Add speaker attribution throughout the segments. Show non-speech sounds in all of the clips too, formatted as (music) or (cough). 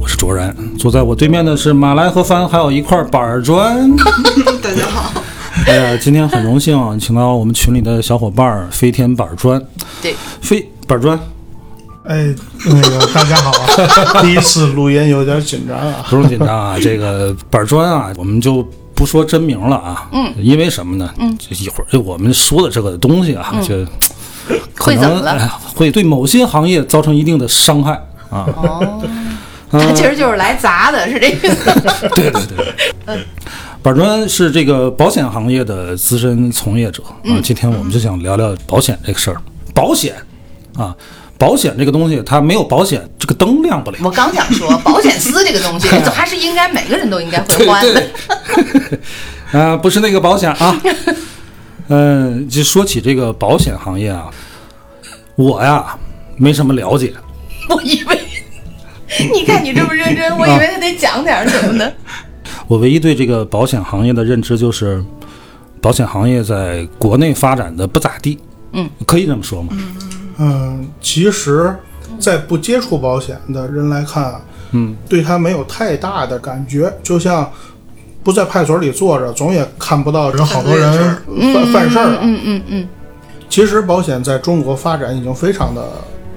Speaker 1: 我是卓然。坐在我对面的是马来和帆，还有一块板砖。
Speaker 2: (laughs) 大家好。
Speaker 1: (laughs) 哎呀，今天很荣幸啊，请到我们群里的小伙伴儿飞天板砖。
Speaker 3: 对，
Speaker 1: 飞板砖
Speaker 4: 哎，那个大家好 (laughs) 啊，第一次录音有点紧张啊。
Speaker 1: 不用紧张啊，这个板砖啊，我们就不说真名了啊。嗯，因为什么呢？嗯，一会儿我们说的这个东西啊，就可
Speaker 3: 嗯会怎么
Speaker 1: 能
Speaker 3: 了
Speaker 1: 哎呀会对某些行业造成一定的伤
Speaker 3: (laughs)
Speaker 1: 害啊。
Speaker 2: 嗯
Speaker 3: 他其实就是来砸的，是这意思。
Speaker 2: (laughs)
Speaker 1: 对对对。板砖是这个保险行业的资深从业者啊，
Speaker 3: 嗯
Speaker 1: 今天我们就想聊聊保险这个事儿。保险啊，保险这个东西，它没有保险，这个灯亮不了。
Speaker 3: 我刚想说，保险丝这个
Speaker 2: (laughs)
Speaker 3: 东西还是应该每个人都应该会换
Speaker 1: 对
Speaker 3: 的。
Speaker 1: 对， (laughs) 呃，不是那个保险啊。 (laughs) 嗯、就说起这个保险行业啊，我呀没什么了解，
Speaker 3: 我以为， (laughs) 你看你这么认真，我以为
Speaker 2: 嗯
Speaker 3: 他得讲点什么
Speaker 2: (laughs)
Speaker 3: 呢。
Speaker 1: 我唯一对这个保险行业的认知就是，保险行业在国内发展的不咋地。嗯，可以这么说吗？
Speaker 4: 嗯，其实，在不接触保险的人来看啊，嗯，对他没有太大的感觉，就像不在派出所里坐着，总也看不到人好多人犯犯事儿啊。嗯嗯嗯。其实保险在中国发展已经非常的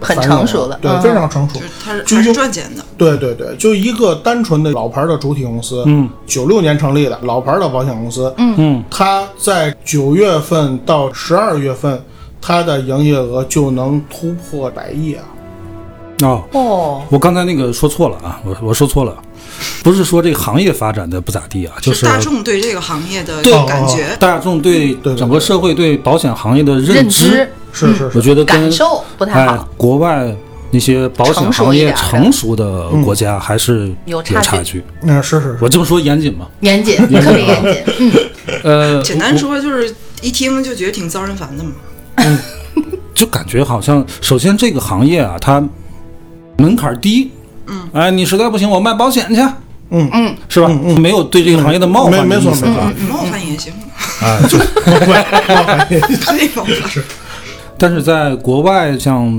Speaker 3: 很
Speaker 4: 繁荣
Speaker 3: 成熟了
Speaker 4: 对，
Speaker 3: 嗯
Speaker 4: 非常成熟。
Speaker 2: 他是
Speaker 4: 就
Speaker 2: 他是
Speaker 4: 用
Speaker 2: 赚钱的，
Speaker 4: 对对对，就一个单纯的老牌的主体公司，嗯，九六年成立的老牌的保险公司，嗯
Speaker 1: 嗯，
Speaker 4: 它在九月份到十二月份，它的营业额就能突破百亿啊！
Speaker 1: 哦，
Speaker 3: 哦，
Speaker 1: 我刚才那个说错了啊，我我说错了，不是说这个行业发展的不咋地啊，就是
Speaker 5: 是大众对这个行业的
Speaker 1: 对哦
Speaker 5: 感觉。
Speaker 1: 大众对
Speaker 4: 对对
Speaker 1: 整个社会对保险行业的
Speaker 3: 认
Speaker 1: 知
Speaker 3: 知，
Speaker 4: 是是
Speaker 1: 嗯我
Speaker 4: 是，
Speaker 1: 觉得跟
Speaker 3: 感受不太
Speaker 1: 哎
Speaker 3: 好，
Speaker 1: 国外那些保险行业成
Speaker 3: 成
Speaker 1: 熟的国家还是
Speaker 3: 有差
Speaker 1: 差
Speaker 3: 距
Speaker 1: 距。
Speaker 4: 那、嗯是是是，
Speaker 1: 我这么说严谨吗？
Speaker 3: 严谨，特别严谨。嗯，
Speaker 1: 呃，
Speaker 5: 简单说就是一听就觉得挺遭人烦的嘛。
Speaker 1: 就感觉好像，首先这个行业啊，它门槛低，嗯，哎，你实在不行，我卖保险去，
Speaker 4: 嗯
Speaker 1: 嗯，是吧？没有对这个行业的冒犯
Speaker 4: 没
Speaker 1: 的
Speaker 4: 没
Speaker 1: 意
Speaker 4: 错嗯
Speaker 1: 思
Speaker 4: 没
Speaker 1: 啊。
Speaker 5: 冒犯也行， (laughs)
Speaker 1: 啊，就
Speaker 5: 太冒犯。
Speaker 1: 但是在国外，像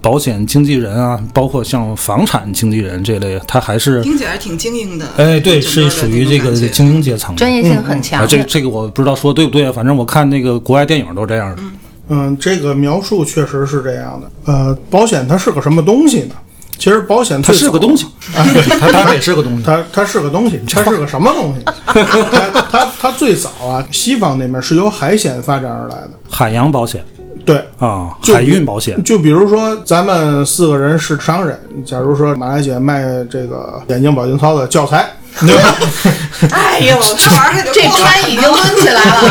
Speaker 1: 保险经纪人啊，包括像房产经纪人这类，它还是，
Speaker 5: 听起来挺精英的。
Speaker 1: 哎，对，
Speaker 5: 整个
Speaker 1: 是
Speaker 5: 的
Speaker 1: 属于这
Speaker 5: 那
Speaker 1: 个
Speaker 5: 种感觉
Speaker 1: 精英阶层的。
Speaker 3: 专业性很强
Speaker 1: 啊，这
Speaker 3: 的。
Speaker 1: 这个我不知道说对不对，反正我看那个国外电影都这样的。
Speaker 4: 嗯，这个描述确实是这样的。呃，保险它是个什么东西呢？其实保险
Speaker 1: 它
Speaker 4: 最
Speaker 1: 是个
Speaker 4: 早
Speaker 1: 东西，它它也是个东西。
Speaker 4: 它它是个东西，它是个什么东
Speaker 1: (laughs)
Speaker 4: 西？它它它最早啊，西方那边是由海险发展而来的，
Speaker 1: 海洋保险
Speaker 4: 对，
Speaker 1: 啊，
Speaker 4: 就
Speaker 1: 海运保险，
Speaker 4: 就比如说，咱们四个人是商人，假如说马来姐卖这个眼睛保健操的教材，对吧？
Speaker 3: 哎呦，
Speaker 5: 这玩意儿可
Speaker 3: 这
Speaker 5: 就过了
Speaker 3: 砖已经抡起来了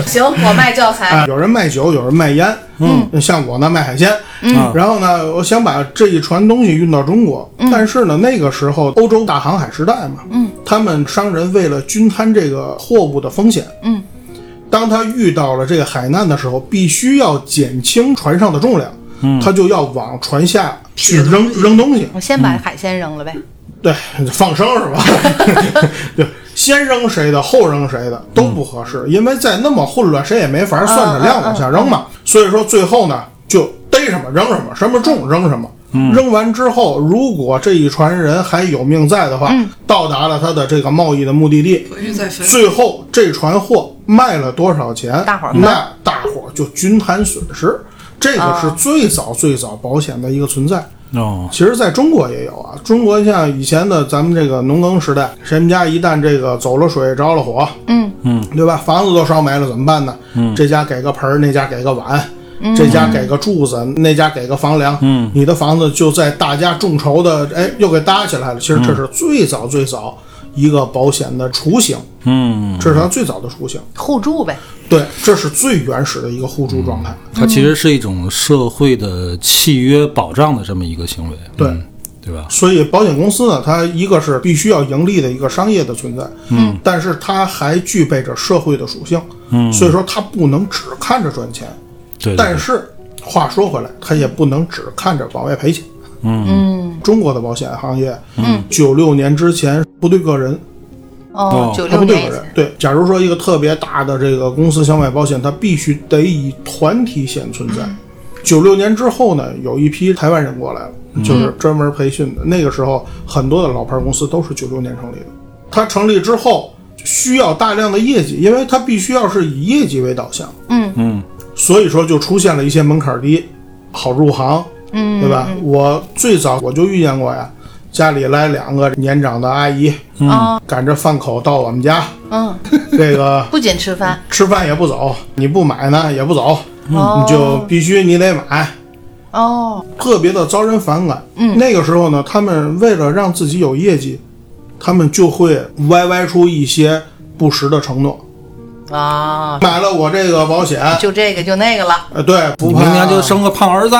Speaker 1: (laughs)
Speaker 3: 啊！行，我卖教材。
Speaker 4: 啊有人卖酒，有人卖烟，嗯，像我呢卖海鲜，嗯，然后呢，我想把这一船东西运到中国，但是呢，那个时候欧洲大航海时代嘛，嗯，他们商人为了均摊这个货物的风险，嗯，当他遇到了这个海难的时候，必须要减轻船上的重量，嗯，他就要往船下去
Speaker 5: 撇东
Speaker 4: 扔
Speaker 5: 西
Speaker 4: 扔东西，
Speaker 3: 我先把海鲜扔了呗。
Speaker 4: 对，放生是
Speaker 3: (laughs)
Speaker 4: 吧？对，先扔谁的，后扔谁的都不合
Speaker 3: 嗯
Speaker 4: 适，因为在那么混乱，谁也没法算着量往下扔嘛。所以说最后呢，就逮什么扔什么，什么
Speaker 3: 嗯
Speaker 4: 重扔什么。扔完之后，如果这一船人还有命在的话，
Speaker 3: 嗯
Speaker 4: 到达了他的这个贸易的目的地，
Speaker 5: 回去再分。
Speaker 4: 最后这船货卖了多少钱，
Speaker 3: 大伙儿分
Speaker 4: 那大伙儿就均摊损失。这个
Speaker 3: 啊
Speaker 4: 是最早最早保险的一个存在。
Speaker 1: 哦，
Speaker 4: 其实在中国也有啊，中国像以前的咱们这个农耕时代，谁们家一旦这个走了水着了火，嗯嗯，对吧？房子都烧没了怎么办呢？嗯，这家给个盆儿，那家给个碗。这家给个柱子，那家给个房梁，嗯，你的房子就在大家众筹的，哎，又给搭起来了。其实这是最早最早一个保险的雏形，
Speaker 1: 嗯，
Speaker 4: 这是它最早的雏形。
Speaker 3: 互助呗，
Speaker 4: 对，这是最原始的一个互助状态。
Speaker 1: 它其实是一种社会的契约保障的这么一个行为。
Speaker 4: 对
Speaker 1: 嗯对吧？
Speaker 4: 所以保险公司呢，它一个是必须要盈利的一个商业的存在，嗯，但是它还具备着社会的属性，嗯，所以说它不能只看着赚钱，
Speaker 1: 对对
Speaker 4: 但是话说回来，它也不能只看着往外赔钱，嗯，中国的保险行业，嗯，九六年之前不对个人，
Speaker 1: 哦
Speaker 3: 哦，九
Speaker 4: 它
Speaker 3: 六
Speaker 4: 不对
Speaker 3: 年
Speaker 4: 个
Speaker 3: 以
Speaker 4: 人
Speaker 3: 前，
Speaker 4: 对，假如说一个特别大的这个公司想买保险，它必须得以团体险存在。
Speaker 3: 嗯
Speaker 4: 九六年之后呢，有一批台湾人过来了，就是专门培训的。那个时候，很多的老牌公司都是九六年成立的。它成立之后，需要大量的业绩，因为它必须要是以业绩为导向。
Speaker 3: 嗯
Speaker 4: 嗯，所以说就出现了一些门槛低，好入行，嗯，对吧？我最早我就遇见过呀，家里来两个年长的阿姨，
Speaker 3: 哦，
Speaker 4: 赶着饭口到我们家，
Speaker 3: 嗯，
Speaker 4: (laughs) 这个
Speaker 3: 不仅吃饭，
Speaker 4: 吃饭也不走，你不买呢也不走，
Speaker 3: 哦
Speaker 4: 你就必须你得买，
Speaker 3: 哦，
Speaker 4: 特别的遭人反感。嗯，那个时候呢，他们为了让自己有业绩，他们就会歪歪出一些不实的承诺，
Speaker 3: 啊，
Speaker 4: 买了我这个保险，
Speaker 3: 就这个就那个了，
Speaker 4: 呃，对，不
Speaker 1: 你
Speaker 4: 怕
Speaker 1: 明年就生个胖儿子，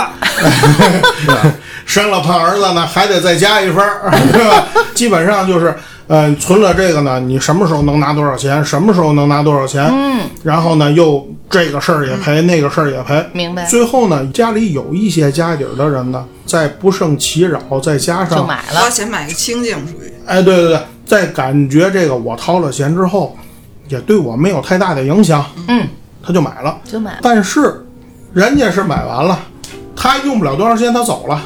Speaker 4: 生了胖儿子呢，还得再加一分儿， (laughs) 是吧？基本上就是，呃，存了这个呢，你什么时候能拿多少钱，什么时候能拿多少钱，嗯，然后呢，又这个事儿也赔，那个事儿也赔，
Speaker 3: 嗯明白
Speaker 4: 最后呢，家里有一些家底儿的人呢，在不胜其扰，再加
Speaker 1: 啊
Speaker 3: 就
Speaker 4: 上，
Speaker 3: 买
Speaker 5: 花
Speaker 3: 了，
Speaker 5: 钱买个清净属于。
Speaker 4: 哎，对对对，在感觉这个我掏了钱之后，也对我没有太大的影响，
Speaker 3: 嗯，
Speaker 4: 他就买了，
Speaker 3: 就买了，
Speaker 4: 但是人家是买完了，他用不了多长时间他走了。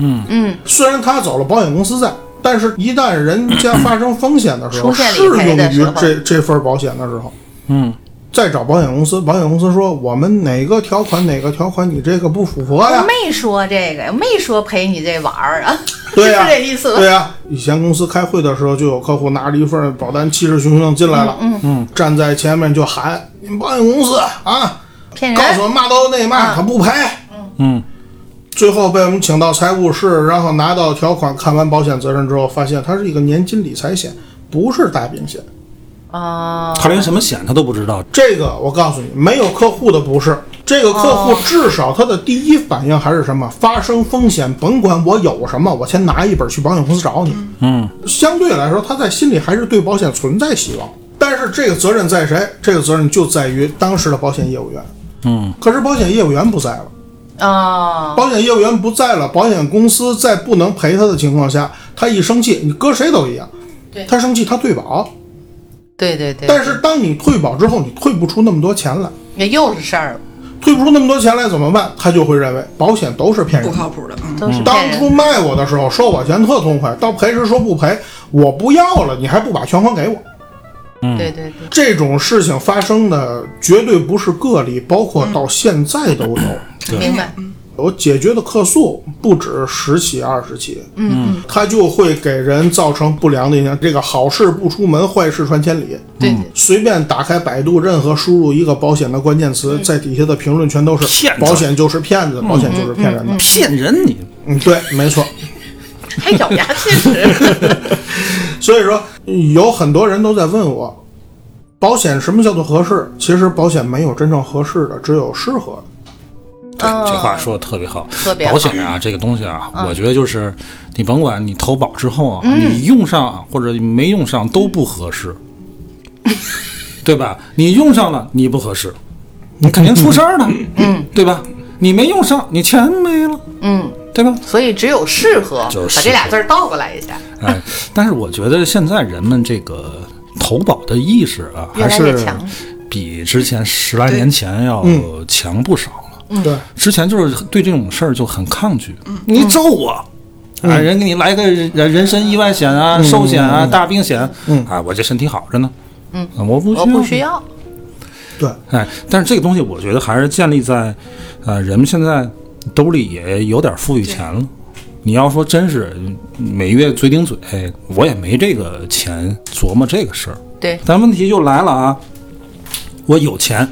Speaker 3: 嗯，
Speaker 4: 虽然他走了，保险公司在，但是一旦人家发生风险的时候，
Speaker 3: 出现
Speaker 4: 适
Speaker 3: 理赔
Speaker 4: 用
Speaker 3: 的时
Speaker 4: 于
Speaker 3: 候
Speaker 4: 这这份保险的时候，
Speaker 1: 嗯，
Speaker 4: 再找保险公司，保险公司说我们哪个条款哪个条款你这个不符合呀
Speaker 3: 我？没说这个，没说陪你这玩儿啊，
Speaker 4: 对
Speaker 3: (laughs)
Speaker 4: 呀、
Speaker 3: 是这意思吧
Speaker 4: 对呀、以前公司开会的时候，就有客户拿着一份保单，气势汹汹进来了，嗯嗯，站在前面就喊：“你们保险公司啊，
Speaker 3: 骗
Speaker 4: 告诉
Speaker 3: 人，
Speaker 4: 我嘛都那嘛，他不赔。”
Speaker 1: 嗯，
Speaker 4: 最后被我们请到财务室，然后拿到条款，看完保险责任之后，发现它是一个年金理财险，不是大病险。
Speaker 3: 哦，
Speaker 1: 他连什么险他都不知道，
Speaker 4: 这个我告诉你，没有客户的不是。这个客户至少他的第一反应还是什么？发生风险，甭管我有什么，我先拿一本去保险公司找你。
Speaker 1: 嗯，
Speaker 4: 相对来说，他在心里还是对保险存在希望。但是这个责任在谁？这个责任就在于当时的保险业务员。
Speaker 1: 嗯，
Speaker 4: 可是保险业务员不在了。
Speaker 3: 哦，
Speaker 4: 保险业务员不在了，保险公司在不能赔他的情况下，他一生气，你搁谁都一样。
Speaker 3: 对
Speaker 4: 他生气，他退保，
Speaker 3: 对对对，
Speaker 4: 但是当你退保之后，你退不出那么多钱来，
Speaker 3: 也又是事儿，
Speaker 4: 退不出那么多钱来怎么办？他就会认为保险都是骗人
Speaker 5: 不
Speaker 4: 的。
Speaker 5: 靠谱的，嗯，
Speaker 3: 都是骗
Speaker 4: 当初
Speaker 3: 人，
Speaker 4: 卖我的时候收我钱特痛快，到赔时说不赔，我不要了，你还不把全款给我。
Speaker 3: 对对对，
Speaker 4: 这种事情发生的绝对不是个例，包括到现在都有。
Speaker 3: 明白，
Speaker 4: 我解决的客诉不止十起二十起，嗯，它就会给人造成不良的影响。这个好事不出门，坏事传千里。
Speaker 3: 对
Speaker 1: 嗯
Speaker 3: 对，
Speaker 4: 随便打开百度，任何输入一个保险的关键词，在底下的评论全都是
Speaker 1: 骗子
Speaker 4: “保险就是骗子，保险就是骗人的”。
Speaker 1: 骗人你。
Speaker 4: 嗯，对，没错。
Speaker 3: 还咬牙切齿，
Speaker 1: (laughs)
Speaker 4: 所以说，有很多人都在问我，保险什么叫做合适？其实保险没有真正合适的，只有适合的。
Speaker 1: 对，这话说的特别好。
Speaker 3: 特别好
Speaker 1: 保险啊，这个东西啊，我觉得就是你甭管你投保之后啊，你用上或者没用上都不合适，对吧？你用上了你不合适，你肯定出事儿了，嗯，对吧？你没用上，你钱没了，
Speaker 3: 嗯，
Speaker 1: 对吧？
Speaker 3: 所以只有适合，
Speaker 1: 就是
Speaker 3: 把
Speaker 1: 适
Speaker 3: 这俩
Speaker 1: 合
Speaker 3: 字儿倒过来一下，
Speaker 1: 哎，但是我觉得现在人们这个投保的意识啊，
Speaker 3: 越
Speaker 1: 还
Speaker 3: 来越
Speaker 1: 是
Speaker 3: 强嗯
Speaker 1: 比之前十来年前要强不少了。
Speaker 4: 嗯对，
Speaker 1: 之前就是对这种事儿就很抗拒，
Speaker 3: 嗯
Speaker 1: 你咒我。啊，人给你来个人人身意外险
Speaker 3: 嗯
Speaker 1: 啊、寿险啊、大病险，嗯，啊，我这身体好着呢，嗯，我不需要，
Speaker 3: 我不需要，
Speaker 4: 对，
Speaker 1: 哎，但是这个东西我觉得还是建立在，呃，人们现在兜里也有点富裕钱了。你要说真是每月嘴顶嘴，我也没这个钱琢磨这个事儿。
Speaker 3: 对，
Speaker 1: 但问题就来了啊，我有钱，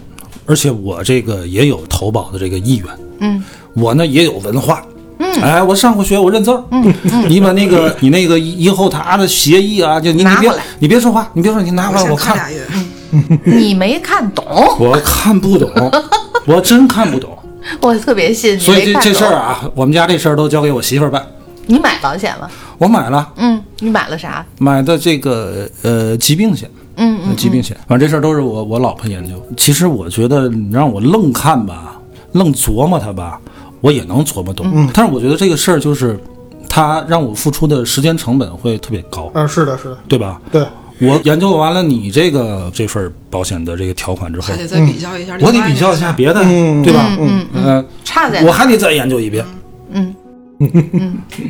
Speaker 1: 而且我这个也有投保的这个意愿，
Speaker 3: 嗯，
Speaker 1: 我呢也有文化。嗯，哎，我上过学，我认字儿。嗯，你把那个你那个以后他的协议啊，就你你
Speaker 3: 拿
Speaker 1: 别
Speaker 3: 过来
Speaker 1: 你别说话，你别说，你拿过来
Speaker 5: 先
Speaker 1: 我
Speaker 5: 看
Speaker 1: 看。嗯
Speaker 5: 俩月，
Speaker 3: 你没看
Speaker 1: (laughs)
Speaker 3: 懂，
Speaker 1: 我看不
Speaker 3: (laughs)
Speaker 1: 懂，我真看不懂。
Speaker 3: 我特别信，你
Speaker 1: 所
Speaker 3: 没
Speaker 1: 以这
Speaker 3: 看
Speaker 1: 这啊
Speaker 3: 懂
Speaker 1: 事儿啊，我们家这事儿都交给我媳妇儿办。
Speaker 3: 你买保险吗？
Speaker 1: 我买了，
Speaker 3: 嗯，你买了啥？
Speaker 1: 买的这个呃疾病险，
Speaker 3: 嗯
Speaker 1: 嗯，疾病险，反正这事儿都是我我老婆研究。其实我觉得你让我愣看吧，愣琢磨它吧，我也能琢磨懂。
Speaker 3: 嗯
Speaker 1: 但是我觉得这个事儿就是，它让我付出的时间成本会特别高，
Speaker 4: 啊，是的，是的，
Speaker 1: 对吧？
Speaker 4: 对，
Speaker 1: 我研究完了你这个这份保险的这个条款之后
Speaker 5: 还，得再比较一下。
Speaker 1: 嗯我得比较一下，别的，
Speaker 4: 嗯
Speaker 1: 对吧？
Speaker 3: 嗯嗯，
Speaker 1: 嗯、
Speaker 3: 差在
Speaker 1: 我
Speaker 3: 哪？
Speaker 1: 还得再研究一遍。
Speaker 3: 嗯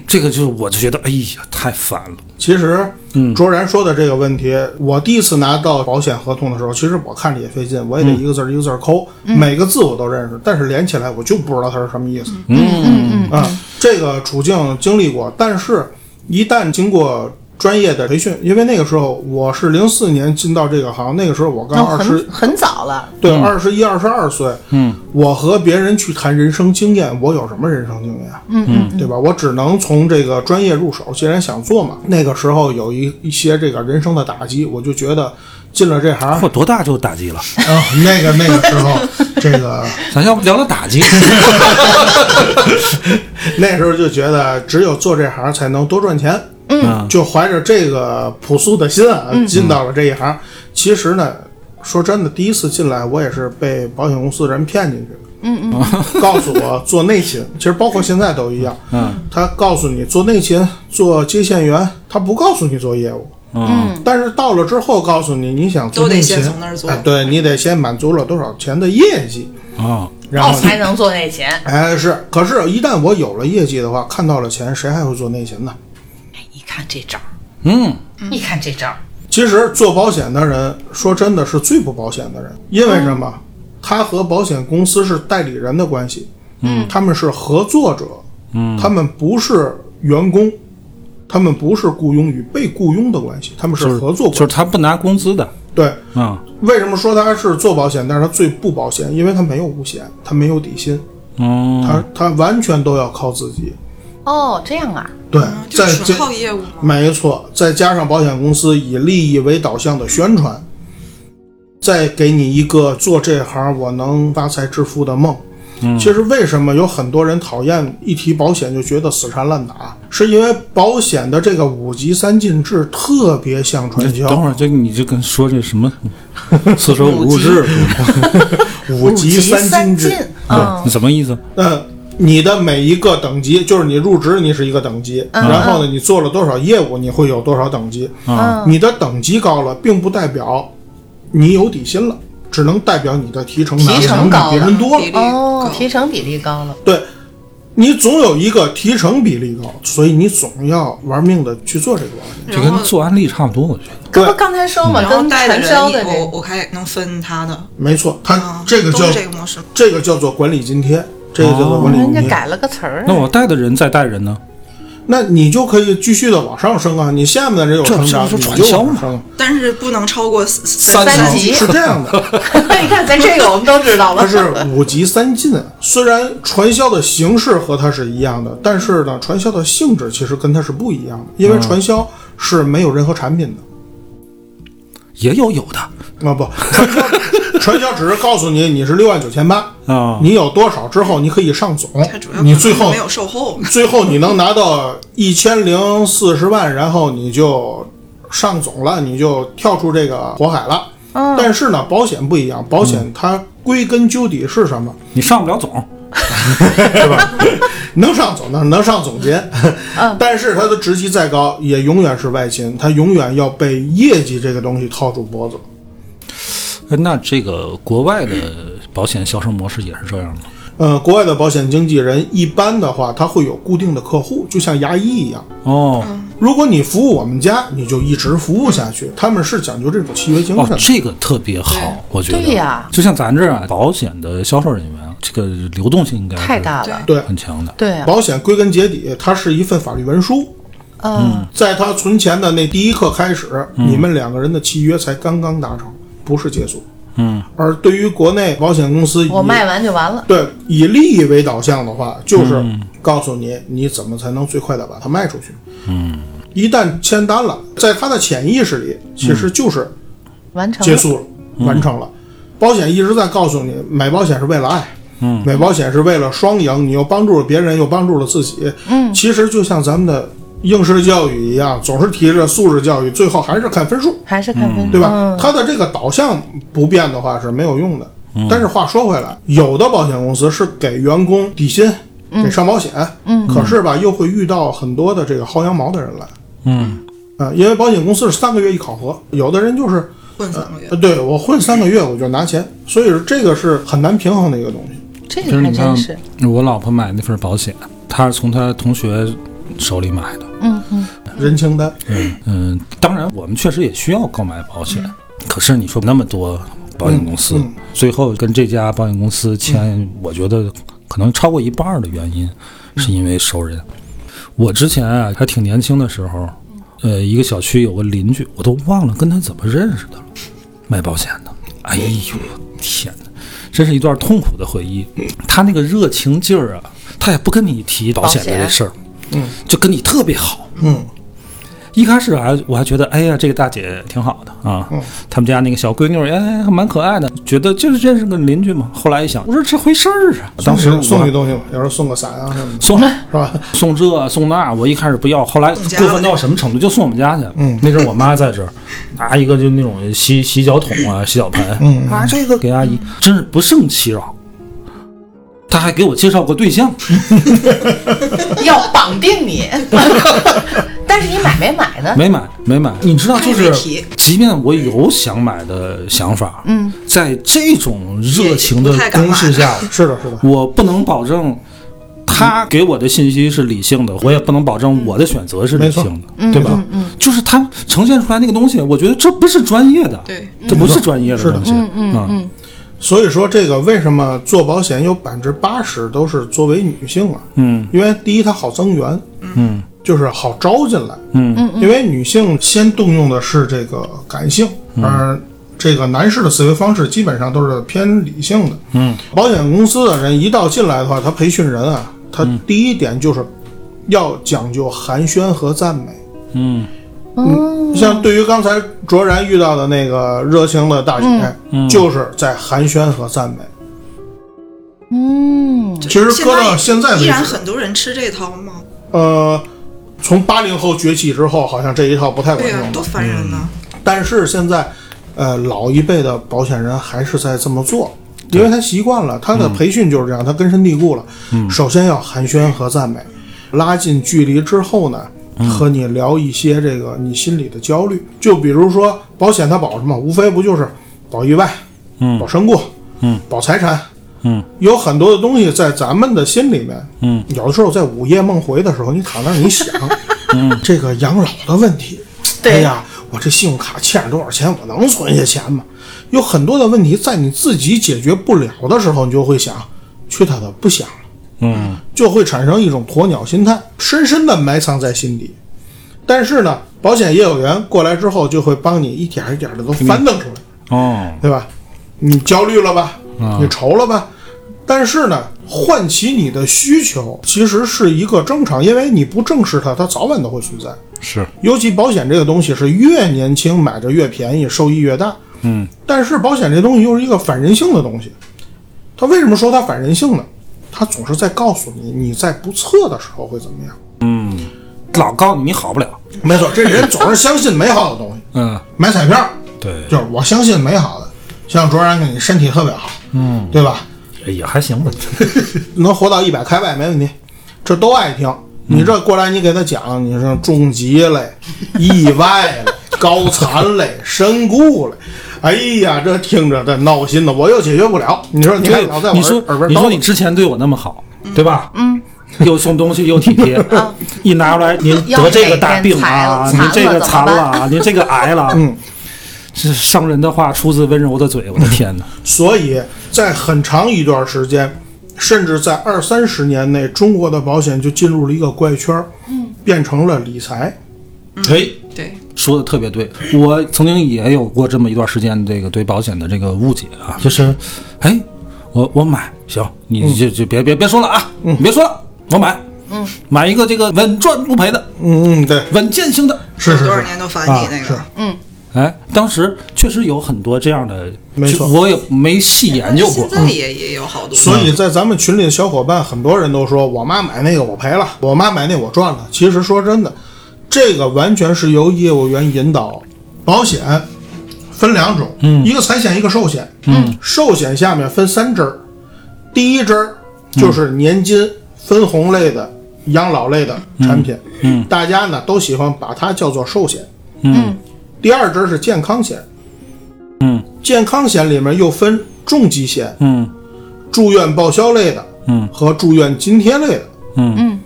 Speaker 1: 这个就是我就觉得，哎呀，太烦了。
Speaker 4: 其实
Speaker 1: 嗯
Speaker 4: 卓然说的这个问题，我第一次拿到保险合同的时候，其实我看着也费劲，我也
Speaker 1: 嗯
Speaker 4: 得一个字儿一个字儿抠，
Speaker 3: 嗯
Speaker 4: 每个字我都认识，但是连起来我就不知道它是什么意思。
Speaker 1: 嗯
Speaker 4: 啊，这个处境经历过，但是一旦经过专业的培训，因为那个时候我是零四年进到这个行，那个时候我刚
Speaker 3: 那
Speaker 4: 二十
Speaker 3: 很，很早了，
Speaker 4: 对，二十一、二十二岁，嗯，我和别人去谈人生经验，我有什么人生经验？啊
Speaker 3: 嗯
Speaker 4: 对吧？我只能从这个专业入手，既然想做嘛，那个时候有一一些这个人生的打击，我就觉得进了这行
Speaker 1: (laughs) 我多大就打击了？
Speaker 4: 啊，那个那个时候，这个
Speaker 1: 咱要不聊聊打 (laughs) 击？
Speaker 3: 嗯
Speaker 4: 那时候就觉得只有做这行才能多赚钱，
Speaker 1: 嗯，
Speaker 4: 就怀着这个朴素的心啊，进到了这一行。其实呢，说真的，第一次进来我也是被保险公司人骗进去。嗯嗯， (laughs) 告诉我做内勤，其实包括现在都一样。
Speaker 1: 嗯，
Speaker 4: 他告诉你做内勤、做接线员，他不告诉你做业务。
Speaker 1: 嗯，
Speaker 4: 但是到了之后，告诉你你想做
Speaker 5: 都得
Speaker 4: 内勤，
Speaker 5: 先从那儿做
Speaker 4: 哎对你得先满足了多少钱的业绩，
Speaker 1: 啊，
Speaker 4: 然
Speaker 3: 哦，
Speaker 4: 后你
Speaker 3: 才能做内勤。
Speaker 4: 哎是。可是，一旦我有了业绩的话，看到了钱，谁还会做内勤呢？
Speaker 3: 你哎看这招儿，
Speaker 1: 嗯，
Speaker 3: 你看这招儿，
Speaker 4: 其实做保险的人，说真的是最不保险的人，因为什么？他和保险公司是代理人的关系，嗯，他们是合作者，嗯，他们不是员工，他们不是雇佣与被雇佣的关系，他们是合作
Speaker 1: 就是
Speaker 4: 关系。
Speaker 1: 他不拿工资的
Speaker 4: 对，
Speaker 1: 啊，
Speaker 4: 为什么说他是做保险，但是他最不保险？因为他没有五险，他没有底薪，
Speaker 1: 嗯，
Speaker 4: 他他完全都要靠自己。
Speaker 3: 哦，这样啊，
Speaker 4: 对，
Speaker 5: 嗯就
Speaker 4: 在这
Speaker 5: 纯靠业务嘛。
Speaker 4: 没错，再加上保险公司以利益为导向的宣传，再给你一个做这行我能发财致富的梦。其实为什么有很多人讨厌一提保险就觉得死缠烂打，是因为保险的这个五级三进制特别像传
Speaker 1: 等
Speaker 4: 销。
Speaker 1: 会儿这你就跟说这 (laughs) 什么四舍五入 (laughs) 制，
Speaker 4: 五级
Speaker 3: 三
Speaker 4: 进制，
Speaker 3: 嗯
Speaker 1: 什么意思？
Speaker 4: 嗯，你的每一个等级，就是你入职你是一个等级，然后呢，你做了多少业务，你会有多少等级。
Speaker 3: 嗯
Speaker 1: 啊
Speaker 4: 你的等级高了，并不代表你有底薪了，只能代表你的提成拿
Speaker 3: 提
Speaker 4: 的
Speaker 3: 成
Speaker 4: 能
Speaker 3: 高
Speaker 4: 比别人多
Speaker 5: 比
Speaker 4: 了。
Speaker 5: 例
Speaker 3: 哦
Speaker 5: 高，
Speaker 3: 提成比例高了，
Speaker 4: 对，你总有一个提成比例高，所以你总要玩命的去做这个保险。
Speaker 1: 这
Speaker 5: 然
Speaker 1: 跟
Speaker 5: 后
Speaker 1: 做安利差不多，我觉得。
Speaker 3: 这不刚才说嘛，
Speaker 5: 嗯然后
Speaker 3: 跟
Speaker 5: 带的
Speaker 3: 传
Speaker 5: 人
Speaker 3: 销的
Speaker 5: 也，我
Speaker 3: 这
Speaker 5: 我还能分他的，
Speaker 4: 没错，它
Speaker 5: 啊
Speaker 4: 这个
Speaker 5: 都
Speaker 4: 叫
Speaker 5: 是这个模式。
Speaker 4: 这个叫做管理津贴，这个叫做管理
Speaker 3: 人
Speaker 4: 津
Speaker 3: 家
Speaker 4: 贴。
Speaker 3: 哦改了个词儿啊
Speaker 1: 那，我带的人再带人呢？
Speaker 4: 那你就可以继续的往上升啊，你下面的人有
Speaker 1: 这
Speaker 4: 成长，
Speaker 1: 这
Speaker 4: 你
Speaker 1: 不是
Speaker 4: 就
Speaker 1: 传销吗
Speaker 4: 往上升。
Speaker 5: 但是不能超过四三
Speaker 3: 三
Speaker 5: 三
Speaker 3: 级
Speaker 4: 是这样的，
Speaker 3: 啊 (laughs) 你看咱这个我们都知道了
Speaker 4: 它，是五级三进，虽然传销的形式和它是一样的，但是呢，传销的性质其实跟它是不一样的，
Speaker 5: 嗯
Speaker 4: 因为传销是没有任何产品的
Speaker 1: 也有有的
Speaker 4: 啊，不，传销传销只是告诉你你是六万九千八，
Speaker 1: 啊，
Speaker 4: 你有多少之后你可以上总
Speaker 5: 它主要，
Speaker 4: 你
Speaker 5: 可能
Speaker 4: 最后
Speaker 5: 没有
Speaker 4: (laughs)
Speaker 5: 售后，
Speaker 4: 最后你能拿到一千零四十万，然后你就上总了，你就跳出这个火海了。
Speaker 5: 嗯
Speaker 4: 但是呢，保险不一样，保险它归根究底是什么？
Speaker 1: 你上不了总，
Speaker 4: 能上总的能上总监，
Speaker 3: 嗯
Speaker 4: (laughs) 但是他的职级再高，也永远是外勤，他永远要被业绩这个东西套住脖子。
Speaker 1: 哎那这个国外的保险销售模式也是这样的。
Speaker 4: 呃，国外的保险经纪人一般的话，他会有固定的客户，就像牙医一样。
Speaker 1: 哦
Speaker 4: 如果你服务我们家，你就一直服务下去。他们是讲究这种契约精
Speaker 1: 哦
Speaker 4: 神，。
Speaker 1: 这个特别好，我觉得。
Speaker 3: 对呀
Speaker 1: 就像咱这儿啊，保险的销售人员啊，这个流动性应该是
Speaker 3: 太大了，
Speaker 4: 对，
Speaker 1: 很强的。
Speaker 3: 对啊，
Speaker 4: 保险归根结底，它是一份法律文书。
Speaker 3: 嗯，
Speaker 4: 在他存钱的那第一刻开始，你们两个人的契约才刚刚达成，不是结束。
Speaker 1: 嗯，
Speaker 4: 而对于国内保险公司以，
Speaker 3: 我卖完就完了，
Speaker 4: 对，以利益为导向的话，就是告诉你你怎么才能最快的把它卖出去。嗯，一旦签单了，在他的潜意识里，其实就是
Speaker 3: 完成
Speaker 4: 结
Speaker 3: 了，
Speaker 4: 束了，完成了。保险一直在告诉你，买保险是为了爱，嗯，买保险是为了双赢，你又帮助了别人，又帮助了自己。嗯，其实就像咱们的应试教育一样，总是提着素质教育，最后还是看分数，
Speaker 3: 还是看分
Speaker 4: 对吧？
Speaker 5: 嗯
Speaker 4: 它的这个导向不变的话是没有用的。
Speaker 1: 嗯
Speaker 4: 但是话说回来，有的保险公司是给员工底薪，给上保险，嗯，可是吧，又会遇到很多的这个薅羊毛的人来，
Speaker 1: 嗯
Speaker 4: 啊、因为保险公司是三个月一考核，有的人就是
Speaker 5: 混三个月
Speaker 4: 呃，。对我混三个月我就拿钱，所以这个是很难平衡的一个东西。
Speaker 3: 这
Speaker 1: 其实
Speaker 3: 个还
Speaker 1: 你看
Speaker 3: 真是，，
Speaker 1: 我老婆买那份保险，她是从她同学手里买的。
Speaker 3: 嗯嗯，
Speaker 4: 人情单，
Speaker 1: 嗯，当然我们确实也需要购买保险，可是你说那么多保险公司，最后跟这家保险公司签，我觉得可能超过一半儿的原因是因为熟人。我之前啊还挺年轻的时候，呃，一个小区有个邻居，我都忘了跟他怎么认识的了，卖保险的。哎呦，天哪！真是一段痛苦的回忆。他那个热情劲儿啊，他也不跟你提保险的这事儿，嗯，就跟你特别好，
Speaker 4: 嗯。
Speaker 1: 一开始还我还觉得，哎呀，这个大姐挺好的啊，他们家那个小闺女儿，哎，还蛮可爱的，觉得就是认识个邻居嘛。后来一想，我说这回事儿啊，当时
Speaker 4: 送
Speaker 1: 我
Speaker 4: 你送你东西吧，有时候送个伞啊什么的，
Speaker 1: 送
Speaker 4: 是吧？
Speaker 1: 送这送那，我一开始不要，后来
Speaker 5: 家
Speaker 1: 过分到什么程度，就送我们家去。嗯，那阵儿我妈在这儿，啊拿一个就那种洗洗脚桶啊、洗脚盆，嗯啊，这个给阿姨，真是不胜其扰。她还给我介绍过对象，
Speaker 3: 要绑定你， (laughs) 但是你买没买呢？
Speaker 1: 没买，没买。你知道，就
Speaker 5: 还
Speaker 1: 是
Speaker 5: 没提
Speaker 1: 即便我有想买的想法，嗯，在这种热情的
Speaker 5: 也不太敢
Speaker 1: 攻势下，
Speaker 4: 是的，是的，
Speaker 1: 我不能保证他给我的信息是理性的，我也不能保证我的选择是理性
Speaker 5: 嗯
Speaker 1: 的，对吧？就是他呈现出来那个东西，我觉得这不是专业的，
Speaker 5: 对，
Speaker 1: 这不是专业的东西，
Speaker 4: 是
Speaker 1: 嗯
Speaker 4: 所以说这个为什么做保险有百分之八十都是作为女性啊？
Speaker 1: 嗯
Speaker 4: 因为第一它好增援，
Speaker 1: 嗯
Speaker 4: 就是好招进来，
Speaker 1: 嗯
Speaker 4: 因为女性先动用的是这个感性，而这个男士的思维方式基本上都是偏理性的。
Speaker 1: 嗯，
Speaker 4: 保险公司的人一到进来的话，他培训人啊，他第一点就是要讲究寒暄和赞美。
Speaker 1: 嗯
Speaker 4: 像对于刚才卓然遇到的那个热情的大姐，
Speaker 1: 嗯
Speaker 4: 就是在寒暄和赞美。
Speaker 3: 嗯，
Speaker 4: 其实搁到现
Speaker 5: 现
Speaker 4: 在为
Speaker 5: 依
Speaker 4: 止
Speaker 5: 然，很多人吃这套吗？
Speaker 4: 呃，从八零后崛起之后，好像这一套不太管
Speaker 5: 对啊
Speaker 4: 用
Speaker 5: 呀，
Speaker 4: 了。
Speaker 5: 多烦人呢！
Speaker 4: 但是现在，呃，老一辈的保险人还是在这么做，因为他习惯了，他的培训就是这样，他根深蒂固了。
Speaker 1: 嗯
Speaker 4: 首先要寒暄和赞美，拉近距离之后呢，
Speaker 1: 嗯
Speaker 4: 和你聊一些这个你心里的焦虑，就比如说保险它保什么，无非不就是保意外，
Speaker 1: 嗯
Speaker 4: 保身故，
Speaker 1: 嗯，
Speaker 4: 保财产。
Speaker 1: 嗯，
Speaker 4: 有很多的东西在咱们的心里面，
Speaker 1: 嗯，
Speaker 4: 有的时候在午夜梦回的时候，你躺那儿你想，嗯，这个养老的问题，哎
Speaker 3: 对
Speaker 4: 呀，我这信用卡欠着多少钱，我能存下钱吗？有很多的问题在你自己解决不了的时候，你就会想，去他的，不想了，
Speaker 1: 嗯
Speaker 4: 就会产生一种鸵鸟心态，深深的埋藏在心底。但是呢，保险业务员过来之后，就会帮你一点儿一点的都翻腾出来。
Speaker 1: 哦，
Speaker 4: 对吧？你焦虑了吧？你愁了吧？但是呢，唤起你的需求其实是一个正常，因为你不正视它，它早晚都会存在。
Speaker 1: 是
Speaker 4: 尤其保险这个东西是越年轻买着越便宜，收益越大。
Speaker 1: 嗯，
Speaker 4: 但是保险这东西又是一个反人性的东西。它为什么说它反人性呢？它总是在告诉你你在不测的时候会怎么样。
Speaker 1: 老告诉你你好不了，
Speaker 4: 没错，这人总是相信美好的东西。
Speaker 1: 嗯，
Speaker 4: 买彩票
Speaker 1: 对，
Speaker 4: 就是我相信美好的，像卓然，你身体特别好，嗯，对吧？
Speaker 1: 也还行吧，
Speaker 4: 能活到一百开外没问题，这都爱听。
Speaker 1: 嗯
Speaker 4: 你这过来，你给他讲，你是重疾嘞、 (laughs) 意外嘞、 (laughs) 高残嘞、身故嘞，哎呀，这听着这闹心的，我又解决不了。你说你还老在我
Speaker 1: 你
Speaker 4: 耳
Speaker 1: 说
Speaker 4: 耳边
Speaker 1: 你
Speaker 4: 叨
Speaker 1: 说
Speaker 4: 叨
Speaker 1: 你之前对我那么好，对吧？嗯。啊又送东西又体贴，一拿出来您得这个大病啊，您
Speaker 3: 要
Speaker 1: 这
Speaker 3: 哪
Speaker 1: 个
Speaker 3: 天
Speaker 1: 残
Speaker 3: 残了
Speaker 1: 了
Speaker 3: 怎么
Speaker 1: 啊，您这个癌了，嗯， (laughs) 这伤人的话出自温柔的嘴，我的天哪！
Speaker 4: 所以在很长一段时间，甚至在二三十年内，中国的保险就进入了一个怪圈儿，变成了理财。
Speaker 1: 哎，
Speaker 5: 对，
Speaker 1: 说的特别对，我曾经也有过这么一段时间，这个对保险的这个误解啊，就是，哎，我我买行，
Speaker 4: 嗯
Speaker 1: 你就就别别别说了啊，你别说了，我买，嗯，买一个这个稳赚不赔的，
Speaker 4: 嗯嗯，对，
Speaker 1: 稳健型的，
Speaker 4: 是是
Speaker 5: 多少
Speaker 4: 是，
Speaker 5: 年都烦你那个
Speaker 4: 啊，
Speaker 1: 哎，哎，当时确实有很多这样的，
Speaker 4: 没错
Speaker 1: 就我也没细研究过嗯
Speaker 5: 现。在也也有好多，
Speaker 4: 所以在咱们群里的小伙伴，很多人都说我妈买那个我赔了，我妈买那个我赚了。其实说真的，这个完全是由业务员引导。保险分两种，一个财险，一个寿险。嗯，寿险下面分三支儿，第一支儿就是年金、分红类的、养老类的产品。嗯，大家呢都喜欢把它叫做寿险。
Speaker 3: 嗯，
Speaker 4: 第二支儿是健康险。
Speaker 1: 嗯，
Speaker 4: 健康险里面又分重疾险。
Speaker 1: 嗯
Speaker 4: 住院报销类的，
Speaker 1: 嗯，
Speaker 4: 和住院津贴类的，
Speaker 1: 嗯
Speaker 3: 嗯。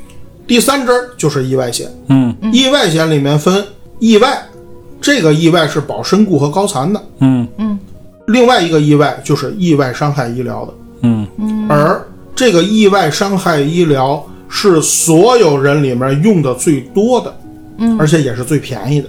Speaker 4: 第三支儿就是意外险，
Speaker 1: 嗯
Speaker 4: 意外险里面分意外，这个意外是保身故和高残的，
Speaker 1: 嗯
Speaker 4: 另外一个意外就是意外伤害医疗的，
Speaker 1: 嗯
Speaker 4: 而这个意外伤害医疗是所有人里面用的最多的，嗯，而且也是最便宜的。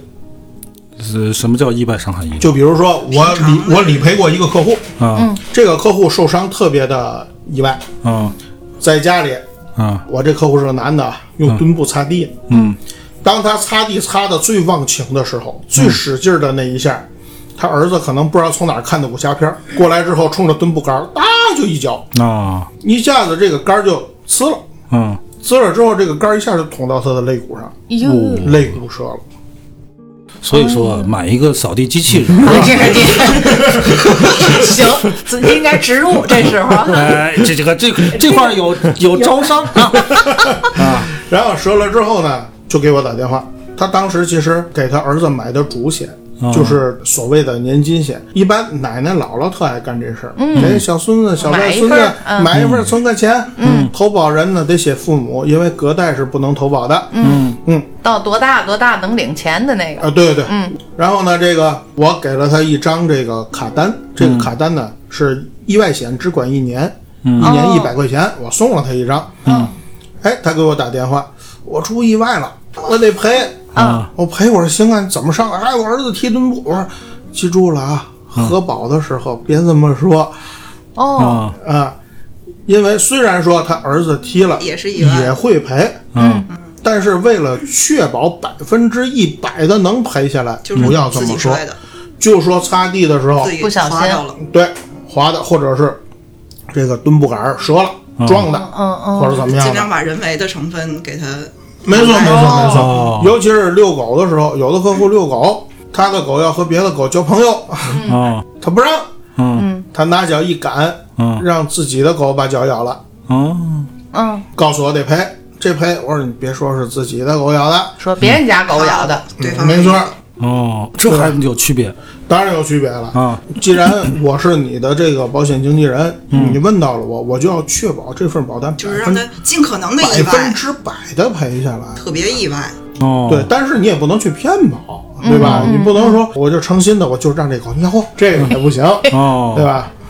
Speaker 1: 呃，什么叫意外伤害医疗
Speaker 4: 就比如说我
Speaker 5: 常
Speaker 4: 理我理赔过一个客户，
Speaker 5: 嗯
Speaker 1: 啊
Speaker 4: 这个客户受伤特别的意外，
Speaker 1: 啊
Speaker 4: 在家里
Speaker 1: 啊
Speaker 4: 我这客户是个男的啊，用墩布擦地。
Speaker 1: 嗯，
Speaker 4: 当他擦地擦的最忘情的时候，最使劲儿的那一下，他儿子可能不知道从哪儿看的武侠片儿，过来之后冲着墩布杆儿，哒就一脚，
Speaker 1: 啊
Speaker 4: 一下子这个杆儿就呲了，
Speaker 1: 嗯
Speaker 4: 呲了之后这个杆儿一下就捅到他的肋骨上，
Speaker 3: 哟，
Speaker 4: 肋骨折了。
Speaker 1: 所以
Speaker 5: 哦
Speaker 1: 说买一个扫地机器人，
Speaker 3: 这是你 (laughs) 行，自己应该植入这时
Speaker 4: (laughs)
Speaker 3: 候。
Speaker 1: 哎，这这个这个这块儿有有招商啊，
Speaker 4: 然后折了之后呢，就给我打电话。他当时其实给他儿子买的主险，就是所谓的年金险。一般奶奶姥姥特爱干这事儿，给小孙子、小外孙
Speaker 3: 买一份
Speaker 4: 子
Speaker 3: 儿嗯
Speaker 4: 买一份儿存个钱。嗯，投保人呢得写父母，因为隔代是不能投保的。嗯嗯
Speaker 3: 到多大多大能领钱的那个，
Speaker 4: 啊，对对对。嗯。然后呢，这个我给了他一张这个卡单，这个卡单呢是意外险只管一年，一年一百块钱，我送了他一张。
Speaker 3: 嗯，
Speaker 4: 哎，他给我打电话，我出意外了，我得赔啊！我赔，我说行啊，你怎么上啊？哎，我儿子踢墩布，我说记住了啊，核保的时候别这么说
Speaker 3: 哦，
Speaker 1: 啊
Speaker 4: 啊，因为虽然说他儿子踢了，
Speaker 2: 也是意外
Speaker 4: 也会赔，啊
Speaker 1: 嗯，
Speaker 4: 但是为了确保百分之一百的能赔下来，
Speaker 5: 就是
Speaker 4: 不要这
Speaker 5: 自己
Speaker 4: 么说
Speaker 5: 摔，的，
Speaker 4: 就说擦地的时候
Speaker 5: 自己
Speaker 3: 不小心
Speaker 5: 滑到了，
Speaker 4: 对滑的，或者是这个墩布杆儿折了撞的，
Speaker 3: 嗯嗯
Speaker 4: 或者怎么样
Speaker 5: 尽
Speaker 4: 的
Speaker 5: 量。把人为的成分给它
Speaker 4: 没错，没错，没
Speaker 1: 哦
Speaker 4: 错。尤其是遛狗的时候，有的客户遛狗，他的狗要和别的狗交朋友，
Speaker 1: 啊
Speaker 4: 他不让，
Speaker 1: 嗯
Speaker 4: 他拿脚一赶，
Speaker 1: 嗯
Speaker 4: 让自己的狗把脚咬了，
Speaker 1: 嗯
Speaker 3: 嗯，
Speaker 4: 告诉我得赔，这赔。我说你别说是自己的狗咬的，
Speaker 3: 说别人家狗咬的，
Speaker 5: 对
Speaker 4: 嗯
Speaker 5: 方
Speaker 4: 没错，
Speaker 1: 哦，这还有区别
Speaker 4: 当然有区别了。
Speaker 1: 啊
Speaker 4: 既然我是你的这个保险经纪人，
Speaker 1: 嗯
Speaker 4: 你问到了我，我就要确保这份保单
Speaker 5: 就是
Speaker 4: 百
Speaker 5: 让
Speaker 4: 分
Speaker 5: 它尽可能的
Speaker 4: 百
Speaker 5: 意
Speaker 4: 分
Speaker 5: 外，
Speaker 4: 之百的赔下来。
Speaker 5: 特别意外，
Speaker 1: 哦，嗯
Speaker 4: 对，但是你也不能去骗保，
Speaker 5: 嗯
Speaker 4: 对吧？你不能说我就诚心的，我就让这狗尿，这个也不行，
Speaker 1: 哦，
Speaker 4: 对吧？
Speaker 3: 哦，
Speaker 4: 嗯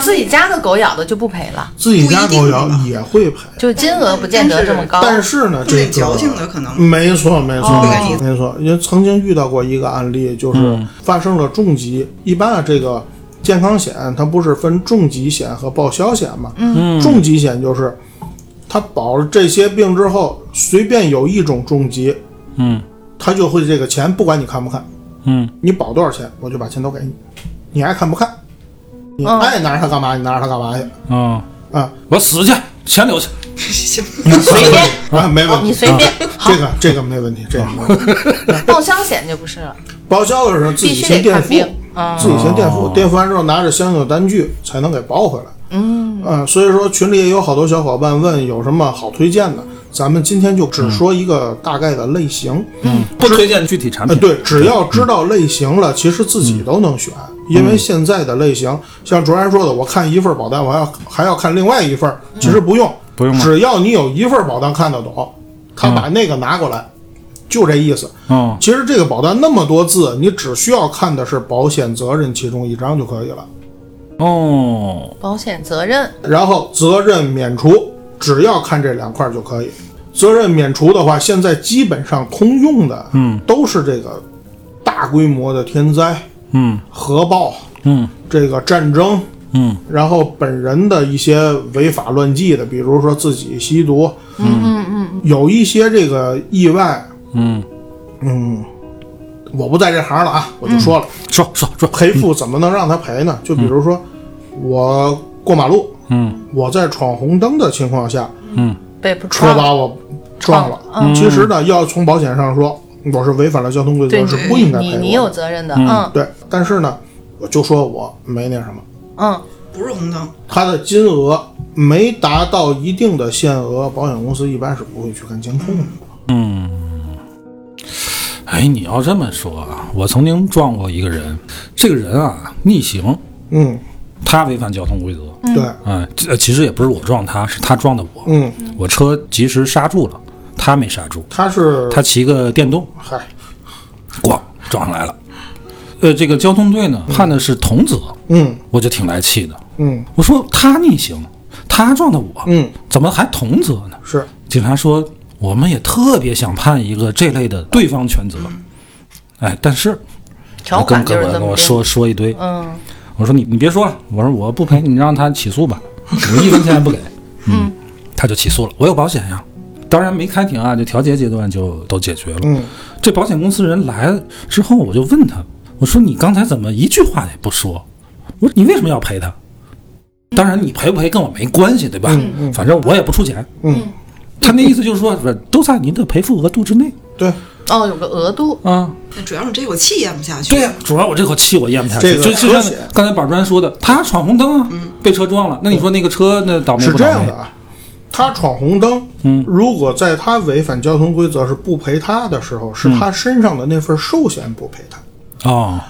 Speaker 3: 自己家的狗咬的就不赔了，
Speaker 4: 自己家狗
Speaker 5: 不
Speaker 4: 咬
Speaker 5: 一定吧
Speaker 4: 也会赔，
Speaker 3: 就金额不见得这么高。
Speaker 4: 但是呢，这
Speaker 5: 对
Speaker 4: 个
Speaker 5: 矫情的可能
Speaker 4: 没错，没错，
Speaker 3: 哦
Speaker 4: 没错，没错。因为曾经遇到过一个案例，就是发生了重疾。一般啊，这个健康险它不是分重疾险和报销险嘛？嗯，重疾险就是它保了这些病之后，随便有一种重疾，
Speaker 1: 嗯
Speaker 4: 它就会这个钱，不管你看不看，
Speaker 1: 嗯
Speaker 4: 你保多少钱，我就把钱都给你，你爱看不看，你
Speaker 3: 嗯
Speaker 4: 爱拿着它干嘛，你拿着它干嘛去
Speaker 1: 啊，
Speaker 4: 啊？
Speaker 1: 我死去，钱留下，
Speaker 5: 行，
Speaker 3: 随便，哦
Speaker 4: 啊，没问
Speaker 3: 你
Speaker 4: 题，
Speaker 3: 随便。好
Speaker 4: 这，个这个没问题，这个没问题。
Speaker 3: 报销险就不是了，
Speaker 4: 报销的时候自
Speaker 3: 必
Speaker 4: 己
Speaker 3: 须
Speaker 4: 先
Speaker 3: 得
Speaker 4: 垫
Speaker 3: 看
Speaker 4: 付，
Speaker 3: 病。嗯
Speaker 4: 自己先垫
Speaker 1: 哦
Speaker 4: 付，垫付完之后拿着相应的单据才能给报回来。嗯，所以说群里也有好多小伙伴问有什么好推荐的，咱们今天就只说一个大概的类型。嗯，
Speaker 1: 不推荐具体产
Speaker 4: 呃，
Speaker 1: 品，
Speaker 4: 对，只要知道类型了，其实自己都能选，
Speaker 3: 嗯
Speaker 4: 因为现在的类型，像卓然说的，我看一份保单，我还要还要看另外一份，其实不用，
Speaker 1: 嗯不用吗
Speaker 4: 只要你有一份保单看得懂，他把那个拿过来，就这意思。
Speaker 1: 嗯
Speaker 4: 其实这个保单那么多字，你只需要看的是保险责任其中一章就可以了，
Speaker 1: 哦，
Speaker 3: 保险责任，
Speaker 4: 然后责任免除，只要看这两块儿就可以。责任免除的话，现在基本上通用的，嗯，都是这个大规模的天灾、
Speaker 1: 嗯
Speaker 4: 核爆、
Speaker 1: 嗯
Speaker 4: 这个战争，
Speaker 1: 嗯，
Speaker 4: 然后本人的一些违法乱纪的，比如说自己吸毒，嗯嗯嗯，有一些这个意外，
Speaker 1: 嗯
Speaker 4: 嗯，我不在这行了啊，我就说了，
Speaker 1: 说说说，
Speaker 4: 赔付怎么能让他赔呢？就比如说，我过马路，
Speaker 1: 嗯，
Speaker 4: 我在闯红灯的情况
Speaker 3: 啊
Speaker 4: 下，
Speaker 3: 被不
Speaker 4: 车
Speaker 3: 撞
Speaker 4: 把我撞了。
Speaker 3: 啊嗯
Speaker 4: 其实呢，要从保险上说，我是违反了交通规
Speaker 3: 对
Speaker 4: 则，是不应该赔
Speaker 3: 你
Speaker 4: 我的
Speaker 3: 你有责任的，嗯
Speaker 4: 对，但是呢，我就说我没那什么，
Speaker 3: 嗯，
Speaker 5: 不是红灯，
Speaker 4: 他的金额没达到一定的限额，保险公司一般是不会去看监控的。
Speaker 1: 哎，你要这么说啊，我曾经撞过一个人，这个人啊逆行，
Speaker 4: 嗯，
Speaker 1: 他违反交通规则，
Speaker 3: 嗯
Speaker 4: 对，
Speaker 1: 哎，这其实也不是我撞他，是他撞的我，
Speaker 4: 嗯，
Speaker 1: 我车及时刹住了，他没刹住，
Speaker 4: 他是
Speaker 1: 他骑个电动，
Speaker 4: 嗨，
Speaker 1: 咣撞上来了。呃，这个交通队呢判的是同责，
Speaker 4: 嗯
Speaker 1: 我就挺来气的，
Speaker 4: 嗯
Speaker 1: 我说他逆行，他撞的我，
Speaker 4: 嗯，
Speaker 1: 怎么还同责呢？
Speaker 4: 是
Speaker 1: 警察说，我们也特别想判一个这类的对方全责，哎，但是
Speaker 3: 条
Speaker 1: 跟
Speaker 3: 款就
Speaker 1: 跟
Speaker 3: 是
Speaker 1: 我
Speaker 3: 这
Speaker 1: 跟
Speaker 3: 么
Speaker 1: 我
Speaker 3: 多
Speaker 1: 说说一堆，
Speaker 3: 嗯，
Speaker 1: 我说你你别说了，我说我不赔，你让他起诉吧，我一分钱也不给，嗯，他就起诉了，我有保险呀，当然没开庭啊，就调解阶段就都解决了。
Speaker 4: 嗯
Speaker 1: 这保险公司人来了之后，我就问他，我说你刚才怎么一句话也不说？我说你为什么要赔他？当然你赔不赔跟我没关系，对吧？反正我也不出钱。
Speaker 4: 嗯，
Speaker 1: 他那意思就是说，不是都在您的赔付额度之内
Speaker 4: 对，
Speaker 3: 哦，有个额度，
Speaker 1: 啊。
Speaker 5: 那主要是这口气咽不下去。
Speaker 1: 对呀、主要我这口气我咽不下去，
Speaker 4: 这个
Speaker 1: 就就像
Speaker 4: 车险
Speaker 1: 刚才板砖说的，他闯红灯啊，被车撞了。那你说那个车那倒霉
Speaker 4: 是
Speaker 1: 不
Speaker 4: 这
Speaker 1: 倒
Speaker 4: 样
Speaker 1: 霉
Speaker 4: 的？啊。他闯红灯，嗯，如果在他违反交通规则是不赔他的时候，是
Speaker 1: 嗯
Speaker 4: 他身上的那份寿险不赔他，
Speaker 1: 哦，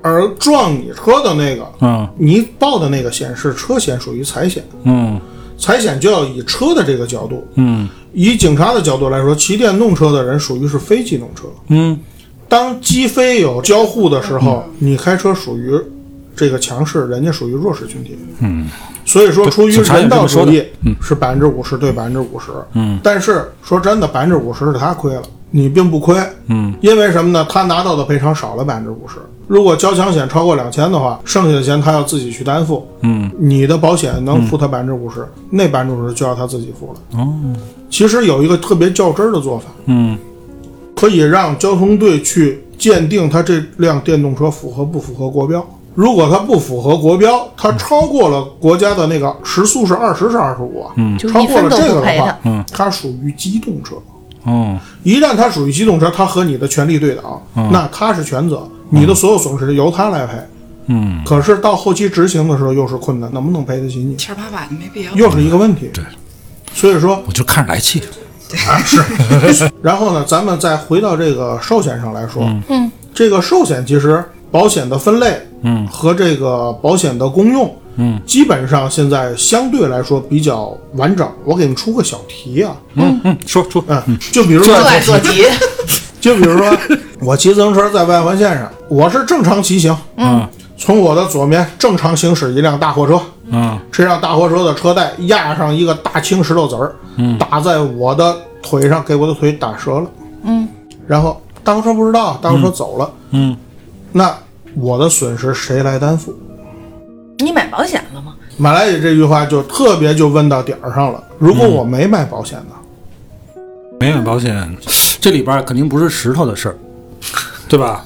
Speaker 4: 而撞你车的那个，
Speaker 1: 嗯
Speaker 4: 你报的那个险是车险，属于财险，
Speaker 1: 嗯
Speaker 4: 财险就要以车的这个角度，
Speaker 1: 嗯
Speaker 4: 以警察的角度来说，骑电动车的人属于是非机动车。
Speaker 1: 嗯，
Speaker 4: 当机非有交互的时候，你开车属于这个强势，人家属于弱势群体。嗯，所以说出于
Speaker 1: 警察也
Speaker 4: 人
Speaker 1: 这
Speaker 4: 道
Speaker 1: 么说
Speaker 4: 主
Speaker 1: 的嗯
Speaker 4: 义，是百分之五十对百分之五十。嗯，但是说真的，百分之五十是他亏了，你并不亏。嗯，因为什么呢？他拿到的赔偿少了百分之五十。如果交强险超过两千的话，剩下的钱他要自己去担负。嗯，你的保险能付他百分之五十，那百分之五十就要他自己付了。哦，其实有一个特别较真儿的做法，可以让交通队去鉴定他这辆电动车符合不符合国标。如果它不符合国标，它超过了国家的那个时速是二十是二十五，嗯，
Speaker 3: 就是
Speaker 4: 超
Speaker 3: 一
Speaker 4: 过
Speaker 3: 分
Speaker 4: 了
Speaker 3: 都
Speaker 4: 这
Speaker 3: 不
Speaker 4: 个的
Speaker 3: 赔
Speaker 4: 话
Speaker 3: 的，，
Speaker 1: 嗯，
Speaker 4: 它属于机动车。
Speaker 1: 哦，
Speaker 4: 一旦它属于机动车，它和你的权利对挡，
Speaker 3: 嗯
Speaker 4: 那它是全责，你的所有损失由它来赔。
Speaker 1: 嗯，
Speaker 4: 可是到后期执行的时候又是困难，能不能赔得起你，
Speaker 5: 千儿八百的没必要。
Speaker 4: 又是一个问题。
Speaker 1: 对，
Speaker 4: 所以说
Speaker 1: 我就看着来气。
Speaker 4: 然后呢，咱们再回到这个寿险上来说，嗯，这个寿险其实保险的分类，嗯，和这个保险的功用，嗯，基本上现在相对来说比较完整。我给你出个小题啊，
Speaker 1: 嗯嗯，说说，
Speaker 4: 嗯，就比如说
Speaker 3: 热，爱做题， (laughs)
Speaker 4: 就比如说，我骑自行车在外环线上，我是正常骑行，
Speaker 1: 嗯
Speaker 4: 从我的左面正常行驶一辆大货车，
Speaker 1: 嗯
Speaker 4: 这辆大货车的车带压上一个大青石头子儿，
Speaker 1: 嗯
Speaker 4: 打在我的腿上，给我的腿打折了。嗯，然后大货车不知道，大货车走了，
Speaker 1: 嗯，
Speaker 4: 那我的损失谁来担负？
Speaker 3: 你买保险了吗？
Speaker 4: 马来姐这句话就特别就问到点儿上了。如
Speaker 1: 嗯
Speaker 4: 果我没买保险呢？
Speaker 1: 没买保险，这里边儿肯定不是石头的事儿，对吧？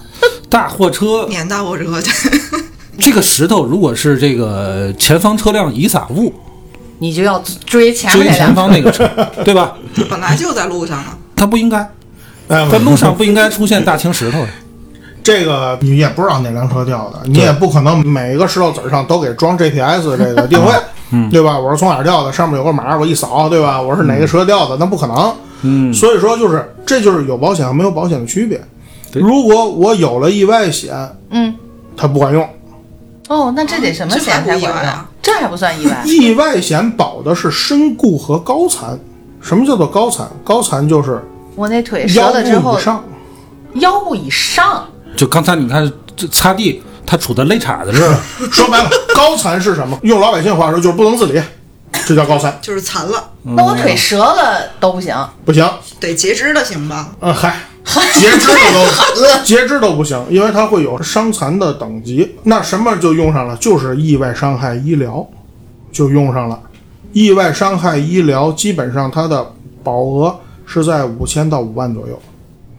Speaker 1: 大货车
Speaker 5: 撵大我折去，
Speaker 1: 这个石头如果是这个前方车辆遗撒物，
Speaker 3: 你就要追前
Speaker 1: 追
Speaker 3: 面那
Speaker 1: 前
Speaker 3: 辆
Speaker 1: 方那个车，对吧？
Speaker 5: (laughs) 本来就在路上了，
Speaker 1: 它不应
Speaker 4: (laughs)
Speaker 1: 该，
Speaker 4: 哎，
Speaker 1: 在路上不应该出现大青石头呀。
Speaker 4: 这个你也不知道哪辆车掉的，你也不可能每一个石头子儿上都给装 GPS 这个定位，对吧？我是从哪儿掉的，上面有个码，我一扫，对吧？我是哪个车掉的，那不可能。嗯，所以说就是这就是有保险和没有保险的区别。如果我有了意外险，
Speaker 3: 嗯，
Speaker 4: 它不管用。，
Speaker 3: 哦，那这得什么险才管
Speaker 5: 这还不意外
Speaker 3: 用
Speaker 5: 啊？
Speaker 3: 这还不算意外
Speaker 5: (laughs)
Speaker 4: 意外险保的是身故和高残。什么叫做高残？高残就是
Speaker 3: 我那腿折
Speaker 4: 腰
Speaker 3: 了之
Speaker 4: 部
Speaker 3: 后
Speaker 4: 以，上。 (laughs)
Speaker 3: 腰部以上，
Speaker 1: 就刚才你看这擦地，他杵在肋叉子这
Speaker 4: (laughs)
Speaker 1: 儿，
Speaker 4: 说白了，高残是什么？用老百姓话说就是不能自理，这叫高残，
Speaker 5: 就是残了，
Speaker 4: 嗯
Speaker 3: 那我腿折了都不行，
Speaker 4: 不行。
Speaker 5: 得截肢了，行吧？
Speaker 4: 嗯，嗨，截肢的都截肢都不行，因为它会有伤残的等级。那什么就用上了？就是意外伤害医疗，就用上了。意外伤害医疗基本上它的保额是在五千到五万左右，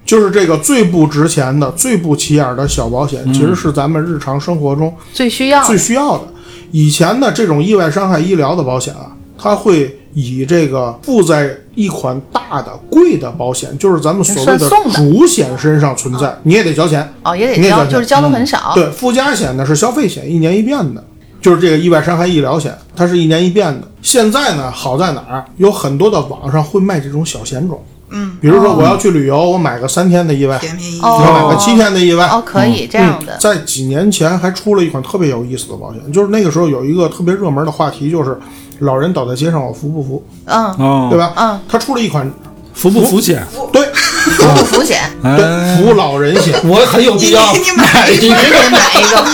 Speaker 4: 就是这个最不值钱的、最不起眼的小保险，其实是咱们日常生活中
Speaker 3: 最需要
Speaker 4: 最需要的。以前的这种意外伤害医疗的保险啊，它会以这个附在一款大的贵的保险，就是咱们所谓
Speaker 3: 是
Speaker 4: 的
Speaker 3: 送的啊
Speaker 4: 主险身上存在，你也得交钱。
Speaker 3: 哦，也
Speaker 4: 你
Speaker 3: 得
Speaker 4: 也
Speaker 3: 交，
Speaker 4: 交钱
Speaker 3: 就是交的很少。
Speaker 4: 嗯对，附加险呢是消费险，一年一变的，就是这个意外伤害医疗险，它是一年一变的。现在呢，好在哪儿？有很多的网上会卖这种小险种，嗯，比如说我要去旅游，我买个三天的意外，
Speaker 5: 便宜一
Speaker 3: 哦
Speaker 4: 我
Speaker 3: 嗯
Speaker 4: 买个七天的意外。
Speaker 3: 哦，可以这样的
Speaker 4: 嗯，在几年前还出了一款特别有意思的保险，就是那个时候有一个特别热门的话题，就是老人倒在街上，我扶不扶，
Speaker 3: 嗯，
Speaker 1: 哦，
Speaker 4: 对？吧？
Speaker 3: 嗯，
Speaker 4: 他出了一款
Speaker 1: 浮不浮险？
Speaker 4: 对
Speaker 3: 服不服险，
Speaker 1: 哎
Speaker 4: 对，扶老人险，
Speaker 1: 我很有必要
Speaker 5: 你你
Speaker 1: 买一个。
Speaker 3: 买一个，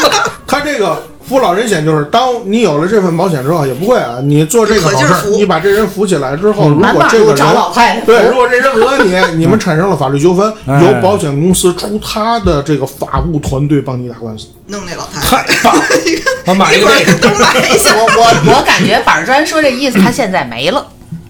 Speaker 4: 他这个扶老人险就是，当你有了这份保险之后，也不贵啊。你做这个好
Speaker 5: 可劲
Speaker 4: 事
Speaker 5: 儿
Speaker 4: 儿，
Speaker 5: 扶
Speaker 4: 你把这人扶起来之后，如
Speaker 3: 嗯满
Speaker 4: 果
Speaker 3: 马
Speaker 4: 这
Speaker 3: 路
Speaker 4: 个人
Speaker 3: 找老太太。
Speaker 4: 对，如果这人讹你，你们产生了法律纠纷，
Speaker 1: 哎
Speaker 4: 由保险公司出他的这个法务团队帮你打官司。
Speaker 5: 弄那老太太，
Speaker 1: 太棒了！我买 (laughs) 一
Speaker 5: 一
Speaker 1: 个这
Speaker 5: 会
Speaker 1: 个
Speaker 5: 儿都买一下，
Speaker 3: 我我我感觉板儿砖说这意思，他现在没了，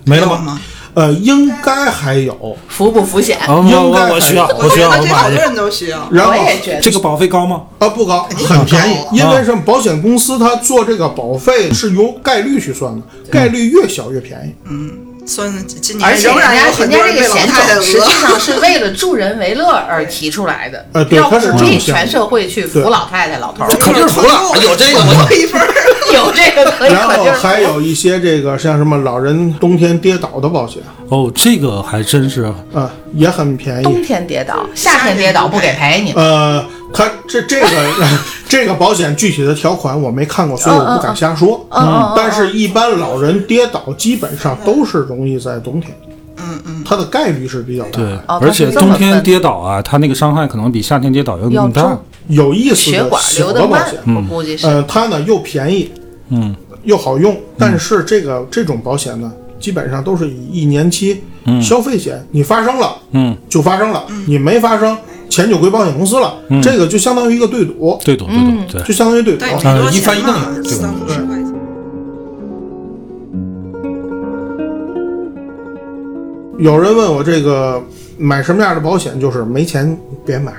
Speaker 1: 没了
Speaker 5: 有
Speaker 1: 吗？
Speaker 5: 吗？
Speaker 4: 呃，应该还有，
Speaker 3: 服不服险？
Speaker 1: 哦
Speaker 4: 应该
Speaker 1: 我我我需要，
Speaker 4: 还
Speaker 1: 我需要，
Speaker 5: 觉
Speaker 1: 我
Speaker 5: 得这好
Speaker 1: 买
Speaker 5: 多
Speaker 1: 一个。
Speaker 5: 人都需要。
Speaker 4: 然后
Speaker 3: 我也觉得
Speaker 1: 这个保费高吗？
Speaker 4: 啊不高，啊很便宜，因为什么？保险公司它做这个保费是由概率去算的，概率越小越便宜。
Speaker 5: 算今
Speaker 3: 而
Speaker 5: 年
Speaker 3: 且
Speaker 5: 仍
Speaker 3: 人
Speaker 5: 然
Speaker 3: 家
Speaker 5: 有很
Speaker 3: 人
Speaker 5: 多
Speaker 3: 家
Speaker 5: 人
Speaker 3: 这个
Speaker 5: 被老
Speaker 3: 险
Speaker 5: 太太
Speaker 3: 种实 (laughs)
Speaker 5: 讹
Speaker 3: 际。上是为了助人为乐而提出来的，
Speaker 4: 呃对
Speaker 3: 要
Speaker 4: 它是
Speaker 3: 鼓
Speaker 4: 这
Speaker 3: 励
Speaker 4: 么想的
Speaker 3: 全社会去扶
Speaker 4: 对
Speaker 3: 老太太、老头儿。
Speaker 1: 可劲儿服了，有这个 (laughs) 我
Speaker 5: 一分儿，
Speaker 3: 有这个可以哎
Speaker 4: 然
Speaker 3: 可
Speaker 4: 后
Speaker 3: 劲儿扶
Speaker 4: 还有一些这个像什么老人冬天跌倒的保险，
Speaker 1: 哦，这个还真是
Speaker 4: 啊，也很便宜
Speaker 3: 冬。天跌倒，夏天跌倒不给赔你。
Speaker 4: 呃，它这这个 (laughs) 这个保险具体的条款我没看过，所以我不敢瞎说。
Speaker 3: 嗯嗯嗯
Speaker 4: 但是，一般老人跌倒基本上都是容易在冬天，
Speaker 5: 嗯嗯，
Speaker 4: 它的概率是比较大。
Speaker 1: 对，
Speaker 3: 哦它
Speaker 1: 而且
Speaker 3: 是这么
Speaker 1: 冬天
Speaker 3: 分
Speaker 1: 跌倒啊，它那个伤害可能比夏天跌倒要
Speaker 3: 要
Speaker 1: 更大
Speaker 3: 重。
Speaker 4: 有意思
Speaker 3: 血
Speaker 4: 的
Speaker 3: 管
Speaker 4: 小
Speaker 3: 流
Speaker 4: 的
Speaker 3: 得
Speaker 4: 保
Speaker 3: 慢
Speaker 4: 险，，
Speaker 3: 我估计是。
Speaker 4: 呃，它呢又便宜，
Speaker 1: 嗯，
Speaker 4: 又好用，但是这个这种保险呢，基本上都是以一年期消费险，你发生了，
Speaker 1: 嗯，
Speaker 4: 就发生了，你没发生，钱就归保险公司了，这个就相当于一个对赌，
Speaker 1: 对赌
Speaker 3: 嗯
Speaker 1: 对嗯赌，对。
Speaker 4: 就相当于对赌。
Speaker 5: 但也没多少
Speaker 1: 一翻一
Speaker 5: 钱
Speaker 1: 瞪
Speaker 5: 嘛
Speaker 1: 眼，对吧
Speaker 5: 三五十块钱。
Speaker 4: 有人问我这个买什么样的保险，就是没钱别买。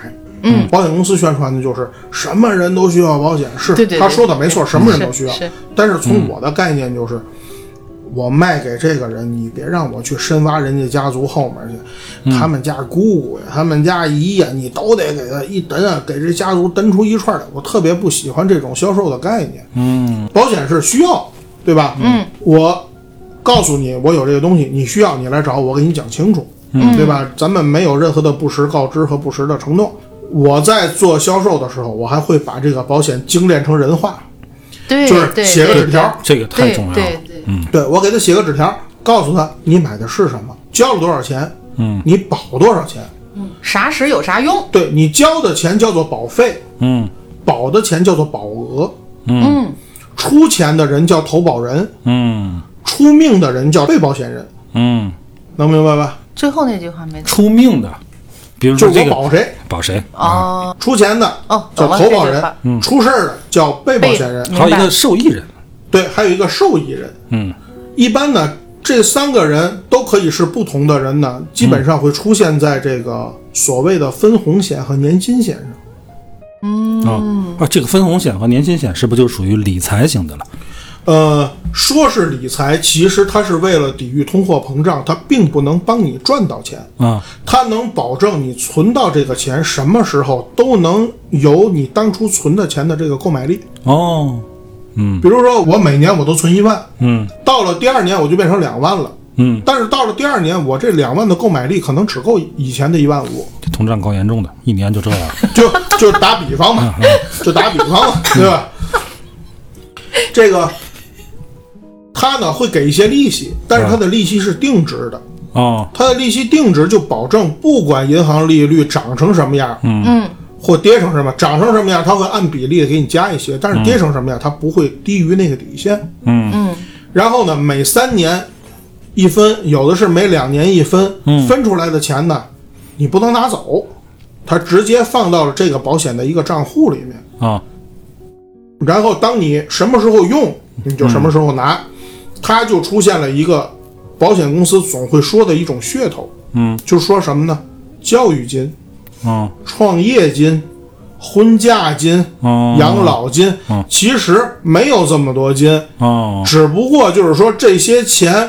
Speaker 3: 嗯，
Speaker 4: 保险公司宣传的就是什么人都需要保险，是
Speaker 3: 对对对
Speaker 4: 他说的没错，
Speaker 3: 对
Speaker 4: 什么人都需要
Speaker 3: 是是。
Speaker 4: 但是从我的概念就是，我卖给这个人，你别让我去深挖人家家族后面去，他们家姑姑呀，他们家姨呀，你都得给他一扽啊，给这家族扽出一串来。我特别不喜欢这种销售的概念。
Speaker 1: 嗯，
Speaker 4: 保险是需要，对吧？嗯，我告诉你，我有这个东西，你需要你来找我，我给你讲清楚，嗯，对吧？咱们没有任何的不实告知和不实的承诺。我在做销售的时候，我还会把这个保险精炼成人话，
Speaker 3: 对
Speaker 4: 就是写个纸条儿，
Speaker 1: 这个太重要
Speaker 3: 对
Speaker 1: 了。嗯
Speaker 3: 对，
Speaker 4: 对我给他写个纸条儿，告诉他你买的是什么，交了多少钱，
Speaker 1: 嗯，
Speaker 4: 你保多少钱，
Speaker 3: 啥时有啥用？
Speaker 4: 对你交的钱叫做保费，
Speaker 1: 嗯
Speaker 4: 保的钱叫做保额，
Speaker 3: 嗯，
Speaker 4: 出钱的人叫投保人，
Speaker 1: 嗯
Speaker 4: 出命的人叫被保险人，
Speaker 1: 嗯，
Speaker 4: 能明白吧？
Speaker 3: 最后那句话没
Speaker 1: 出命的，比如
Speaker 4: 就
Speaker 1: 说
Speaker 4: 是
Speaker 1: 嗯这
Speaker 4: 我
Speaker 1: 个
Speaker 4: 保谁，
Speaker 1: 保谁？
Speaker 3: 哦
Speaker 4: 出钱的
Speaker 3: 哦，懂
Speaker 4: 叫
Speaker 3: 了
Speaker 4: 投保
Speaker 3: 这句
Speaker 4: 人
Speaker 3: 话，嗯
Speaker 4: 出事儿的叫被保险人，
Speaker 3: 明
Speaker 1: 还有一
Speaker 3: 白
Speaker 1: 个受益人。
Speaker 4: 对，还有一个受益人。
Speaker 1: 嗯，
Speaker 4: 一般呢，这三个人都可以是不同的人呢，基本上会出现在这个所谓的分红险和年金险上。
Speaker 3: 嗯
Speaker 1: 啊啊，这个分红险和年金险是不是就属于理财型的了？
Speaker 4: 呃，说是理财，其实它是为了抵御通货膨胀，它并不能帮你赚到钱，
Speaker 1: 啊，
Speaker 4: 它能保证你存到这个钱什么时候都能有你当初存的钱的这个购买力。
Speaker 1: 哦，
Speaker 4: 比如说，我每年我都存一万，
Speaker 1: 嗯
Speaker 4: 到了第二年我就变成两万了。
Speaker 1: 嗯，
Speaker 4: 但是到了第二年，我这两万的购买力可能只够以前的一万五，
Speaker 1: 这通胀高严重的，一年就这 (laughs) 样。
Speaker 4: 就就打比方嘛，就打比方嘛，对吧？这个他呢会给一些利息，但是他的利息是定值的，
Speaker 1: 哦，
Speaker 4: 他的利息定值就保证不管银行利率涨成什么样，
Speaker 3: 嗯，
Speaker 4: 或跌成什么，涨成什么样，他会按比例地给你加一些，但是跌成什么样，它不会低于那个底线。
Speaker 1: 嗯
Speaker 3: 嗯。
Speaker 4: 然后呢，每三年一分，有的是每两年一分，分出来的钱呢，你不能拿走，它直接放到了这个保险的一个账户里面。
Speaker 1: 啊，
Speaker 4: 然后当你什么时候用，你就什么时候拿，它就出现了一个保险公司总会说的一种噱头，
Speaker 1: 嗯，
Speaker 4: 就说什么呢？教育金、
Speaker 1: 嗯
Speaker 4: 创业金、婚嫁金、
Speaker 1: 嗯
Speaker 4: 养老金，其实没有这么多金，
Speaker 1: 哦
Speaker 4: 只不过就是说这些钱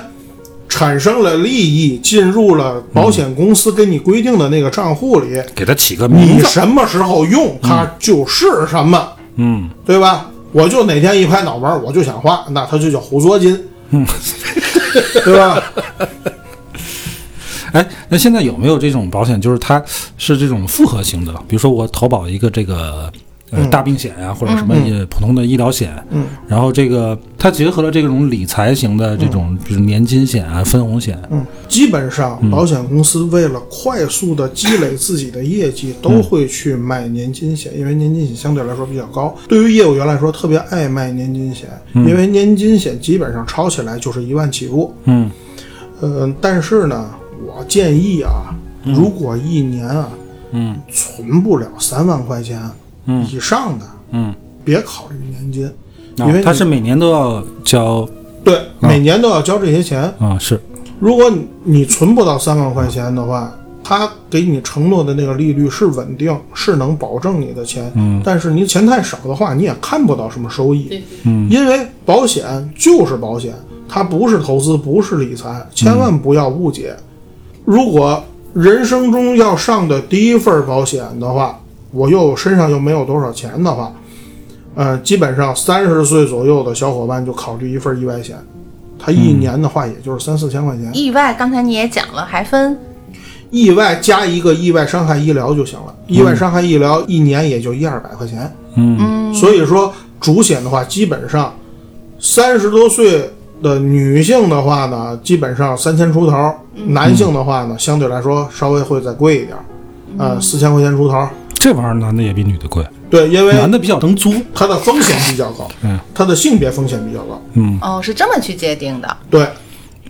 Speaker 4: 产生了利益，进入了保险公司给你规定的那个账户里，
Speaker 1: 给他起个
Speaker 4: 你
Speaker 1: 名字，
Speaker 4: 什么时候用它就是什么，
Speaker 1: 嗯，
Speaker 4: 对吧？我就哪天一拍脑门儿，我就想花，那它就叫胡作金，
Speaker 1: 嗯
Speaker 4: (laughs) 对吧？
Speaker 1: 哎，那现在有没有这种保险，就是它是这种复合型的？比如说我投保一个这个呃大病险呀、或者什么也普通的医疗险，嗯，然后这个它结合了这种理财型的这种，比如年金险啊、分红险，
Speaker 4: 嗯，基本上保险公司为了快速的积累自己的业绩，都会去卖年金
Speaker 1: 嗯
Speaker 4: 险，因为年金险相对来说比较高。对于业务员来说，特别爱卖年金险，因为年金险基本上炒起来就是一万起步。
Speaker 1: 嗯，
Speaker 4: 呃，但是呢，我建议啊，如果一年啊，
Speaker 1: 嗯，
Speaker 4: 存不了三万块钱以上的，
Speaker 1: 嗯，
Speaker 4: 别考虑年金，
Speaker 1: 啊
Speaker 4: 因为
Speaker 1: 它
Speaker 4: 你
Speaker 1: 是每年都要交
Speaker 4: 对每年都要交这些钱。
Speaker 1: 啊，是
Speaker 4: 如果你你存不到三万块钱的话，他给你承诺的那个利率是稳定，是能保证你的钱。嗯，但是你钱太少的话，你也看不到什么收益。嗯，因为保险就是保险，它不是投资，不是理财，千万不要误解。如果人生中要上的第一份保险的话，我又身上又没有多少钱的话，呃，基本上三十岁左右的小伙伴就考虑一份意外险，他一年的话也就是三四千块钱，
Speaker 3: 意外，刚才你也讲了，还分
Speaker 4: 意外加一个意外伤害医疗就行了，
Speaker 1: 嗯
Speaker 4: 意外伤害医疗一年也就一二百块钱，嗯，所以说主险的话，基本上三十多岁的女性的话呢，基本上三千出头，男性的话呢，相对来说稍微会再贵一点，呃，四千块钱出头，
Speaker 1: 这玩意儿男的也比女的贵，
Speaker 4: 对，因为
Speaker 1: 男的比较能作，
Speaker 4: 它的风险比较高，
Speaker 1: 嗯，
Speaker 4: 它的性别风险比较高，
Speaker 3: 哦，是这么去界定的。
Speaker 4: 对，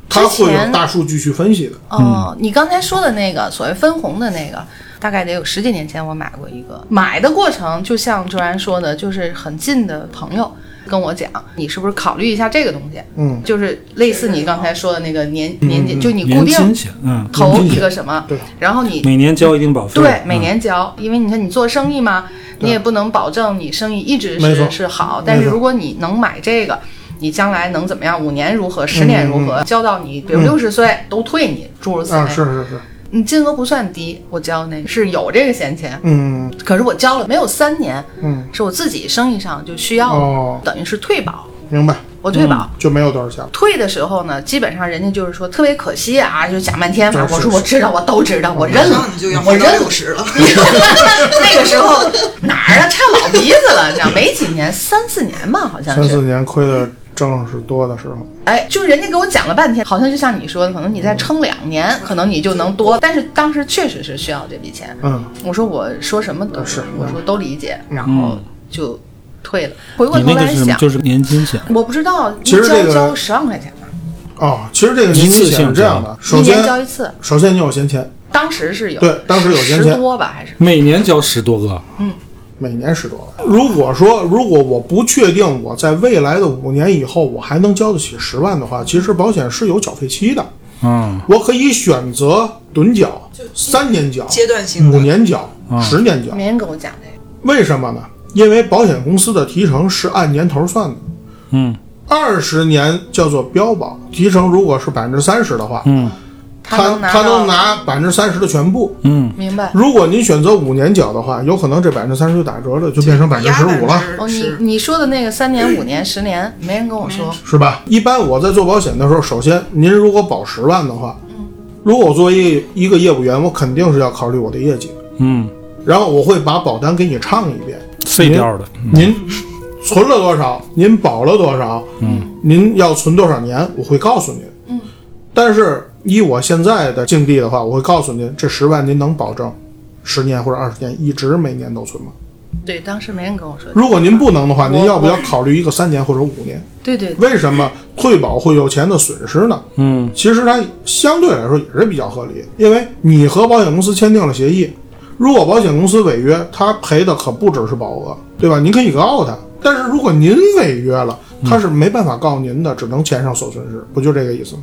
Speaker 4: 它
Speaker 3: 之
Speaker 4: 会
Speaker 3: 前
Speaker 4: 有大数据去分析的，
Speaker 1: 嗯
Speaker 3: 哦，你刚才说的那个所谓分红的那个，大概得有十几年前我买过一个。买的过程就像卓然说的，就是很近的朋友跟我讲，你是不是考虑一下这个东西？
Speaker 4: 嗯，
Speaker 3: 就是类似你刚才说的那个年年金，就你固
Speaker 1: 嗯年金
Speaker 3: 定
Speaker 1: 险，嗯，
Speaker 3: 投一个什么
Speaker 4: 对，
Speaker 3: 然后你
Speaker 1: 每年交一定保费，
Speaker 3: 对每
Speaker 1: 嗯
Speaker 3: 年交，因为你看你做生意嘛，你也不能保证你生意一直
Speaker 4: 没
Speaker 3: 是
Speaker 4: 错
Speaker 3: 是好，但是
Speaker 4: 没错
Speaker 3: 如果你能买这个。你将来能怎么样？五年如何？
Speaker 4: 嗯
Speaker 3: 十年如何？交到你，比如六十岁、都退你，诸如此类。
Speaker 4: 啊，是是是，
Speaker 3: 你金额不算低，我交那个是有这个闲钱，
Speaker 4: 嗯
Speaker 3: 可是我交了没有三年，
Speaker 4: 嗯，
Speaker 3: 是我自己生意上就需要的，
Speaker 4: 哦，嗯
Speaker 3: 等于是退保，
Speaker 4: 明白，
Speaker 3: 我退保。
Speaker 4: 就没有多少钱了。
Speaker 3: 退的时候呢，基本上人家就是说特别可惜啊，就讲半天嘛。
Speaker 4: 是嗯
Speaker 3: 我
Speaker 4: 是
Speaker 3: 说我知道，我都知道，我认
Speaker 5: 马
Speaker 3: 了
Speaker 5: 上你就要，
Speaker 3: 我
Speaker 5: 活
Speaker 3: 认
Speaker 5: 到
Speaker 3: 了
Speaker 5: 六。十了，
Speaker 3: 那个时候 (laughs)
Speaker 5: (laughs)
Speaker 3: 哪儿啊，差老鼻子了，你知道？没几年，三四年吧，好像
Speaker 4: 三四
Speaker 3: 是。
Speaker 4: 年亏的正是多的时候，
Speaker 3: 哎，就是人家给我讲了半天，好像就像你说的，可能你再撑两
Speaker 4: 嗯
Speaker 3: 年，可能你就能多。但是当时确实是需要这笔钱，
Speaker 4: 嗯，
Speaker 3: 我说我说什么都
Speaker 4: 是嗯
Speaker 3: 我说都理解，然后就退了。回过
Speaker 1: 你
Speaker 3: 头
Speaker 1: 那个
Speaker 3: 来
Speaker 1: 是什么？
Speaker 3: 想，
Speaker 1: 就是年金险，
Speaker 3: 我不知道一
Speaker 4: 其实这
Speaker 3: 交
Speaker 4: 个
Speaker 3: 交十万块钱吧，
Speaker 4: 哦，其实这个年金险是这样的，
Speaker 3: 一
Speaker 4: 首
Speaker 3: 年交
Speaker 4: 先
Speaker 3: 一次，
Speaker 4: 首先你有闲钱，
Speaker 3: 当时是有
Speaker 4: 对当时有闲
Speaker 3: 十
Speaker 4: 钱
Speaker 3: 多吧，还是
Speaker 1: 每年交十多个，
Speaker 4: 每年十多万。如果说如果我不确定我在未来的五年以后我还能交得起十万的话，其实保险是有缴费期的，
Speaker 1: 嗯，
Speaker 4: 我可以选择趸缴，三年缴、
Speaker 5: 阶段性
Speaker 4: 五
Speaker 5: 的。
Speaker 4: 年缴、十年缴。
Speaker 3: 没人跟我讲这个。
Speaker 4: 为什么呢？因为保险公司的提成是按年头算的。
Speaker 1: 嗯，
Speaker 4: 二十年叫做标保，提成如果是百分之三十的话，
Speaker 1: 嗯
Speaker 3: 他
Speaker 4: 他
Speaker 3: 能拿
Speaker 4: 他能
Speaker 3: 到
Speaker 4: 拿百分之三十的全部。
Speaker 1: 嗯，
Speaker 3: 明白
Speaker 4: 如果您选择五年缴的话，有可能这百分之三十就打折了，就变成百分之十五了，
Speaker 3: 哦，你
Speaker 5: 是
Speaker 3: 你说的那个三年、五年、十年，没人跟我说。
Speaker 4: 是吧？一般我在做保险的时候，首先您如果保十万的话，如果我作为一个业务员，我肯定是要考虑我的业绩，
Speaker 1: 嗯，
Speaker 4: 然后我会把保单给你唱一遍，
Speaker 1: 废掉的，
Speaker 4: 您存了多少，您保了多少，嗯，您要存多少年，我会告诉您，嗯，但是以我现在的境地的话，我会告诉您，这十万您能保证十年或者二十年一直每年都存吗？
Speaker 3: 对，当时没人跟我说。
Speaker 4: 如果您不能的话，
Speaker 3: 我
Speaker 4: 您要不要考虑一个三年或者五年？
Speaker 3: 对对，
Speaker 4: 为什么退保会有钱的损失呢？
Speaker 1: 嗯，
Speaker 4: 其实它相对来说也是比较合理，因为你和保险公司签订了协议，如果保险公司违约，他赔的可不只是保额，对吧？您可以告他，但 (laughs) 是如果您违约了，他是没办法告您的，只能钱上所损失，不就这个意思吗？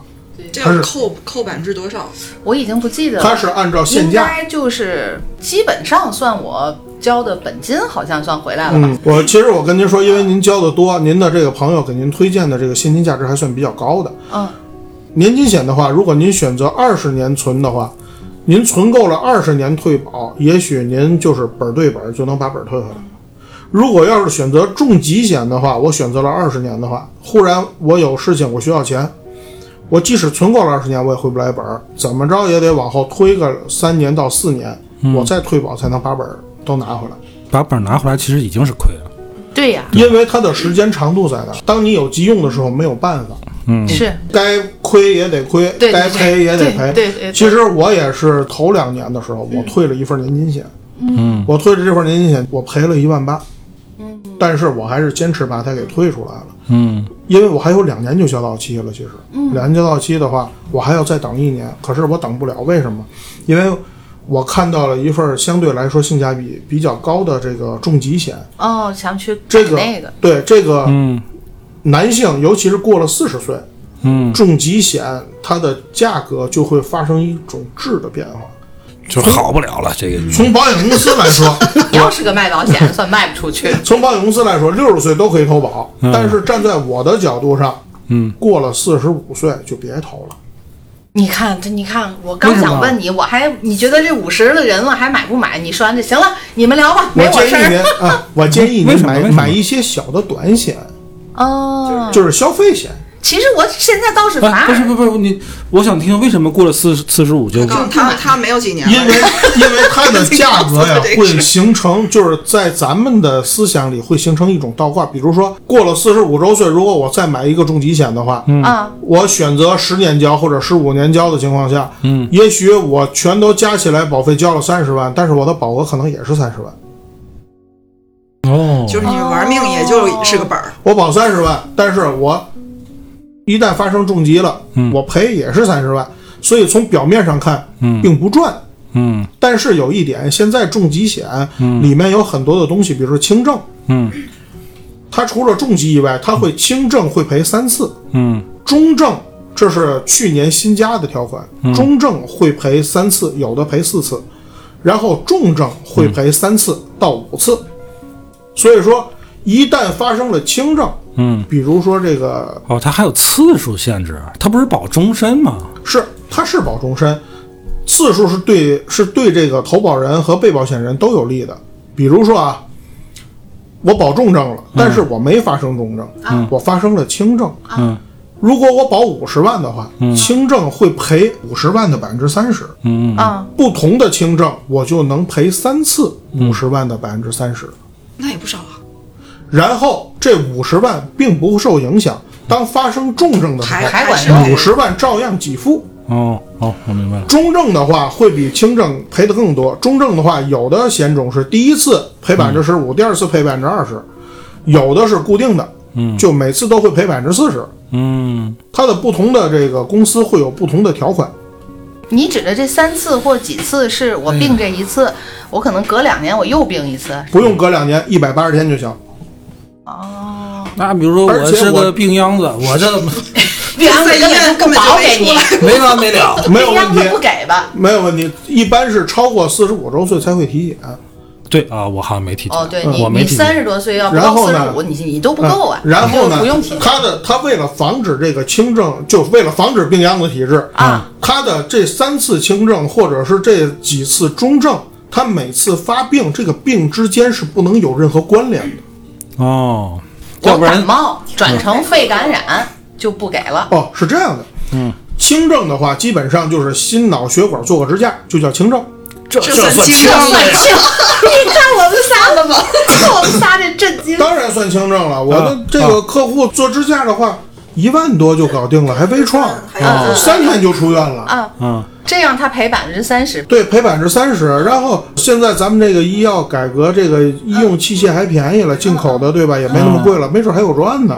Speaker 5: 这
Speaker 4: 它
Speaker 5: 要
Speaker 4: 是
Speaker 5: 扣扣百分之多少？
Speaker 3: 我已经不记得了。
Speaker 4: 它是按照现
Speaker 3: 应
Speaker 4: 价。
Speaker 3: 该就是基本上算我交的本金，好像算回来了吧？
Speaker 4: 嗯，我其实我跟您说，因为您交的多，您的这个朋友给您推荐的这个现金价值还算比较高的。
Speaker 3: 嗯，
Speaker 4: 年金险的话，如果您选择二十年存的话，您存够了二十年退保，也许您就是本儿对本儿就能把本儿退回来。如果要是选择重疾险的话，我选择了二十年的话，忽然我有事情，我需要钱，我即使存够了二十年，我也回不来本儿，怎么着也得往后推个三年到四年，我再退保才能把本儿都拿回来。
Speaker 1: 把本儿拿回来其实已经是亏了。
Speaker 3: 对呀、
Speaker 4: 因为它的时间长度在那儿。当你有急用的时候，没有办法，
Speaker 3: 是
Speaker 4: 该亏也得亏，
Speaker 3: 对
Speaker 4: 该赔也得
Speaker 3: 对
Speaker 4: 赔。
Speaker 3: 对对嗯对
Speaker 4: 其实我也是头两年的时候，我退了一份年金险，嗯，我退了这份年金险，我赔了一万八，嗯，但是我还是坚持把它给退出来了，
Speaker 1: 嗯，
Speaker 4: 因为我还有两年就交到期了。其实，
Speaker 3: 嗯
Speaker 4: 两年交到期的话，我还要再等一年，可是我等不了，为什么？因为我看到了一份相对来说性价比比较高的这个重疾险，
Speaker 3: 哦，想去买
Speaker 4: 这个
Speaker 3: 那个，
Speaker 4: 对这个
Speaker 1: 嗯
Speaker 4: 男性，尤其是过了四十岁，
Speaker 1: 嗯，
Speaker 4: 重疾险它的价格就会发生一种质的变化。
Speaker 1: 嗯就好不了了。这个
Speaker 4: 从保险公司来
Speaker 1: (laughs)
Speaker 4: 说，
Speaker 3: 你要是个卖保险，算卖不出去。 (laughs)
Speaker 4: 从保险公司来说，六十岁都可以投保，但是站在我的角度上，
Speaker 1: 嗯，
Speaker 4: 过了四十五岁就别投了。
Speaker 3: 你看这，你看，我刚想问你，我还你觉得这五十的人了还买不买？你说完这行了，你们聊吧，
Speaker 4: 我
Speaker 3: 没我
Speaker 4: 建
Speaker 3: 事
Speaker 4: 议您
Speaker 3: 儿。
Speaker 4: 啊，我建议
Speaker 1: 为
Speaker 4: 您
Speaker 1: 什么为
Speaker 4: 买
Speaker 1: 什么
Speaker 4: 买一些小的短险，
Speaker 3: 哦，
Speaker 4: 就是消费险。
Speaker 3: 其实我现在倒是反
Speaker 1: 哎，不是
Speaker 3: 而
Speaker 1: 不是不是你，我想听为什么过了四四十五就
Speaker 5: 告诉他他没有几年了，
Speaker 4: 因为因为它的价格呀
Speaker 5: 这个是
Speaker 4: 会形成，就是在咱们的思想里会形成一种倒挂。比如说，过了四十五周岁，如果我再买一个重疾险的话，
Speaker 1: 嗯
Speaker 3: 啊，
Speaker 4: 我选择十年交或者十五年交的情况下，嗯，也许我全都加起来保费交了三十万，但是我的保额可能也是三十万。
Speaker 1: 哦，
Speaker 5: 就是你玩命，也就是个本儿。
Speaker 4: 我保三十万，但是我一旦发生重疾了，
Speaker 1: 嗯
Speaker 4: 我赔也是三十万。所以从表面上看，
Speaker 1: 嗯
Speaker 4: 并不赚。
Speaker 1: 嗯
Speaker 4: 但是有一点，现在重疾险
Speaker 1: 嗯
Speaker 4: 里面有很多的东西，比如说轻症，
Speaker 1: 嗯
Speaker 4: 它除了重疾以外，它会轻症会赔三次，
Speaker 1: 嗯
Speaker 4: 中症这是去年新加的条款，
Speaker 1: 嗯
Speaker 4: 中症会赔三次，有的赔四次，然后重症会赔三次到五次。所以说，一旦发生了轻症，
Speaker 1: 嗯，
Speaker 4: 比如说这个
Speaker 1: 哦，它还有次数限制，啊它不是保终身吗？
Speaker 4: 是它是保终身，次数是对是对这个投保人和被保险人都有利的。比如说啊，我保重症了，但是我没发生重症，嗯我发生了轻症。
Speaker 1: 嗯
Speaker 4: 如果我保五十万的话，轻症会赔五十万的百分之三十，
Speaker 1: 嗯
Speaker 3: 啊，
Speaker 4: 不同的轻症我就能赔三次五十万的百分之三十。
Speaker 5: 那也不少啊，
Speaker 4: 然后这五十万并不受影响，当发生重症的时
Speaker 5: 还
Speaker 4: 候，
Speaker 3: 还管
Speaker 5: 是
Speaker 4: 五十万照样给付。
Speaker 1: 哦哦，我明白了。
Speaker 4: 中症的话会比轻症赔的更多。中症的话，有的险种是第一次赔百分之十五，第二次赔百分之二十，有的是固定的，嗯，就每次都会赔百分之四十。
Speaker 1: 嗯，
Speaker 4: 它的不同的这个公司会有不同的条款。
Speaker 3: 你指的这三次或几次是我病这一次，我可能隔两年我又病一
Speaker 5: (laughs)
Speaker 3: 次。
Speaker 4: 不用隔两年，一百八十天就行。
Speaker 3: 哦，
Speaker 1: 那比如说
Speaker 4: 而
Speaker 1: 我
Speaker 4: 且
Speaker 1: 是
Speaker 4: 我
Speaker 1: 个病秧子，我
Speaker 3: (laughs)
Speaker 1: 这
Speaker 5: 在医院根本就
Speaker 3: 保
Speaker 5: 没
Speaker 3: 给
Speaker 5: 出
Speaker 3: 你，
Speaker 5: 来。
Speaker 1: 没完没了。
Speaker 4: 没有问
Speaker 3: 样
Speaker 4: 题
Speaker 3: 子，不给吧？
Speaker 4: 没有问题。一般是超过四十五周岁才会体检，
Speaker 1: 对啊，我好像没体检，
Speaker 3: 哦，对你
Speaker 1: 嗯我，没
Speaker 3: 你
Speaker 1: 体
Speaker 3: 三
Speaker 1: 检。
Speaker 3: 十多岁要不
Speaker 4: 然
Speaker 3: 到
Speaker 4: 后
Speaker 3: 四
Speaker 4: 呢
Speaker 3: 十五，你你都不够啊。
Speaker 4: 嗯然后
Speaker 3: 你
Speaker 4: 呢
Speaker 3: 就不用体，
Speaker 4: 他的他为了防止这个轻症，就为了防止病秧子体质
Speaker 3: 啊，
Speaker 4: 他的这三次轻症或者是这几次中症，他每次发病这个病之间是不能有任何关联的。
Speaker 1: 哦，要
Speaker 3: 我
Speaker 1: 不然
Speaker 3: 感冒转成肺感染就不给了。
Speaker 4: 哦，是这样的，嗯，轻症的话基本上就是心脑血管做个支架，就叫轻症。
Speaker 1: 这
Speaker 5: 这
Speaker 1: 算
Speaker 5: 算轻症
Speaker 1: 了
Speaker 5: 了
Speaker 1: 呀。
Speaker 5: (laughs)
Speaker 3: 清，你看我们仨了吗？ (laughs) 看我们仨这震惊。
Speaker 4: 当然算轻症
Speaker 3: 嗯
Speaker 4: 了。我
Speaker 1: 啊
Speaker 4: 的这个客户做支架的话，一万多就搞定了，还微
Speaker 3: 嗯
Speaker 4: 创，哦三天就出院了。
Speaker 3: 啊，
Speaker 1: 嗯，
Speaker 3: 这样他赔百分之三十。
Speaker 4: 对，赔百分之三十。然后现在咱们这个医药改革，这个医用器械还便宜了，进口的对吧？也没那
Speaker 1: 嗯
Speaker 4: 么贵了，没准还有赚呢。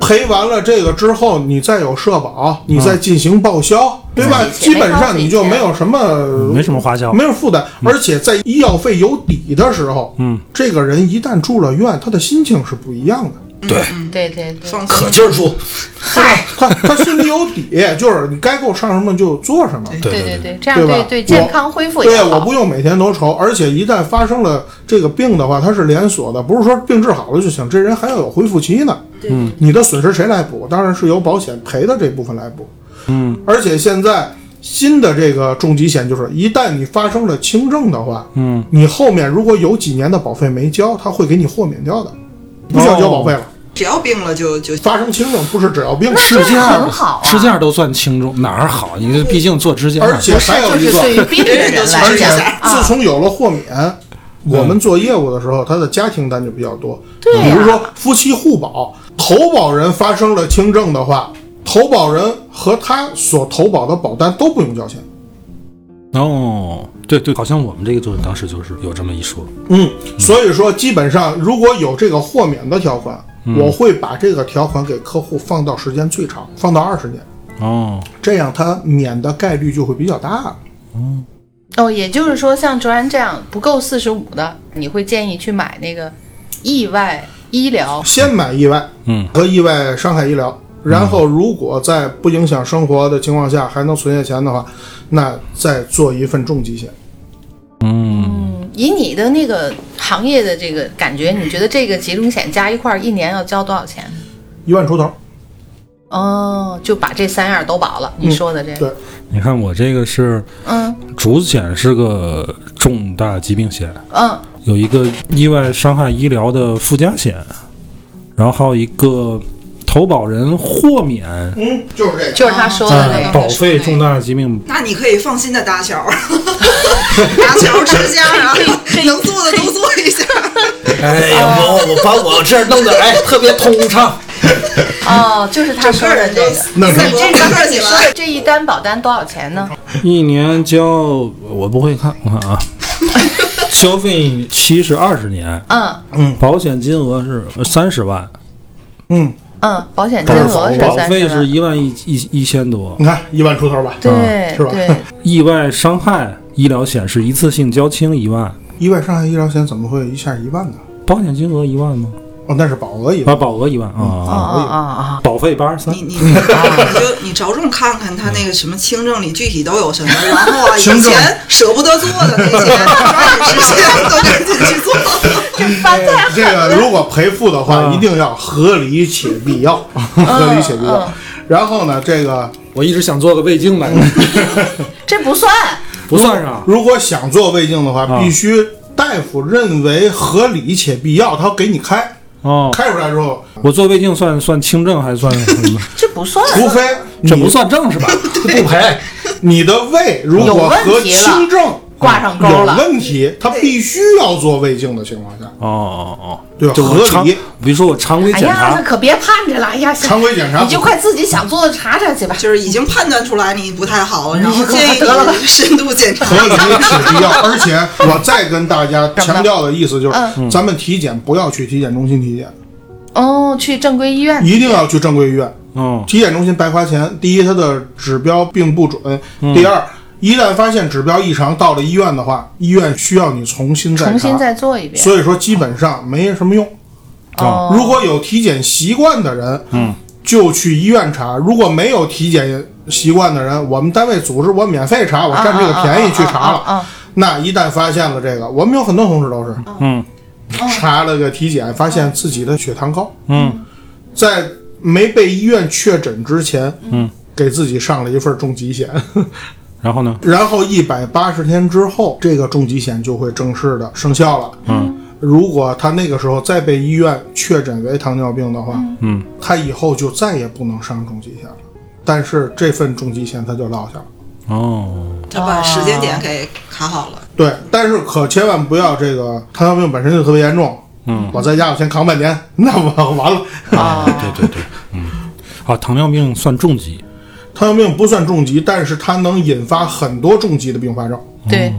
Speaker 4: 赔完了这个之后，你再有社保，你
Speaker 1: 嗯
Speaker 4: 再进行报销，对吧？
Speaker 3: 自己
Speaker 4: 基
Speaker 3: 钱
Speaker 4: 本
Speaker 3: 没掏
Speaker 4: 上你就
Speaker 3: 自己
Speaker 4: 没
Speaker 3: 钱
Speaker 4: 有什么
Speaker 1: 嗯没什么花销。
Speaker 4: 没有负担，而且在医药费有底的时候，
Speaker 1: 嗯，
Speaker 4: 这个人一旦住了院，他的心情是不一样的。
Speaker 1: 对，
Speaker 3: 对对对，
Speaker 5: 放
Speaker 1: 可
Speaker 5: 松，
Speaker 1: 劲儿出，
Speaker 3: 嗨，
Speaker 4: 他他心里有底，就是你该给我上什么就做什么。
Speaker 1: 对
Speaker 3: 对
Speaker 1: 对
Speaker 3: 对，这样对
Speaker 4: 吧？
Speaker 3: 对健康恢复
Speaker 4: 我
Speaker 3: 也
Speaker 4: 对，我
Speaker 3: 好
Speaker 4: 不。用每天都愁，而且一旦发生了这个病的话，它是连锁的，不是说病治好了就行，这人还要有恢复期呢。嗯，你的损失谁来补？当然是由保险赔的这部分来补。嗯，而且现在新的这个重疾险就是，一旦你发生了轻症的话，嗯，你后面如果有几年的保费没交，他会给你豁免掉的，不需要交保费了。
Speaker 5: 只要病了就就
Speaker 4: 发生轻症不是只要病，
Speaker 1: 支架
Speaker 3: 很好啊
Speaker 1: 支架都算轻重，哪儿好？你这毕竟做支架，
Speaker 4: 而且
Speaker 3: 不是
Speaker 4: 还，有
Speaker 3: 就
Speaker 4: 一
Speaker 3: 是
Speaker 4: 个， (laughs)
Speaker 3: 对于病人
Speaker 5: 而
Speaker 3: 来
Speaker 4: 而且
Speaker 5: 且
Speaker 3: 讲
Speaker 4: 自
Speaker 3: 啊，
Speaker 4: 从有了豁免，我们做业务的时候，他的家庭单就比较多。
Speaker 3: 嗯对呀
Speaker 4: 比如说夫妻互保，投保人发生了轻症的话，投保人和他所投保的保单都不用交钱。
Speaker 1: 哦，对对，好像我们这个就是当时就是有这么一说，
Speaker 4: 嗯，所以说基本上如果有这个豁免的条款，
Speaker 3: 嗯
Speaker 4: 我会把这个条款给客户放到时间最长，放到二十年，
Speaker 1: 哦，
Speaker 4: 这样他免的概率就会比较大了。
Speaker 3: 哦，也就是说，像卓然这样不够四十五的，你会建议去买那个意外医疗
Speaker 4: 先买意外，
Speaker 1: 嗯，
Speaker 4: 和意外伤害医疗。然后，如果在不影响生活的情况下还能存下钱的话，那再做一份重疾险。
Speaker 3: 嗯以你的那个行业的这个感觉，你觉得这个几种险加一块儿一年要交多少钱？
Speaker 4: 一万出头，
Speaker 3: 哦，就把这三样都保了。你说的这
Speaker 4: 嗯对
Speaker 3: 个，，
Speaker 1: 你看我这个是
Speaker 3: 嗯
Speaker 1: 主险是个重大疾病险，
Speaker 3: 嗯
Speaker 1: 有一个意外伤害医疗的附加险，然后还有一个投保人豁免
Speaker 4: 嗯，就是这个。
Speaker 3: 就是他说
Speaker 4: 啊
Speaker 3: 的那
Speaker 1: 在
Speaker 3: 个
Speaker 1: 保费重大疾病
Speaker 5: 那你可以放心的搭桥，搭桥支架啊，能做的都做一下。
Speaker 1: 哎呀，我我把我这儿弄得哎特别通畅。
Speaker 3: 哦，就是他说的这个。
Speaker 5: 那
Speaker 3: 那这
Speaker 5: 我客
Speaker 3: 个
Speaker 5: 气
Speaker 3: 你
Speaker 5: 了，
Speaker 3: 说这一单保单多少钱呢？
Speaker 1: 一年交我不会看，我看啊，消费期是二十年，
Speaker 3: 嗯
Speaker 1: 保险金额是三十万，
Speaker 4: 嗯，
Speaker 3: 嗯，保险金额是
Speaker 1: 保
Speaker 3: 三
Speaker 1: 费
Speaker 3: 十
Speaker 1: 是
Speaker 3: 万。
Speaker 1: 一万一一一千多，
Speaker 4: 你看一万出头吧，
Speaker 3: 对
Speaker 4: 啊是吧
Speaker 3: 对，
Speaker 1: 意外伤害医疗险是一次性交清一万，
Speaker 4: 意外伤害医疗险怎么会一下一万呢？
Speaker 1: 保险金额一万吗？
Speaker 4: 哦，那是保额一万。
Speaker 1: 啊，保额一万
Speaker 3: 哦
Speaker 1: 啊，
Speaker 3: 哦哦
Speaker 1: 保费八十三
Speaker 5: 你，你你就你着重看看他那个什么轻症里具体都有什么，然后啊，以
Speaker 4: 轻症
Speaker 5: 前舍不得做的那些，抓紧时间都赶紧
Speaker 3: (laughs)
Speaker 5: 去做。
Speaker 3: 哦，这翻太
Speaker 4: 这个如果赔付的话，
Speaker 1: 嗯
Speaker 4: 一定要合理且必要，合理且必要
Speaker 3: 嗯。
Speaker 4: 然后呢，这个
Speaker 1: 我一直想做个胃镜
Speaker 3: (laughs)
Speaker 1: 买，
Speaker 3: 这不算。
Speaker 1: 不算啊啥。
Speaker 4: 如果想做胃镜的话，
Speaker 1: 嗯
Speaker 4: 必须大夫认为合理且必要，他给你开。
Speaker 1: 哦，
Speaker 4: 开出来之后，
Speaker 1: 我做胃镜算算轻症还算什么？
Speaker 3: 这不算，
Speaker 4: 除非你
Speaker 1: 这不算症是吧？不赔。
Speaker 4: 你的
Speaker 3: (laughs)
Speaker 4: 胃如
Speaker 3: 有
Speaker 4: 果
Speaker 3: 问
Speaker 4: 和
Speaker 3: 题了
Speaker 4: 轻症
Speaker 3: 挂上钩了
Speaker 4: 有问题，他必须要做胃镜的情况下，
Speaker 1: 哦哦哦，
Speaker 4: 对
Speaker 1: 就我
Speaker 4: 合
Speaker 1: 常
Speaker 4: 理
Speaker 1: 比如说我常规
Speaker 3: 哎
Speaker 1: 检
Speaker 3: 呀，
Speaker 1: 查
Speaker 3: 那，可别盼着了。哎呀，行
Speaker 4: 常规检查
Speaker 3: 你就快自己想做的查查去吧。
Speaker 5: 就是已经判断出来你不太好了，然后建议
Speaker 3: 得了吧
Speaker 5: 你深度检查
Speaker 3: (laughs)
Speaker 4: 合。理且必要。而且我再跟大家强调的意思就是，
Speaker 3: 嗯
Speaker 4: 咱们体检不要去体检中心体检，
Speaker 3: 哦，去正规医院
Speaker 4: 一定要去正规医院。
Speaker 1: 嗯，
Speaker 4: 体检中心白花钱，第一，它的指标并不准；第二，一旦发现指标异常，到了医院的话，医院需要你重新再查
Speaker 3: 重新再做一遍。
Speaker 4: 所以说基本上没什么用。
Speaker 3: 哦，
Speaker 4: 如果有体检习惯的人，嗯，就去医院查；如果没有体检习惯的人，我们单位组织我免费查，我占这个便宜去
Speaker 3: 啊啊
Speaker 4: 查
Speaker 3: 啊啊啊
Speaker 4: 了。那一旦发现了这个，我们有很多同事都是，
Speaker 1: 嗯，
Speaker 4: 查了个体检，发现自己的血糖高，
Speaker 1: 嗯，
Speaker 4: 在没被医院确诊之前，嗯，给自己上了一份重疾险，
Speaker 1: 然后呢？
Speaker 4: 然后一百八十天之后，这个重疾险就会正式的生效了。嗯，如果他那个时候再被医院确诊为糖尿病的话，
Speaker 1: 嗯，
Speaker 4: 他以后就再也不能上重疾险了。但是这份重疾险他就落下了。
Speaker 1: 哦，
Speaker 5: 他把时间点给卡好了，
Speaker 4: 对，但是可千万不要这个糖尿病本身就特别严重。嗯，我在家我先扛半年，那我完了。 (laughs)
Speaker 1: 对对对，嗯，啊，糖尿病算重疾，
Speaker 4: 糖尿病不算重疾，但是它能引发很多重疾的并发症，
Speaker 3: 对，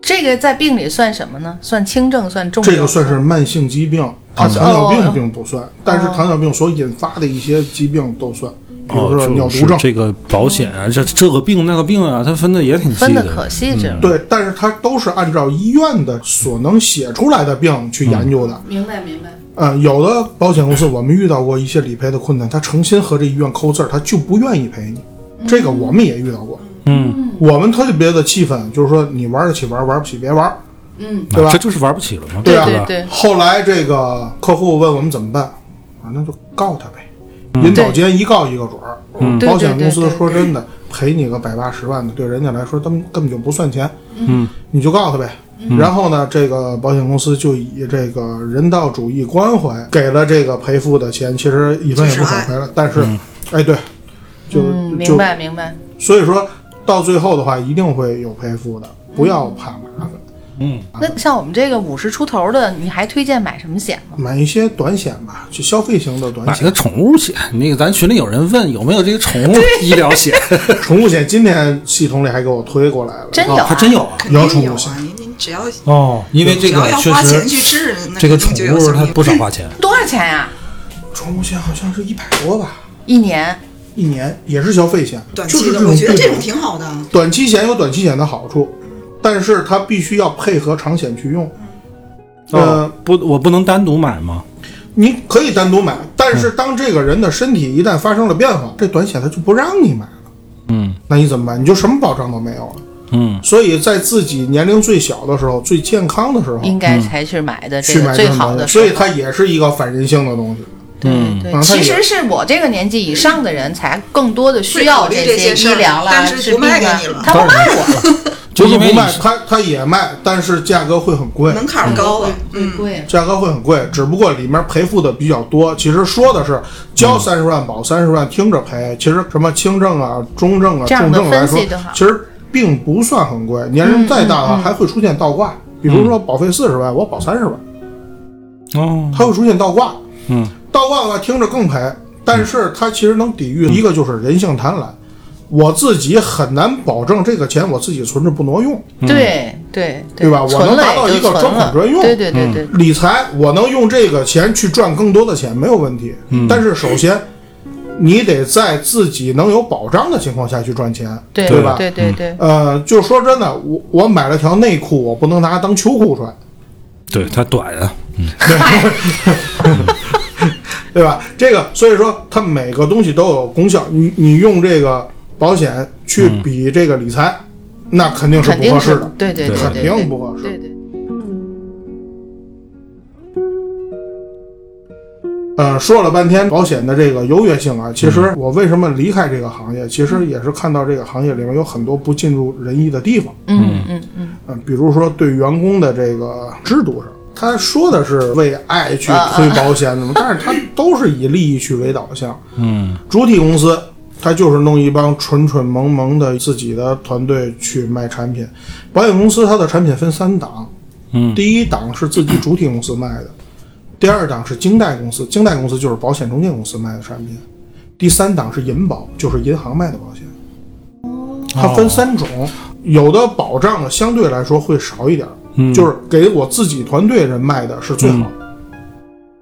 Speaker 3: 这个在病里算什么呢？算轻症，算重哦症？
Speaker 4: 这个算是慢性
Speaker 3: 哦
Speaker 4: 疾病。它糖尿病并不算，但是糖尿病所引发的一些疾病都算，比如说尿
Speaker 1: 哦就
Speaker 4: 毒
Speaker 1: 是
Speaker 4: 症。
Speaker 1: 这个保险啊，这这个病那个病啊，它分的也挺细
Speaker 3: 分的可细致了。
Speaker 4: 对，但是它都是按照医院的所能写出来的病去研究的。
Speaker 3: 明白明白。
Speaker 4: 嗯，有的保险公司我们遇到过一些理赔的困难，他诚心和这医院抠字儿，他就不愿意赔你。
Speaker 3: 嗯
Speaker 4: 这个我们也遇到过，
Speaker 1: 嗯，
Speaker 4: 我们特别的气愤，就是说你玩得起玩，玩不起别玩。
Speaker 3: 嗯，
Speaker 4: 对吧
Speaker 1: 啊这就是玩不起了嘛，
Speaker 4: 对啊
Speaker 1: 吧？
Speaker 3: 对对
Speaker 4: 后来这个客户问我们怎么办，啊，那就告他呗。引导间一告一个准儿，
Speaker 3: 对
Speaker 4: 保险公司
Speaker 3: 对对
Speaker 4: 说真的赔你个百八十万的，对人家来说根本根本就不算钱，
Speaker 1: 嗯，
Speaker 4: 你就告他呗。然后呢，这个保险公司就以这个人道主义关怀给了这个赔付的钱，其实一分也不少赔了。但是，哎，对，就
Speaker 3: 嗯，明
Speaker 4: 就
Speaker 3: 白明白。
Speaker 4: 所以说到最后的话，一定会有赔付的，不要怕麻烦。
Speaker 3: 那像我们这个五十出头的，你还推荐买什么险吗？
Speaker 4: 买一些短险吧，就消费型的短
Speaker 1: 买
Speaker 4: 险。
Speaker 1: 个宠物险，那个咱群里有人问有没有这个宠物医疗
Speaker 5: (laughs)
Speaker 1: 险，
Speaker 4: 宠物险今天系统里还给我推过来了，
Speaker 3: 真有
Speaker 1: 哦，还
Speaker 3: 啊
Speaker 1: 真有啊
Speaker 5: 肯定
Speaker 4: 有宠物
Speaker 5: 有
Speaker 4: 险
Speaker 5: 啊，您您只要
Speaker 1: 哦，因为这
Speaker 5: 只要
Speaker 1: 个
Speaker 5: 要
Speaker 1: 确
Speaker 5: 花钱去
Speaker 1: 实，
Speaker 5: 治，那
Speaker 1: 这个
Speaker 5: 肯
Speaker 1: 宠
Speaker 5: 定就有
Speaker 1: 物
Speaker 5: 效
Speaker 1: 它
Speaker 5: 益
Speaker 1: 不少花钱，
Speaker 3: 多少钱呀、
Speaker 4: 宠物险好像是一百多吧，
Speaker 3: 一年？
Speaker 4: 一年也是消费险，
Speaker 5: 短
Speaker 4: 就
Speaker 5: 期
Speaker 4: 是
Speaker 5: 的，
Speaker 4: 种
Speaker 5: 我觉得
Speaker 4: 对
Speaker 5: 这
Speaker 4: 比
Speaker 5: 种挺好的。
Speaker 4: 短期险有短期险的好处，但是它必须要配合长险去用。
Speaker 1: 哦
Speaker 4: 呃，
Speaker 1: 不，我不能单独买吗？
Speaker 4: 你可以单独买，但是当这个人的身体一旦发生了变化，这短险它就不让你买了。
Speaker 1: 嗯，
Speaker 4: 那你怎么办？你就什么保障都没有了。
Speaker 1: 嗯，
Speaker 4: 所以在自己年龄最小的时候、最健康的时候
Speaker 3: 应该才去买的这
Speaker 4: 去买
Speaker 3: 个
Speaker 4: 这
Speaker 3: 最
Speaker 4: 种
Speaker 3: 好
Speaker 4: 保
Speaker 3: 的
Speaker 4: 险，
Speaker 3: 时
Speaker 4: 所
Speaker 3: 候，
Speaker 4: 以它也是一个反人性的东西。
Speaker 3: 对对，
Speaker 4: 嗯
Speaker 3: 其
Speaker 4: 它也
Speaker 3: 实是我这个年纪以上的人才更多的需要
Speaker 5: 会考虑这些事
Speaker 3: 些
Speaker 5: 儿
Speaker 3: 医疗啦、
Speaker 5: 但是
Speaker 3: 治
Speaker 5: 不
Speaker 3: 病
Speaker 5: 卖
Speaker 3: 啊
Speaker 5: 给你了，
Speaker 3: 他不卖我了，
Speaker 4: 就
Speaker 1: 就是因为
Speaker 4: 不
Speaker 1: 你
Speaker 4: 卖，它它也卖，但是价格会很贵，
Speaker 5: 门槛儿高啊，
Speaker 3: 最贵了。
Speaker 4: 价格会很贵。只不过里面赔付的比较多。其实说的是
Speaker 1: 嗯
Speaker 4: 交三十万保三十万，听着赔。其实什么轻症啊、中症啊、
Speaker 3: 这样
Speaker 4: 重
Speaker 3: 的
Speaker 4: 症来说
Speaker 3: 分析就好，嗯
Speaker 4: 其实并不算很贵。年龄再大的话，还会出现倒挂。比如
Speaker 1: 嗯
Speaker 4: 说保费四十万，我保三十万，
Speaker 1: 哦，
Speaker 4: 它会出现倒挂。
Speaker 1: 嗯，
Speaker 4: 倒挂的话听着更赔，但是它其实能抵
Speaker 1: 嗯
Speaker 4: 御一个就是人性贪婪。我自己很难保证这个钱我自己存着不挪用。
Speaker 3: 嗯对对
Speaker 4: 对吧我
Speaker 3: 存
Speaker 4: 能
Speaker 3: 了
Speaker 4: 达
Speaker 3: 也
Speaker 4: 到
Speaker 3: 就
Speaker 4: 一个
Speaker 3: 存
Speaker 4: 专款
Speaker 3: 了
Speaker 4: 专用
Speaker 3: 对对对对，
Speaker 4: 理财，我能用这个钱去赚更多的钱，没有问题。但是首先，你得在自己能有保障的情况下去赚钱，
Speaker 3: 对
Speaker 4: 对吧？
Speaker 3: 对对对，
Speaker 4: 呃，就说真的，我我买了条内裤，我不能拿它当秋裤穿，
Speaker 1: 对，它短啊，
Speaker 4: 对吧？这个，所以说它每个东西都有功效。你你用这个保险去比这个理财，那肯定是
Speaker 3: 肯
Speaker 4: 不
Speaker 3: 定
Speaker 4: 合适
Speaker 3: 是
Speaker 4: 的，
Speaker 3: 对对对
Speaker 1: 对
Speaker 3: 对，
Speaker 4: 肯定不合适。
Speaker 3: 对对。
Speaker 4: 呃，说了半天保险的这个优越性啊，其实我为什么离开这个行业，其实也是看到这个行业里面有很多不尽如人意的地方。
Speaker 3: 嗯嗯嗯，
Speaker 4: 嗯、比如说对员工的这个制度上，他说的是为爱去推保险的嘛，但是他都是以利益去为导向。
Speaker 1: 嗯，
Speaker 4: 主体公司他就是弄一帮蠢蠢萌萌的自己的团队去卖产品。保险公司它的产品分三档，
Speaker 1: 嗯
Speaker 4: 第一档是自己主体公司卖的，第二档是经贷公司，经贷公司就是保险中介公司卖的产品，第三档是银保，就是银行卖的保险。它分三种，有的保障呢相对来说会少一点儿，就是给我自己团队人卖的是最好的，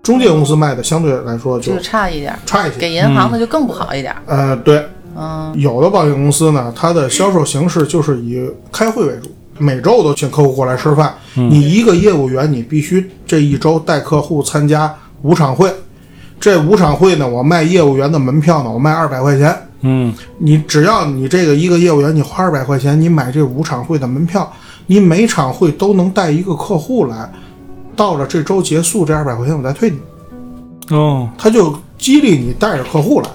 Speaker 4: 中介公司卖的相对来说就
Speaker 3: 就差一点儿，
Speaker 4: 差一些。
Speaker 3: 给银行的就更不好一点儿。
Speaker 4: 呃，对，
Speaker 3: 嗯，
Speaker 4: 有的保险公司呢，它的销售形式就是以开会为主，每周都请客户过来吃饭。你一个业务员，你必须这一周带客户参加五场会，这五场会呢，我卖业务员的门票呢，我卖二百块钱。
Speaker 1: 嗯
Speaker 4: 你只要你这个一个业务员，你花二百块钱，你买这五场会的门票，你每场会都能带一个客户来，到了这周结束，这二百块钱我再退你。
Speaker 1: 哦，
Speaker 4: 他就激励你带着客户来。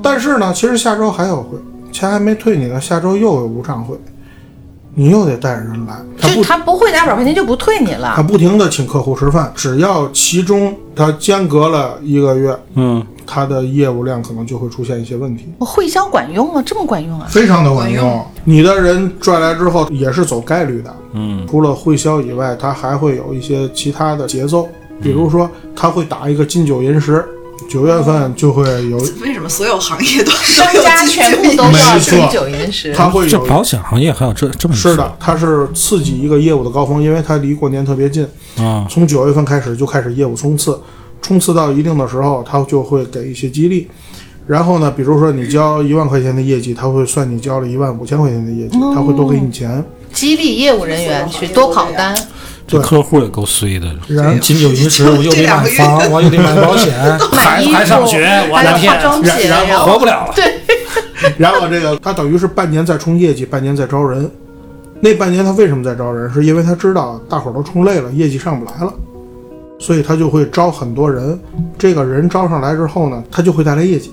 Speaker 4: 但是呢，其实下周还有会，钱还没退你呢，下周又有五场会，你又得带着人来。他
Speaker 3: 就
Speaker 4: 不
Speaker 3: 他不会拿百块钱就不退你
Speaker 4: 他
Speaker 3: 了。
Speaker 4: 不停的请客户吃饭，只要其中他间隔了一个月，
Speaker 1: 嗯，
Speaker 4: 他的业务量可能就会出现一些问题，
Speaker 3: 我会销管用啊，这么管用啊？
Speaker 4: 非常的管
Speaker 5: 管
Speaker 4: 用。你的人拽来之后也是走概率的，
Speaker 1: 嗯，
Speaker 4: 除了会销以外，他还会有一些其他的节奏，比如说他会打一个金九银十，九月份就会有
Speaker 5: 为什么所有行业都
Speaker 3: 商家全部都
Speaker 4: 没
Speaker 3: 要
Speaker 4: 错
Speaker 3: 金九银十。
Speaker 4: 他会
Speaker 1: 嗯这
Speaker 4: 有
Speaker 1: 保险行业还有这这么
Speaker 4: 是的，它是刺激一个业务的高峰，因为它离过年特别近，
Speaker 1: 啊，
Speaker 4: 从九月份开始就开始业务冲刺，冲刺到一定的时候，它就会给一些激励。然后呢，比如说你交一万块钱的业绩，他会算你交了一万五千块钱的业绩，他会多给你钱。
Speaker 3: 激励业务人员去多跑单，
Speaker 1: 这客户也够衰的，
Speaker 4: 然
Speaker 1: 金九银十，我又得买房，我又得买保险，
Speaker 3: 买
Speaker 1: 孩
Speaker 3: 衣
Speaker 1: 子
Speaker 3: 服，
Speaker 1: 还上学，我
Speaker 3: 还
Speaker 1: 的
Speaker 3: 有
Speaker 1: 天
Speaker 3: 化，妆
Speaker 1: 然
Speaker 3: 品，
Speaker 1: 然
Speaker 3: 然
Speaker 1: 活不了了。
Speaker 3: 对，
Speaker 4: 然后这个他等于是半年在冲业绩，半年在招人。那半年他为什么在招人？是因为他知道大伙儿都冲累了，业绩上不来了，所以他就会招很多人。这个人招上来之后呢，他就会带来业绩。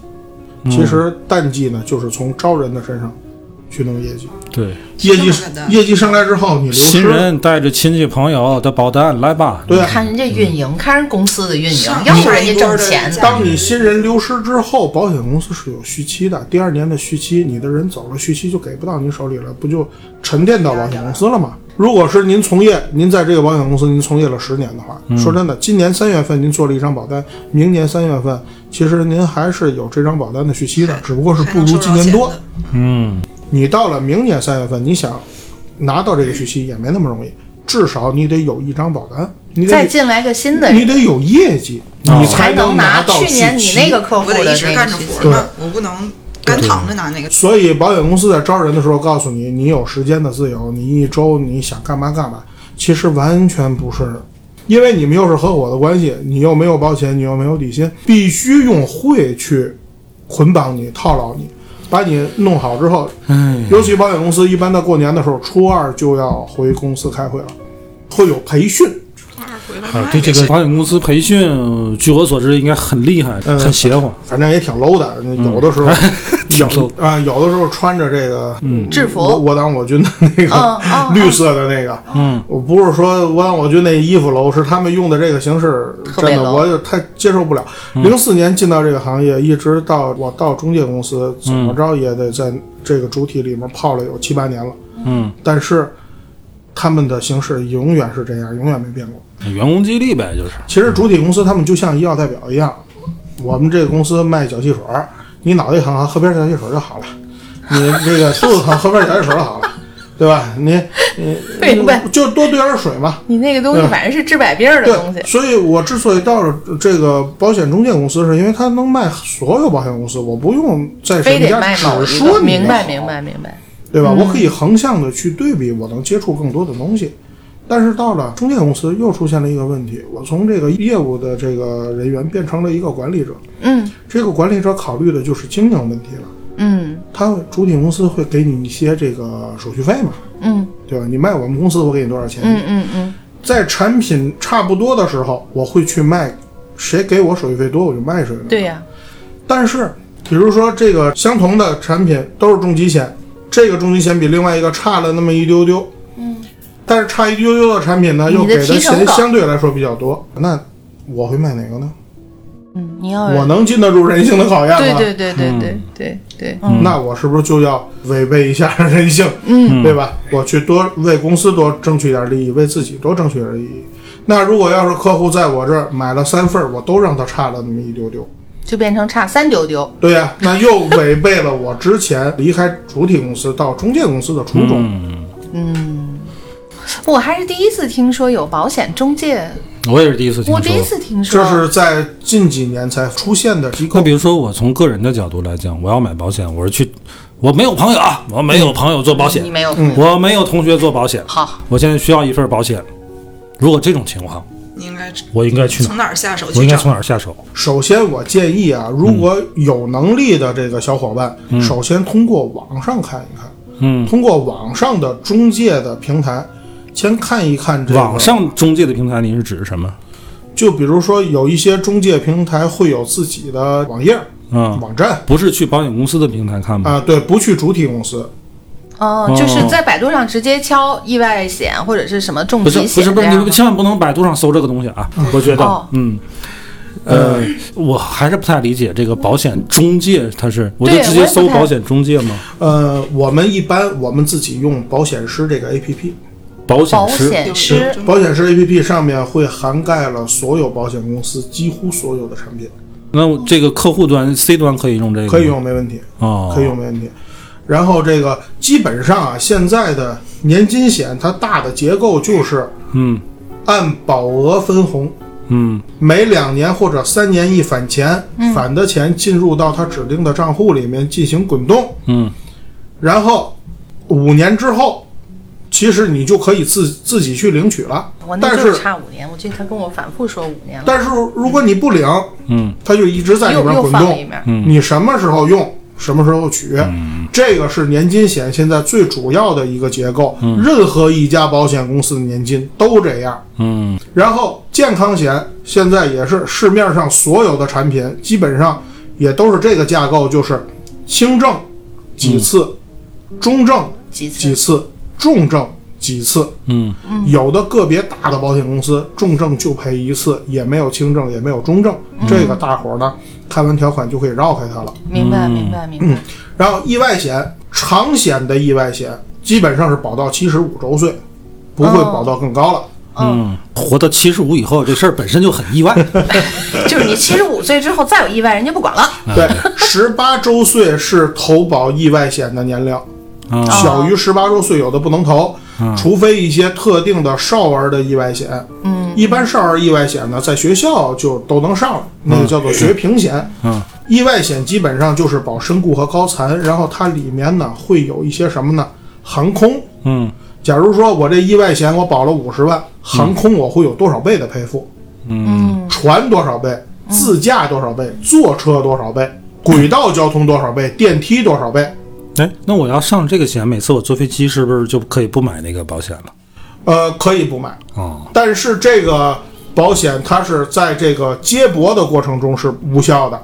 Speaker 1: 嗯
Speaker 4: 其实淡季呢，就是从招人的身上去弄业绩。
Speaker 1: 对，
Speaker 4: 业绩
Speaker 5: 这么简单
Speaker 4: 业绩上来之后，你流
Speaker 1: 新
Speaker 4: 失，
Speaker 1: 人带着亲戚朋友的保单来吧，
Speaker 4: 对啊，
Speaker 3: 看人家运营，看人公司的运营，
Speaker 5: 上
Speaker 3: 要不人家挣
Speaker 5: 上一波的人
Speaker 3: 钱
Speaker 5: 家
Speaker 4: 当你新人流失之后，保险公司是有续期的。第二年的续期，你的人走了，续期就给不到你手里了，不就沉淀到保险公司了吗？如果是您从业，您在这个保险公司您从业了十年的话，说真的，今年三月份您做了一张保单，明年三月份其实您还是有这张保单的续期的，只不过是不如今年多
Speaker 5: 还能收着钱。
Speaker 1: 嗯，
Speaker 4: 你到了明年三月份，你想拿到这个续期也没那么容易，至少你得有一张保单，你
Speaker 3: 再
Speaker 4: 得
Speaker 3: 进来个新的
Speaker 4: 你
Speaker 3: 人，
Speaker 4: 得有业绩，你
Speaker 3: 才
Speaker 4: 能
Speaker 3: 拿
Speaker 4: 到
Speaker 3: 去年你
Speaker 4: 续期
Speaker 3: 那个客户
Speaker 5: 我
Speaker 3: 的
Speaker 5: 得一直
Speaker 3: 那
Speaker 5: 干
Speaker 3: 个
Speaker 5: 着
Speaker 3: 信息
Speaker 5: 活呢，我不能干躺着拿那个。
Speaker 4: 所以保险公司在招人的时候告诉你，你有时间的自由，你一周你想干嘛干嘛，其实完全不是，因为你们又是合伙的关系，你又没有保险，你又没有底薪，必须用会去捆绑你、套牢你，把你弄好之后，
Speaker 1: 嗯
Speaker 4: 尤其保险公司一般在过年的时候，初二就要回公司开会了，会有培训。
Speaker 1: 啊，对这个保险公司培训，据我所知应该很厉害，
Speaker 4: 嗯
Speaker 1: 很邪乎。
Speaker 4: 反正也挺 low 的，有的时候
Speaker 1: 嗯 (laughs) 挺 low 嗯
Speaker 4: 有啊，有的时候穿着这个
Speaker 3: 制服
Speaker 4: 我我党我军的那
Speaker 3: 嗯
Speaker 4: 个
Speaker 3: 嗯
Speaker 4: 绿色的那个，
Speaker 1: 嗯，
Speaker 4: 我不是说我党我军那衣服 low，是他们用的这个形式
Speaker 3: 特别
Speaker 4: 真的
Speaker 3: low
Speaker 4: 我就太接受不了。
Speaker 1: 嗯
Speaker 4: 零四年进到这个行业，一直到我到中介公司，怎
Speaker 1: 嗯
Speaker 4: 么着也得在这个主体里面泡了有七八年了，
Speaker 1: 嗯，
Speaker 4: 但是他们的形式永远是这样，永远没变过。
Speaker 1: 员工激励呗，就是
Speaker 4: 其实主体公司他们就像医药代表一样，我们这个公司卖脚气水儿，你脑袋疼喝瓶脚气水儿就好了，你这个肚子疼喝瓶脚气水儿就好了，对吧？你
Speaker 3: (laughs) 明白？
Speaker 4: 就多兑点水嘛。
Speaker 3: 你那个东西反正是治百病的
Speaker 4: 对
Speaker 3: 东西，，
Speaker 4: 所以我之所以到了这个保险中介公司，是因为它能卖所有保险公司，我不用在
Speaker 3: 非
Speaker 4: 谁
Speaker 3: 得
Speaker 4: 家
Speaker 3: 卖某
Speaker 4: 只
Speaker 3: 一个，
Speaker 4: 说你
Speaker 3: 明白
Speaker 4: 好
Speaker 3: 明白明白。
Speaker 4: 对吧？我可以横向的去对比，我能接触更多的东西。但是到了中介公司，又出现了一个问题，我从这个业务的这个人员变成了一个管理者，
Speaker 3: 嗯
Speaker 4: 这个管理者考虑的就是经营问题了。
Speaker 3: 嗯
Speaker 4: 他主体公司会给你一些这个手续费嘛，
Speaker 3: 嗯
Speaker 4: 对吧？你卖我们公司，我给你多少钱？
Speaker 3: 嗯嗯嗯，
Speaker 4: 在产品差不多的时候，我会去卖，谁给我手续费多，我就卖谁。
Speaker 3: 对呀，
Speaker 4: 但是，比如说这个相同的产品都是重疾险，这个重疾险比另外一个差了那么一丢丢，嗯，但是差一丢丢的产品呢，
Speaker 3: 你的
Speaker 4: 又给的
Speaker 3: 提成
Speaker 4: 钱
Speaker 3: 高
Speaker 4: 相对来说比较多，那我会卖哪个呢？
Speaker 3: 嗯，你要
Speaker 4: 我能经得住人性的考验吗？
Speaker 3: 对对对对
Speaker 4: 嗯
Speaker 3: 对对对，
Speaker 4: 那我是不是就要违背一下人性？
Speaker 3: 嗯，
Speaker 4: 对吧？我去多为公司多争取点利益，为自己多争取点利益。那如果要是客户在我这儿买了三份儿，我都让他差了那么一丢丢，
Speaker 3: 就变成差三丢丢。
Speaker 4: 对呀、那又违背了我之前离开主体公司到中介公司的初衷。
Speaker 1: 嗯
Speaker 3: 我还是第一次听说有保险中介，
Speaker 1: 我也是第一次听
Speaker 3: 我第一
Speaker 1: 说。
Speaker 3: 次听说。
Speaker 4: 这是在近几年才出现的机
Speaker 1: 那
Speaker 4: 构
Speaker 1: 比。如说，我从个人的角度来讲，我要买保险，我是去，我没有朋友啊，我没有朋友做保险
Speaker 4: 嗯
Speaker 3: 你，没有
Speaker 1: 我没有同学做保险，
Speaker 3: 好，
Speaker 1: 我现在需要一份保险。如果这种情况，
Speaker 5: 你应该从
Speaker 1: 我应该去哪儿？
Speaker 5: 哪儿下手
Speaker 4: 嗯
Speaker 1: 我
Speaker 5: 去
Speaker 1: 应该
Speaker 5: 找？
Speaker 1: 从哪儿下手？
Speaker 4: 首先，我建议啊，如果有能力的这个小伙伴，首先通过网上看一看，
Speaker 1: 嗯，
Speaker 4: 通过网上的中介的平台，先看一看这个
Speaker 1: 网上中介的平台，您是指什么？
Speaker 4: 就比如说，有一些中介平台会有自己的网页、
Speaker 1: 嗯，
Speaker 4: 网站
Speaker 1: 不是去保险公司的平台看吗？
Speaker 4: 啊，对，不去主体公司，
Speaker 3: 哦，就是在百度上直接敲意外险或者是什么重
Speaker 1: 不是
Speaker 3: 疾
Speaker 1: 不
Speaker 3: 险
Speaker 1: 是不
Speaker 3: 这
Speaker 1: 是，
Speaker 3: 样
Speaker 1: 你
Speaker 3: 吗
Speaker 1: 们千万不能百度上搜这个东西啊！我觉得
Speaker 3: 哦，
Speaker 1: 嗯，呃，我还是不太理解这个保险中介，它是我就
Speaker 3: 对
Speaker 1: 直
Speaker 3: 我
Speaker 1: 接
Speaker 3: 也不
Speaker 1: 搜
Speaker 3: 太
Speaker 1: 保险中介吗？
Speaker 4: 呃，我们一般我们自己用保险师这个 APP，
Speaker 1: 保
Speaker 3: 保
Speaker 1: 险师，
Speaker 3: 险
Speaker 5: 是
Speaker 3: 师
Speaker 4: (laughs)
Speaker 5: 真
Speaker 4: 保险师 APP 上面会涵盖了所有保险公司几乎所有的产品，
Speaker 1: 那我这个客户端 C 端可以用这个吗？
Speaker 4: 可以用没问题，
Speaker 1: 哦，
Speaker 4: 可以用没问题。然后这个基本上啊，现在的年金险它大的结构就是
Speaker 1: 嗯
Speaker 4: 按保额分红，
Speaker 1: 嗯，
Speaker 4: 每两年或者三年一返钱，
Speaker 3: 嗯
Speaker 4: 返的钱进入到他指定的账户里面进行滚动，
Speaker 1: 嗯，
Speaker 4: 然后五年之后，其实你就可以自自己去领取了
Speaker 3: 我，那
Speaker 4: 但
Speaker 3: 就是是差五年，我记得他跟我反复说五年了，
Speaker 4: 但是如果你不领，
Speaker 1: 嗯，
Speaker 4: 它就一直在里
Speaker 3: 又
Speaker 4: 边
Speaker 3: 又
Speaker 4: 滚
Speaker 3: 放了一
Speaker 4: 动，
Speaker 3: 面，
Speaker 4: 你什么时候用，什么时候取，
Speaker 1: 嗯
Speaker 4: 这个是年金险现在最主要的一个结构，任何一家保险公司的年金都这样。
Speaker 1: 嗯，
Speaker 4: 然后健康险现在也是市面上所有的产品基本上也都是这个架构，就是轻症几次，中症
Speaker 3: 几次
Speaker 4: 几次，重症几次。
Speaker 1: 嗯，
Speaker 4: 有的个别大的保险公司重症就赔一次，也没有轻症，也没有中症，这个大伙儿呢看完条款就可以绕开它了。
Speaker 3: 明白明白
Speaker 4: 嗯
Speaker 3: 明白，
Speaker 4: 然后意外险，长险的意外险基本上是保到七十五周岁，不会
Speaker 3: 哦
Speaker 4: 保到更高了。
Speaker 3: 嗯，
Speaker 1: 活到七十五以后，这事儿本身就很
Speaker 4: (laughs)
Speaker 1: 意外。
Speaker 3: 就是你七十五岁之后再有意外，人家不管了，
Speaker 1: 嗯
Speaker 4: 对，十八周岁是投保意外险的年龄，
Speaker 1: 嗯
Speaker 4: 小于十八周岁有的不能投，除非一些特定的少儿的意外险。嗯，一般少儿意外险呢，在学校就都能上了，那个叫做学平险。
Speaker 1: 嗯，
Speaker 4: 意外险基本上就是保身故和高残，然后它里面呢会有一些什么呢？航空。
Speaker 1: 嗯
Speaker 4: 假如说我这意外险我保了五十万，航空我会有多少倍的赔付？
Speaker 1: 嗯
Speaker 4: 船多少倍，自驾多少倍，坐车多少倍，轨道交通多少倍，电梯多少倍。
Speaker 1: 哎，那我要上这个险，每次我坐飞机是不是就可以不买那个保险了？
Speaker 4: 呃，可以不买，
Speaker 1: 哦，
Speaker 4: 但是这个保险它是在这个接驳的过程中是无效的。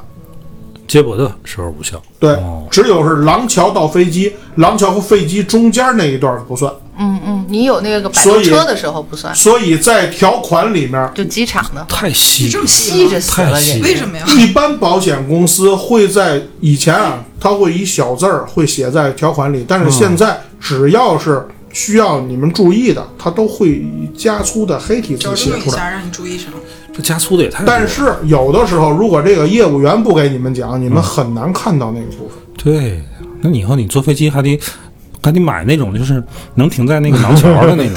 Speaker 1: 接驳的时候无效。
Speaker 4: 对，
Speaker 1: 哦
Speaker 4: 只有是廊桥到飞机，廊桥和飞机中间那一段不算。
Speaker 3: 嗯嗯，你有那个摆
Speaker 4: 所
Speaker 3: 渡
Speaker 4: 以
Speaker 3: 车的时候不算，
Speaker 4: 所以在条款里面，
Speaker 3: 就机场
Speaker 4: 嗯
Speaker 3: 的
Speaker 1: 太细，
Speaker 5: 这么细
Speaker 3: 吸
Speaker 5: 吗？
Speaker 3: 着死了
Speaker 1: 太细
Speaker 3: 人
Speaker 1: 了，
Speaker 5: 为什么呀？
Speaker 4: 一般保险公司会在以前啊，它会以小字儿会写在条款里，
Speaker 1: 嗯
Speaker 4: 但是现在只要是需要你们注意的，它都会以加粗的黑体字
Speaker 5: 矫
Speaker 4: 写
Speaker 5: 正一
Speaker 4: 出来。
Speaker 5: 下，让你注意什么？
Speaker 1: 这加粗的也太多了……
Speaker 4: 但是有的时候，如果这个业务员不给你们讲，
Speaker 1: 嗯
Speaker 4: 你们很难看到那个部分。
Speaker 1: 对，那你以后你坐飞机还得还得买那种就是能停在那个廊桥的那种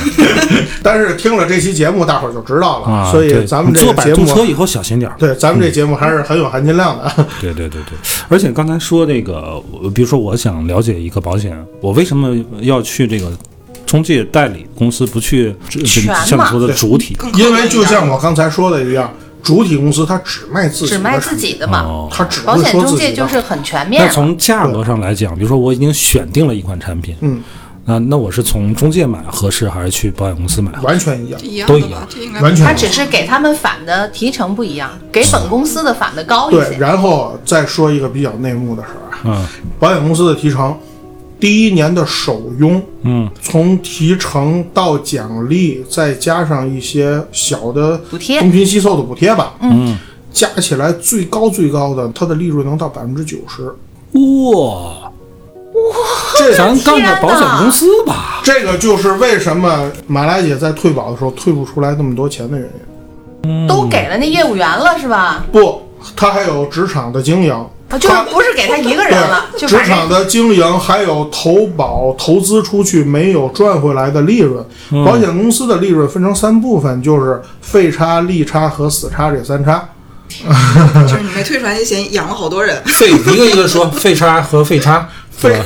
Speaker 4: 但是听了这期节目，大伙儿就知道了。
Speaker 1: (laughs) 啊。
Speaker 4: 所以
Speaker 1: 对
Speaker 4: 咱们
Speaker 1: 你
Speaker 4: 这
Speaker 1: 坐
Speaker 4: 个
Speaker 1: 摆
Speaker 4: 节
Speaker 1: 渡
Speaker 4: 目，
Speaker 1: 车以后小心点儿。
Speaker 4: 对咱们这节目还是很有含金
Speaker 3: (laughs)
Speaker 4: 量的。
Speaker 1: 对对对对，而且刚才说这个，呃比如说我想了解一个保险，我为什么要去这个中介代理公司，不去这
Speaker 3: 全嘛
Speaker 1: 像你说的主体？
Speaker 5: 更
Speaker 4: 因为就像
Speaker 5: 我
Speaker 4: 我刚才说的一样，主体公司它只卖自己的
Speaker 3: 只
Speaker 4: 产品，
Speaker 3: 卖自己的嘛，
Speaker 1: 哦，
Speaker 4: 它只
Speaker 3: 保
Speaker 4: 会
Speaker 3: 险
Speaker 4: 说
Speaker 3: 中
Speaker 4: 自己
Speaker 3: 介
Speaker 4: 的。
Speaker 3: 就是很全面
Speaker 1: 那
Speaker 3: 了，
Speaker 1: 从价格上来讲，比如说我已经选定了一款产品，
Speaker 4: 嗯，
Speaker 1: 那那我是从中介买合适，还是去保险公司买？
Speaker 4: 完全一样。
Speaker 5: 一样
Speaker 1: 都
Speaker 5: 的
Speaker 1: 一
Speaker 5: 吧
Speaker 1: 样，
Speaker 5: 这应该
Speaker 4: 完全
Speaker 3: 他只是给他们返的提成不一样，给本公司的返的高一
Speaker 4: 对，
Speaker 3: 些。
Speaker 4: 然后再说一个比较内幕的事儿啊，
Speaker 1: 嗯
Speaker 4: 保险公司的提成，第一年的首佣，
Speaker 1: 嗯，
Speaker 4: 从提成到奖励，再加上一些小的
Speaker 3: 补贴
Speaker 4: 东拼西凑的补贴吧，嗯，加起来最高最高的，它的利润能到百分之九十。
Speaker 1: 哇，
Speaker 4: 这
Speaker 1: 咱干
Speaker 3: 天
Speaker 1: 个
Speaker 3: 哪
Speaker 1: 保险公司吧，
Speaker 4: 这个就是为什么马拉姐在退保的时候退不出来那么多钱的原因。
Speaker 3: 都给了那业务员了是吧？
Speaker 4: 不，她还有职场的经营，
Speaker 3: 啊，就是不是给他一个人了，
Speaker 4: 嗯对，
Speaker 3: 就
Speaker 4: 职
Speaker 3: 把
Speaker 4: 场
Speaker 3: 这
Speaker 4: 的经营还有投保投资出去没有赚回来的利润，保险公司的利润分成三部分，就是费差、利差和死差这三差。
Speaker 5: 就是你没退出来之前养了好多人，
Speaker 1: 费一个一个说，费差和费差，
Speaker 4: 费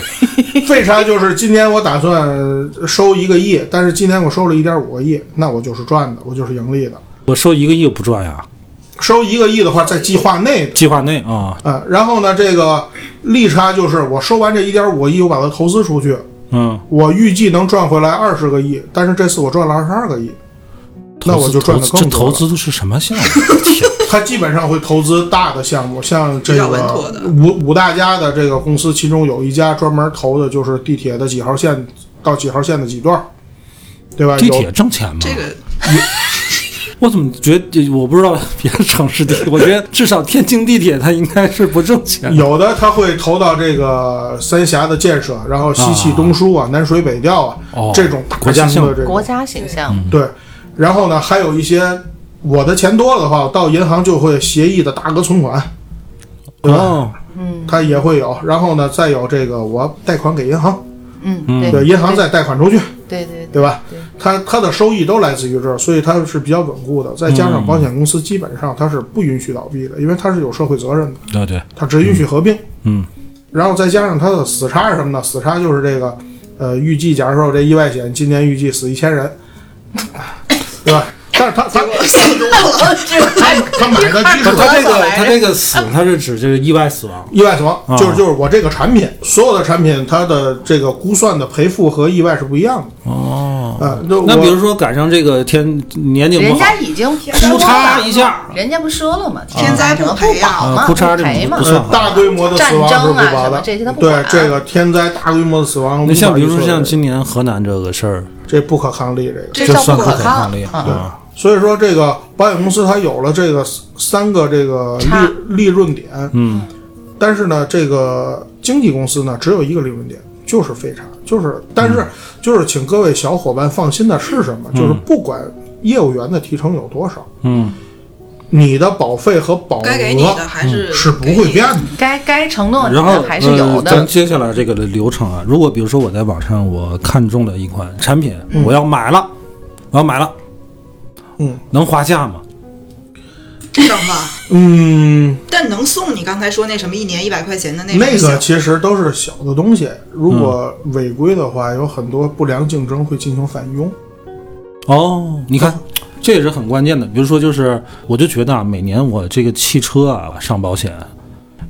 Speaker 4: 费差就是今年我打算收一个亿，但是今年我收了一点五个亿，那我就是赚的，我就是盈利的。
Speaker 1: 我收一个亿不赚呀，
Speaker 4: 收一个亿的话，在计划内的。
Speaker 1: 计划内啊，
Speaker 4: 啊、然后呢，这个利差就是我收完这一点五个亿，我把它投资出去，
Speaker 1: 嗯，
Speaker 4: 我预计能赚回来二十个亿，但是这次我赚了二十二个亿，那我就赚的
Speaker 1: 投
Speaker 4: 更
Speaker 1: 资这
Speaker 4: 多
Speaker 1: 投
Speaker 4: 了
Speaker 1: 资的是什么项
Speaker 4: (laughs)
Speaker 1: 目？天
Speaker 4: 他基本上会投资大的项目，像这
Speaker 5: 比较稳妥
Speaker 4: 个
Speaker 5: 的
Speaker 4: 五五大家的这个公司，其中有一家专门投的就是地铁的几号线到几号线的几段儿，对吧？
Speaker 1: 地
Speaker 4: 有
Speaker 1: 铁挣钱吗？
Speaker 5: 这个
Speaker 1: 我怎么觉得我不知道 (laughs) 别的城市地铁，我觉得至少天津地铁它应该是不挣钱。
Speaker 4: 有的他会投到这个三峡的建设，然后西气东输啊、南水北调啊、
Speaker 1: 哦
Speaker 4: 这种大
Speaker 1: 国家
Speaker 4: 型的
Speaker 1: 项
Speaker 4: 这
Speaker 3: 国
Speaker 4: 种
Speaker 3: 家形象，
Speaker 4: 对，然后呢，还有一些我的钱多了的话，我到银行就会协议的大额存款，对吧？
Speaker 1: 哦，
Speaker 4: 它也会有。然后呢，再有这个我贷款给银行，
Speaker 3: 嗯，对
Speaker 4: 对，银行再贷款出去，
Speaker 3: 对对对
Speaker 4: 对吧？它它的收益都来自于这儿，所以它是比较稳固的。再加
Speaker 1: 嗯
Speaker 4: 上保险公司基本上它是不允许倒闭的，因为它是有社会责任的，
Speaker 1: 对对，
Speaker 4: 它只允许合并。
Speaker 1: 嗯，
Speaker 4: 然后再加上它的死叉是什么呢？死叉就是这个，呃，预计假如说我这意外险今年预计死一千人， (laughs) 对吧？但是它它
Speaker 5: 死多了，
Speaker 3: 哎
Speaker 4: 它买的基础
Speaker 1: (laughs) 他他这
Speaker 3: 多少
Speaker 1: 个
Speaker 3: 来着
Speaker 1: 他这个死，他是指就是意外死亡。
Speaker 4: 意外死亡，
Speaker 1: 啊
Speaker 4: 就是就是我这个产品，所有的产品它的这个估算的赔付和意外是不一样的。哦，啊、我
Speaker 1: 那比如说赶上这个天年境不
Speaker 3: 人
Speaker 1: 好，
Speaker 3: 家已经
Speaker 1: 出差一下
Speaker 3: 人家不说了吗？
Speaker 5: 天灾
Speaker 3: 不
Speaker 5: 不赔啊
Speaker 3: 保嘛，
Speaker 1: 啊出差这种
Speaker 3: 赔嘛
Speaker 1: 不，
Speaker 4: 呃
Speaker 1: 算
Speaker 4: 大规模的死亡是不
Speaker 3: 战争啊
Speaker 4: 保
Speaker 3: 什
Speaker 4: 的，
Speaker 3: 么这些它不
Speaker 4: 对
Speaker 3: 管
Speaker 4: 这个天灾大规模的死亡，
Speaker 1: 那像比如说
Speaker 4: 无法预测的
Speaker 1: 像今年河南这个事儿，
Speaker 4: 这不可抗力这个。
Speaker 3: 这
Speaker 1: 这
Speaker 3: 叫不
Speaker 1: 算
Speaker 3: 可
Speaker 1: 不可
Speaker 3: 抗
Speaker 1: 抗力
Speaker 3: 啊！
Speaker 1: 啊。
Speaker 4: 所以说，这个保险公司它有了这个三个这个
Speaker 3: 差
Speaker 4: 利利润点，嗯，但是呢，这个经纪公司呢只有一个利润点，就是费差，就是但
Speaker 1: 嗯
Speaker 4: 是、就是请各位小伙伴放心的是什么？就是不管业务员的提成有多少，
Speaker 1: 嗯，
Speaker 4: 你的保费和保额
Speaker 5: 该给你的还是
Speaker 4: 嗯是不
Speaker 5: 给
Speaker 4: 会
Speaker 5: 你
Speaker 4: 变
Speaker 5: 的。
Speaker 4: 的。
Speaker 3: 该该承诺你
Speaker 1: 然后
Speaker 3: 的哦还是有
Speaker 1: 呃咱
Speaker 3: 的，
Speaker 1: 接下来这个流程啊，如果比如说我在网上我看中了一款产品，
Speaker 3: 嗯
Speaker 1: 我要买了，我要买了，
Speaker 4: 嗯，
Speaker 1: 能划价吗？
Speaker 5: 上吧，
Speaker 4: 嗯，
Speaker 5: 但能送你刚才说那什么一年一百块钱的那
Speaker 4: 那
Speaker 5: 种
Speaker 4: 个
Speaker 5: 小
Speaker 4: 其实都是小的东西，如果违规的话，有很多不良竞争会进行反佣。
Speaker 1: 哦，你看，这也是很关键的。比如说，就是我就觉得啊，每年我这个汽车啊上保险，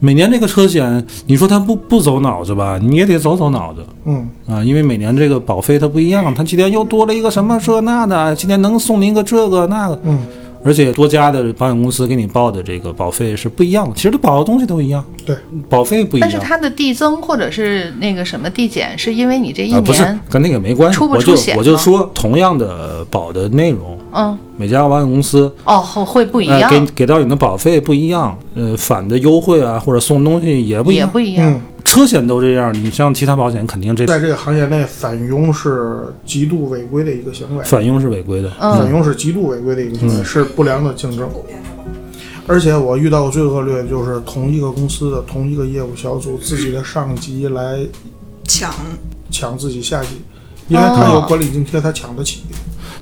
Speaker 1: 每年这个车险，你说它不不走脑子吧，你也得走走脑子
Speaker 4: 嗯，
Speaker 1: 啊，因为每年这个保费它不一样，它今年又多了一个什么这那的，今年能送您个这个那个，
Speaker 4: 嗯，
Speaker 1: 而且多家的保险公司给你报的这个保费是不一样的，其实它保的东西都一样，
Speaker 4: 对，
Speaker 1: 保费不一样
Speaker 3: 但是，它的递增或者是那个什么递减，是因为你这一
Speaker 1: 啊不是
Speaker 3: 年，
Speaker 1: 跟那个没关系，
Speaker 3: 出不
Speaker 1: 我
Speaker 3: 出
Speaker 1: 就
Speaker 3: 险
Speaker 1: 我就
Speaker 3: 吗
Speaker 1: 说同样的保的内容，
Speaker 3: 嗯
Speaker 1: 每家保险公司。
Speaker 3: 哦会会不一
Speaker 1: 呃，
Speaker 3: 样，
Speaker 1: 给给到你的保费不一样，呃，返的优惠啊，或者送东西也不一
Speaker 3: 也
Speaker 1: 样。
Speaker 3: 不
Speaker 5: 哎
Speaker 3: 一样
Speaker 4: 嗯。
Speaker 1: 车险都这样，你像其他保险肯定这
Speaker 4: 在这个行业内，反佣是极度违规的一个行为，
Speaker 1: 反佣是违规的。
Speaker 3: 嗯
Speaker 1: 嗯
Speaker 4: 反佣是极度违规的一个行为，是不良的竞争。而且我遇到过最恶劣的就是同一个公司的同一个业务小组，自己的上级来
Speaker 5: 抢，
Speaker 4: 抢自己下级，因为
Speaker 5: 哦
Speaker 4: 他有管理津贴，他抢得起。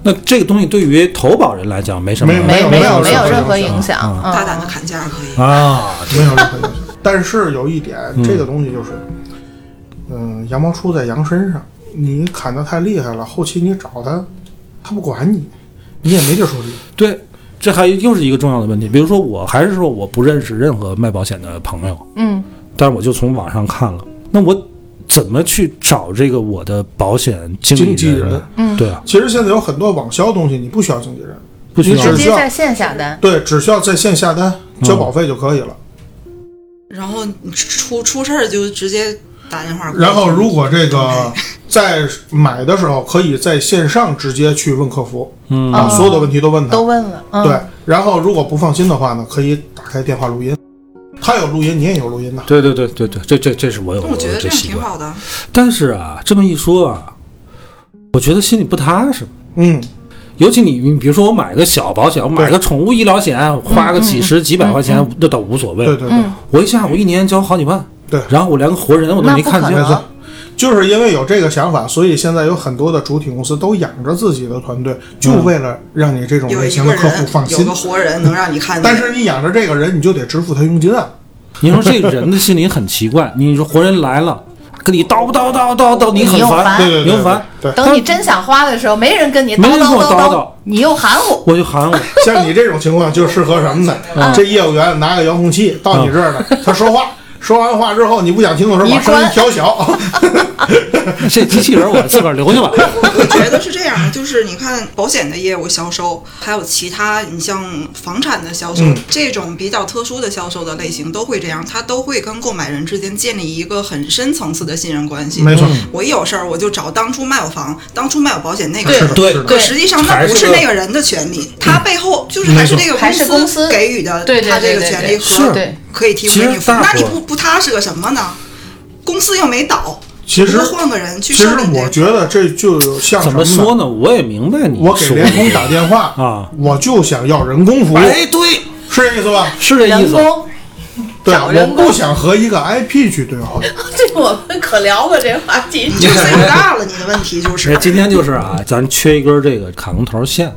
Speaker 1: 那这个东西对于投保人来讲没什么
Speaker 4: 没
Speaker 3: 没
Speaker 4: 有
Speaker 3: 没
Speaker 4: 没有
Speaker 3: 没有
Speaker 4: 任
Speaker 3: 任
Speaker 4: 何
Speaker 3: 何
Speaker 4: 影
Speaker 3: 影响，嗯
Speaker 5: 大胆的砍价可以。
Speaker 1: 啊，
Speaker 4: 没有任何影响。但是有一点，这个东西就是，嗯，羊毛出在羊身上，你砍得太厉害了，后期你找他，他不管你，你也没地儿说理。
Speaker 1: 对，这还又是一个重要的问题。比如说，我还是说我不认识任何卖保险的朋友，
Speaker 3: 嗯，
Speaker 1: 但是我就从网上看了，那我怎么去找这个我的保险经理
Speaker 4: 经纪
Speaker 1: 人？
Speaker 4: 人
Speaker 1: 嗯，对啊，
Speaker 4: 其实现在有很多网销东西，你不需要经纪人。
Speaker 1: 不需
Speaker 4: 你
Speaker 1: 要
Speaker 3: 直
Speaker 4: 只需
Speaker 3: 接
Speaker 4: 要
Speaker 3: 在线下单，
Speaker 4: 对，只需要在线下单交保费就可以了。
Speaker 5: 然后你出出事儿就直接打电话过去。
Speaker 4: 然后如果这个在买的时候，可以在线上直接去问客服，
Speaker 1: 嗯
Speaker 4: 把
Speaker 3: 哦
Speaker 4: 所有的问题都问他。
Speaker 3: 都问了，嗯
Speaker 4: 对，，然后如果不放心的话呢，可以打开电话录音，他有录音，你也有录音呐。
Speaker 1: 对对对对对，这这这是我有
Speaker 5: 我觉得这
Speaker 1: 这
Speaker 5: 样
Speaker 1: 习
Speaker 5: 挺
Speaker 1: 惯。
Speaker 5: 好的，
Speaker 1: 但是啊，这么一说啊，我觉得心里不踏实。
Speaker 4: 嗯，
Speaker 1: 尤其你，你比如说我买个小保险，我买个宠物医疗险，花个几十几百块钱，那倒无所谓。
Speaker 4: 对对对，
Speaker 3: 嗯
Speaker 1: 我一下我一年交好几万，
Speaker 4: 对
Speaker 1: 然后我连个活人我都
Speaker 3: 那
Speaker 1: 没
Speaker 3: 不
Speaker 1: 看
Speaker 3: 可
Speaker 1: 见。
Speaker 3: 能，啊
Speaker 4: 就是因为有这个想法，所以现在有很多的主体公司都养着自己的团队，就为了让你这种
Speaker 5: 有
Speaker 4: 类
Speaker 5: 一
Speaker 4: 型
Speaker 5: 个
Speaker 4: 的客户
Speaker 5: 人
Speaker 4: 放
Speaker 5: 有
Speaker 4: 心
Speaker 5: 个。活人能让你看见。
Speaker 4: 但是你养着这个人，你就得支付他佣金
Speaker 5: (laughs)
Speaker 4: 啊。
Speaker 1: 你说这人的心里很奇怪，你说活人来了，跟你叨不叨叨叨叨，你很
Speaker 3: 你又烦
Speaker 4: 对对
Speaker 1: 你
Speaker 4: 对
Speaker 1: 又烦。
Speaker 4: 对，对
Speaker 3: 等你真想花的时候，没人跟你叨
Speaker 1: 没人跟
Speaker 3: 叨
Speaker 1: 我
Speaker 3: 叨
Speaker 1: 叨
Speaker 3: 叨
Speaker 1: 叨，
Speaker 3: 你又喊我，
Speaker 1: 我就喊我，
Speaker 4: 像你这种情况就适合什么呢？
Speaker 1: 嗯
Speaker 4: 这业务员拿个遥控器到你这
Speaker 5: (laughs)
Speaker 4: 儿呢，他说话，说完话之后你不想听的时候，
Speaker 3: 你
Speaker 4: 把声音
Speaker 3: 转
Speaker 4: 调
Speaker 5: (laughs)
Speaker 4: 小。
Speaker 1: 这机器人我自个儿留下
Speaker 4: (laughs)
Speaker 1: 吧。
Speaker 5: 我觉得是这样的，就是你看保险的业务销售，还有其他你像房产的销售、
Speaker 4: 嗯
Speaker 5: 这种比较特殊的销售的类型都会这样，他都会跟购买人之间建立一个很深层次的信任关系。嗯
Speaker 4: 没错，
Speaker 5: 我一有事儿我就找当初卖我房、当初卖我保险那个
Speaker 3: 对
Speaker 5: 人。
Speaker 1: 对
Speaker 5: 可
Speaker 3: 对
Speaker 5: 实际上那不是那个人的权利，他
Speaker 4: 嗯
Speaker 5: 背后就是还是这个
Speaker 3: 还是公司
Speaker 5: 给予的，
Speaker 3: 对对
Speaker 5: 他这个
Speaker 3: 对对
Speaker 5: 权利
Speaker 3: 对
Speaker 5: 和
Speaker 3: 对
Speaker 5: 可以提供
Speaker 1: 其
Speaker 5: 给
Speaker 1: 实
Speaker 5: 你服务
Speaker 1: 大。
Speaker 5: 那你
Speaker 1: 伙儿
Speaker 5: 不不踏实个什么呢？公司又没倒，
Speaker 4: 其实
Speaker 5: 不换个人去
Speaker 4: 其实
Speaker 5: 处理这
Speaker 4: 我
Speaker 5: 个
Speaker 4: 觉得这就有像
Speaker 1: 怎么
Speaker 4: 什
Speaker 1: 说
Speaker 4: 呢？
Speaker 1: 呢？我也明白你
Speaker 4: 我给
Speaker 1: 说
Speaker 4: 联通打电话
Speaker 1: 啊，
Speaker 4: 我就想要人工服务，
Speaker 1: 哎，对，
Speaker 4: 是这意思吧？
Speaker 1: 是这意
Speaker 3: 人
Speaker 1: 思。
Speaker 3: 工 (laughs)
Speaker 4: 对，
Speaker 3: 找人
Speaker 4: 我
Speaker 3: 工
Speaker 5: (laughs)
Speaker 4: 不想和一个 IP 去对话，
Speaker 3: 这我们可聊过这话
Speaker 1: 嗯
Speaker 3: 题，
Speaker 5: 你就岁数大了，你的问题就
Speaker 1: 哎
Speaker 5: 是
Speaker 1: 今天就是啊，咱缺一根这个卡龙头线。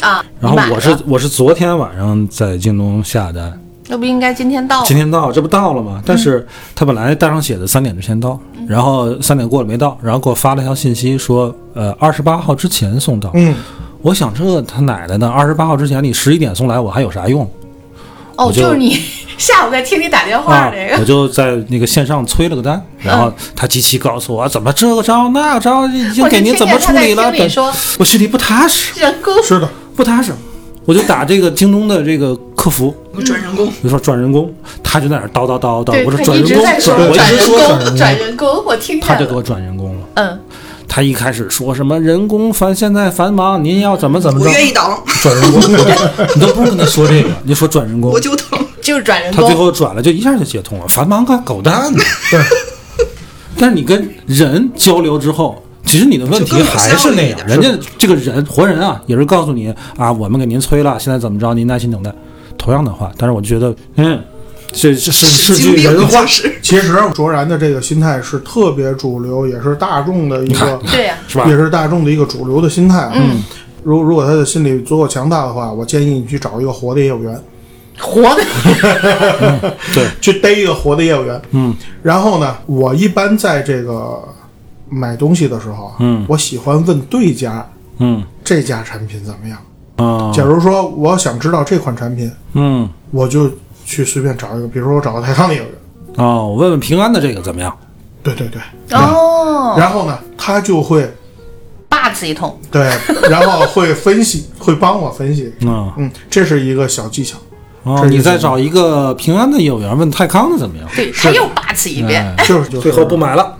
Speaker 3: 啊。
Speaker 1: 然后
Speaker 3: 买
Speaker 1: 我是
Speaker 3: 了
Speaker 1: 我是昨天晚上在京东下单，
Speaker 3: 那不应该今天到吗
Speaker 1: 今？天到，这不到了吗？
Speaker 3: 嗯
Speaker 1: 但是他本来带上写的三点之前到，然后三点过了没到，然后给我发了条信息说，呃，二十八号之前送到。
Speaker 4: 嗯，
Speaker 1: 我想这他奶奶的，二十八号之前你十一点送来，我还有啥用
Speaker 3: 哦，
Speaker 1: 我就
Speaker 3: 就是你 (laughs) 下午在听你打电话
Speaker 1: 啊
Speaker 3: 这个？嗯
Speaker 1: 我就在那个线上催了个单，然后他机器告诉我怎么这个招那个招已经
Speaker 3: 我就
Speaker 1: 给您
Speaker 3: 听
Speaker 1: 怎么
Speaker 3: 见他
Speaker 1: 处
Speaker 3: 在
Speaker 1: 理了，
Speaker 3: 听你
Speaker 1: 等
Speaker 3: 说
Speaker 1: 我心里不踏
Speaker 3: (laughs)
Speaker 1: 实，
Speaker 3: 人工
Speaker 4: 是的，
Speaker 1: 不踏实，我就打这个京东的这个客服。
Speaker 5: 转人
Speaker 4: 嗯
Speaker 5: 工。
Speaker 1: 我说转人工，他就在那儿叨叨叨叨。
Speaker 3: 对
Speaker 1: 我说
Speaker 3: 他
Speaker 1: 转
Speaker 3: 一
Speaker 1: 人
Speaker 3: 直
Speaker 1: 工
Speaker 3: 在，说
Speaker 1: 转我一
Speaker 3: 转
Speaker 1: 直
Speaker 3: 人
Speaker 1: 说转
Speaker 3: 工，转人工，我听见
Speaker 1: 他就给我
Speaker 3: 了。
Speaker 1: 转人工了。
Speaker 3: 嗯，
Speaker 1: 他一开始说什么人工繁现在繁忙，您要怎么怎么
Speaker 5: 我
Speaker 1: 着？
Speaker 5: 愿
Speaker 4: 嗯
Speaker 5: 意等，
Speaker 1: 转人工，你都不用跟他说
Speaker 5: (laughs)
Speaker 1: 这个，你说转人工
Speaker 5: 我，就等。
Speaker 4: 嗯
Speaker 3: 就是转人
Speaker 1: 他最
Speaker 3: 工。
Speaker 1: 后转了，就一下就接通了。繁忙个狗蛋呢！
Speaker 4: 对，
Speaker 1: 但是你跟人交流之后，其实你的问
Speaker 5: 就
Speaker 1: 题
Speaker 5: 更有
Speaker 1: 还是那
Speaker 5: 效率一
Speaker 1: 样，人
Speaker 5: 点
Speaker 1: 家这个人活人啊，也是告诉你啊，我们给您催了，现在怎么着，您耐心等待。同样的话，但是我就觉得，嗯，这这是是
Speaker 5: 精
Speaker 1: 句
Speaker 5: 兵
Speaker 1: 人话
Speaker 5: 就，是
Speaker 4: 其实卓然的这个心态是特别主流，也是大众的一
Speaker 1: 你看
Speaker 4: 个，
Speaker 3: 对
Speaker 1: (laughs)
Speaker 3: 呀，
Speaker 1: 是吧
Speaker 4: 也？是大众的一个主流的心态。嗯，如如果他的心理足够强大的话，我建议你去找一个活的业务员，
Speaker 3: 活的
Speaker 1: 对，
Speaker 4: 去逮一个活的业务员。嗯，然后呢，我一般在这个买东西的时候，嗯，我喜欢问对家
Speaker 1: 嗯
Speaker 4: 这家产品怎么样。
Speaker 1: 啊，
Speaker 4: 假如说我想知道这款产品，
Speaker 1: 嗯
Speaker 4: 我就去随便找一个，比如说我找个台康的业务员。
Speaker 1: 哦，我问问平安的这个怎么样？
Speaker 4: 对对对，
Speaker 1: 嗯
Speaker 3: 哦，
Speaker 4: 然后呢，他就会
Speaker 3: 霸气一通。
Speaker 4: 对，然后会分析， (laughs) 会帮我分析。
Speaker 1: 啊、
Speaker 4: 嗯，这是一个小技巧，
Speaker 1: 哦，
Speaker 4: 这
Speaker 1: 你
Speaker 4: 是
Speaker 1: 再
Speaker 4: 什么
Speaker 1: 找一个平安的业务员问泰康的怎么样？
Speaker 3: 对他又霸气一
Speaker 1: 嗯
Speaker 3: 遍，
Speaker 4: 就是就是
Speaker 1: 最后不买了，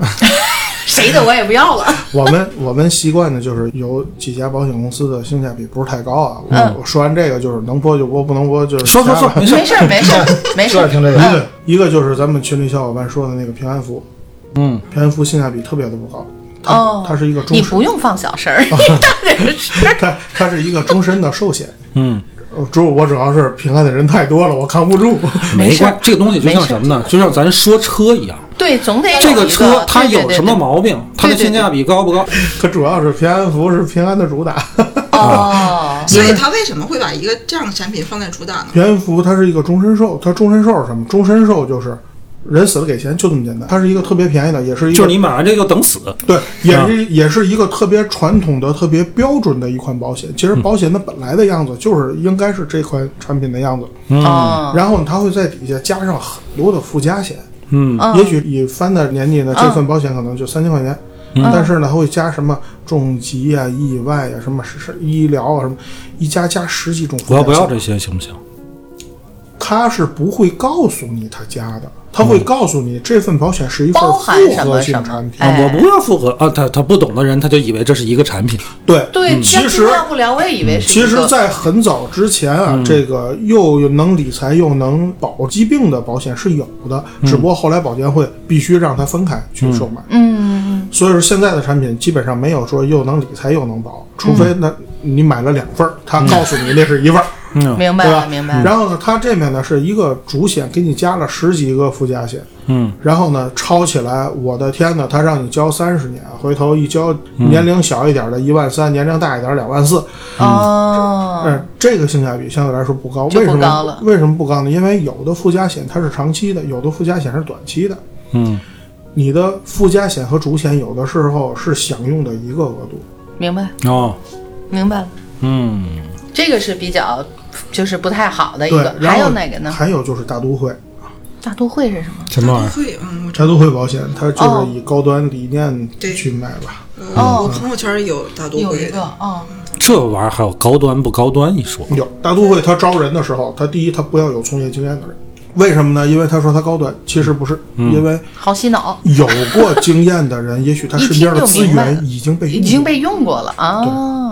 Speaker 3: 谁的我也不要了。
Speaker 4: 我们我们习惯的就是有几家保险公司的性价比不是太高啊。我我说完这个就是能播就播，不能播就是
Speaker 1: 说说说， (laughs) 没事
Speaker 3: 没。事儿，没事儿，没事
Speaker 6: 就
Speaker 3: 儿。嗯
Speaker 6: 爱听这
Speaker 4: 一
Speaker 6: 个。
Speaker 4: 个一个就是咱们群里小伙伴说的那个平安符，
Speaker 1: 嗯，
Speaker 4: 平安符性价比特别的不高，它、
Speaker 3: 哦
Speaker 4: 它是一个终
Speaker 3: 你
Speaker 4: 身，
Speaker 3: 不用放
Speaker 1: (laughs)
Speaker 3: 小声儿，你大点声儿。
Speaker 4: 它它是一个终身的寿险。
Speaker 1: (laughs) 嗯，
Speaker 4: 呃主我主要是平安的人太多了，我扛不住。 (laughs)
Speaker 1: 没
Speaker 3: 事儿
Speaker 1: 关，这个东西就
Speaker 3: 没
Speaker 1: 像
Speaker 3: 事
Speaker 1: 什
Speaker 3: 儿
Speaker 1: 么呢？就像咱说车一样，
Speaker 3: 对，总得有
Speaker 1: 这个
Speaker 3: 一
Speaker 1: 车它
Speaker 3: 对对
Speaker 1: 有
Speaker 3: 对
Speaker 1: 什么
Speaker 3: 对
Speaker 1: 毛病，它的
Speaker 3: 对对
Speaker 1: 性价比高不高？
Speaker 4: 它主要是平安符是平安的主打，
Speaker 3: 哦，
Speaker 5: 所以他为什么会把一个这样的产品放在主打呢？
Speaker 4: 平安符它是一个终身寿，它终身寿是什么？终身寿就是人死了给钱，就这么简单。它是一个特别便宜的，也是一个
Speaker 1: 就是你啊买完这个等死。
Speaker 4: 对，也是也是一个特别传统的、特别标准的一款保险。其实保险的本来的样子就是应该是这款产品的样子，
Speaker 1: 嗯啊
Speaker 3: 哦，
Speaker 4: 然后呢它会在底下加上很多的附加险。
Speaker 1: 嗯啊
Speaker 3: 嗯
Speaker 4: 也许以翻的年纪呢，
Speaker 3: 嗯
Speaker 4: 这份保险可能就三千块钱，
Speaker 1: 嗯
Speaker 4: 但是呢，它会加什么重疾啊、意外啊、什么是是医疗啊什么，一加加十几种附
Speaker 1: 我
Speaker 4: 加
Speaker 1: 要
Speaker 4: 险。
Speaker 1: 不要这些行不行？
Speaker 4: 他是不会告诉你他加的，他会告诉你这份保险是一份
Speaker 3: 包
Speaker 4: 复
Speaker 3: 含什么
Speaker 4: 合性
Speaker 3: 什么
Speaker 4: 产品。
Speaker 1: 啊，
Speaker 3: 哎
Speaker 1: 我不要复合啊！他他不懂的人，他就以为这是一个产品。
Speaker 4: 对，
Speaker 3: 对，
Speaker 1: 嗯
Speaker 4: 其
Speaker 3: 这
Speaker 4: 实
Speaker 3: 大不了，我也以为是
Speaker 4: 其
Speaker 3: 一
Speaker 4: 实，
Speaker 3: 个
Speaker 4: 在很早之前啊，这个又能理财又能保疾病的保险是有的，只不过后来保监会必须让它分开去售卖。
Speaker 3: 嗯，
Speaker 4: 所以说现在的产品基本上没有说又能理财又能保，
Speaker 3: 嗯
Speaker 4: 除非那你买了两份儿，他告诉你那是一份儿，
Speaker 1: 嗯
Speaker 3: 明白
Speaker 4: 对吧？
Speaker 3: 了，明白了。
Speaker 4: 然后呢，它这面呢是一个主险，给你加了十几个附加险，
Speaker 1: 嗯，
Speaker 4: 然后呢抄起来，我的天呐，它让你交三十年，回头一交年龄小一点的一万三，年龄大一点两万四，
Speaker 3: 哦，
Speaker 4: 嗯，这个性价比相对来说不高，
Speaker 3: 就
Speaker 4: 为
Speaker 3: 不
Speaker 4: 什
Speaker 3: 高了
Speaker 4: 么？为什么不高呢？因为有的附加险它是长期的，有的附加险是短期的。
Speaker 1: 嗯，
Speaker 4: 你的附加险和主险有的时候是享用的一个额度，
Speaker 3: 明白，
Speaker 1: 哦，
Speaker 3: 明白了。
Speaker 1: 嗯，
Speaker 3: 这个是比较，就是不太好的一
Speaker 4: 对
Speaker 3: 个。。
Speaker 4: 然
Speaker 3: 还
Speaker 4: 后
Speaker 3: 有哪个呢？
Speaker 4: 还有就是大都会，
Speaker 3: 大都会是什么？
Speaker 1: 什么玩意儿？
Speaker 5: 会，嗯，
Speaker 4: 大都会保险它就
Speaker 3: 哦
Speaker 4: 是以高端理念
Speaker 5: 对
Speaker 4: 去卖吧。
Speaker 5: 我
Speaker 3: 哦
Speaker 5: 呃我朋友圈有大都
Speaker 3: 有
Speaker 5: 会
Speaker 3: 一个
Speaker 5: 的，
Speaker 3: 哦，
Speaker 1: 这玩意儿还有高端不高端一说？
Speaker 4: 有大都会，他招人的时候，他第一他不要有从业经验的人，为什么呢？因为他说他高端，其实不是，因为
Speaker 3: 好洗脑，
Speaker 4: 有过经验的人，也许他身边的
Speaker 3: (laughs)
Speaker 4: 资
Speaker 3: 一听就明白
Speaker 4: 源已经被
Speaker 3: 已经被用过了啊。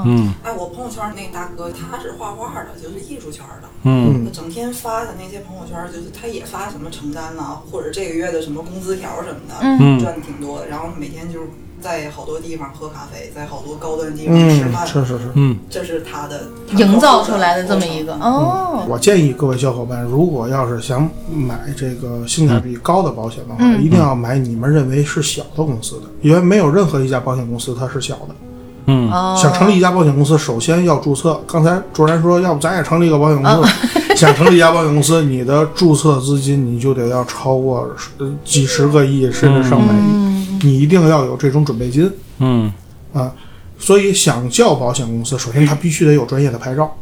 Speaker 1: 嗯
Speaker 5: 哎，我朋友圈那大哥他是画画的，就是艺术圈的，
Speaker 1: 嗯
Speaker 5: 他整天发的那些朋友圈，就是他也啊发什么成单啦、或者这个月的什么工资条什么的，
Speaker 3: 嗯
Speaker 1: 嗯
Speaker 5: 赚的挺多的。然后每天就是在好多地方喝咖啡，在好多高端地方吃
Speaker 4: 嗯，
Speaker 5: 饭，
Speaker 4: 是是是。
Speaker 1: 嗯，
Speaker 5: 这是他的
Speaker 3: 营造出来的这么一个。哦，
Speaker 4: 我建议各位小伙伴，如果要是想买这个性价比高的保险的话，
Speaker 3: 嗯
Speaker 4: 一定要买你们认为是小的公司的，因为没有任何一家保险公司它是小的。
Speaker 1: 嗯
Speaker 3: 哦，
Speaker 4: 想成立一家保险公司，首先要注册。刚才卓然说，要不咱也成立一个保险公司？
Speaker 3: 哦
Speaker 4: (laughs) 想成立一家保险公司，你的注册资金你就得要超过呃几十个亿，甚至上百
Speaker 3: 嗯
Speaker 4: 亿，你一定要有这种准备金
Speaker 1: 嗯，
Speaker 4: 啊。所以，想叫保险公司，首先它必须得有专业的牌照，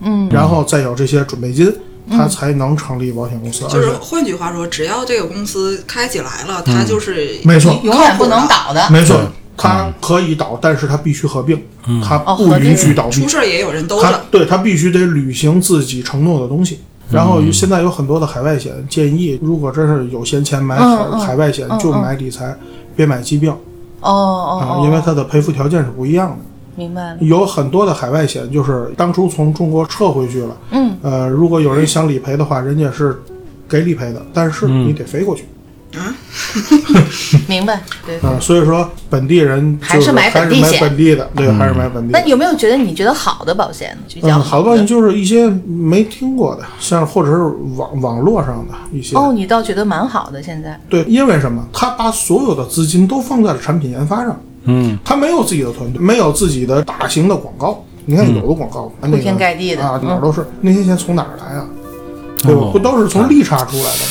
Speaker 3: 嗯，
Speaker 4: 然后再有这些准备金，它才能成立保险公司。
Speaker 5: 就
Speaker 4: 而
Speaker 5: 是
Speaker 4: 且，
Speaker 5: 换句话说，只要这个公司开起来了，
Speaker 1: 嗯
Speaker 5: 它就是
Speaker 4: 没错
Speaker 3: 永远不能倒的。
Speaker 4: 没错，它可以倒，但是它必须合并，
Speaker 5: 嗯
Speaker 4: 它
Speaker 3: 哦
Speaker 4: 不
Speaker 3: 合并
Speaker 4: 允许倒闭
Speaker 5: 出。事儿也有人兜
Speaker 4: 他
Speaker 5: 着。
Speaker 4: 对他必须得履行自己承诺的东西。然后现在有很多的海外险，建议如果真是有闲钱买海、
Speaker 3: 嗯嗯
Speaker 4: 海外险，就买理财，别买疾病
Speaker 3: 哦
Speaker 4: 啊、
Speaker 3: 哦哦，
Speaker 4: 因为它的赔付条件是不一样的。
Speaker 3: 明白了。
Speaker 4: 有很多的海外险就是当初从中国撤回去了，
Speaker 3: 嗯，
Speaker 4: 呃，如果有人想理赔的话，人家是给理赔的，但是你得飞过去
Speaker 3: 明白，对。
Speaker 4: 啊、所以说本地人
Speaker 3: 还
Speaker 4: 就是
Speaker 3: 买
Speaker 4: 还
Speaker 3: 本
Speaker 4: 是
Speaker 3: 地
Speaker 4: 买
Speaker 3: 险
Speaker 4: 本地的，对，还是买本地的。
Speaker 3: 那有没有觉得你觉得好的保险比较
Speaker 4: 嗯，好
Speaker 3: 的
Speaker 4: 多就是一些没听过的，像或者是网网络上的一些
Speaker 3: 哦，你倒觉得蛮好的，现在
Speaker 4: 对，因为什么？他把所有的资金都放在了产品研发上，
Speaker 1: 嗯，
Speaker 4: 他没有自己的团队，没有自己的大型的广告。你看，有的广告、啊那个
Speaker 3: 铺天盖地的
Speaker 4: 啊，
Speaker 3: 嗯
Speaker 4: 哪儿都是，那些钱从哪儿来啊？对吧？
Speaker 1: 哦
Speaker 4: 不都是从利差出来的吗？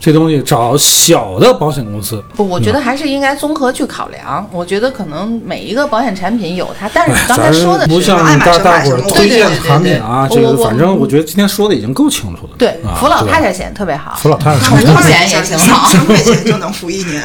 Speaker 1: 这东西找小的保险公司，
Speaker 3: 不，我觉
Speaker 1: 嗯
Speaker 3: 得还是应该综合去考量。我觉得可能每一个保险产品有它，但
Speaker 1: (laughs)
Speaker 3: 是你刚才
Speaker 1: 哎咱
Speaker 3: 说的
Speaker 1: 不
Speaker 3: 是
Speaker 1: 像大大伙儿推荐产品啊，
Speaker 3: 对对
Speaker 1: 这
Speaker 3: 对对对我
Speaker 1: 个
Speaker 3: 我
Speaker 1: 反正我觉得今天说的已经够清楚了。
Speaker 3: 对
Speaker 1: 啊
Speaker 3: 扶老
Speaker 1: 对吧
Speaker 3: 太太险特别好，
Speaker 1: 扶老太太
Speaker 3: 宠物险也挺好，
Speaker 5: (laughs) 三块钱就能服一年，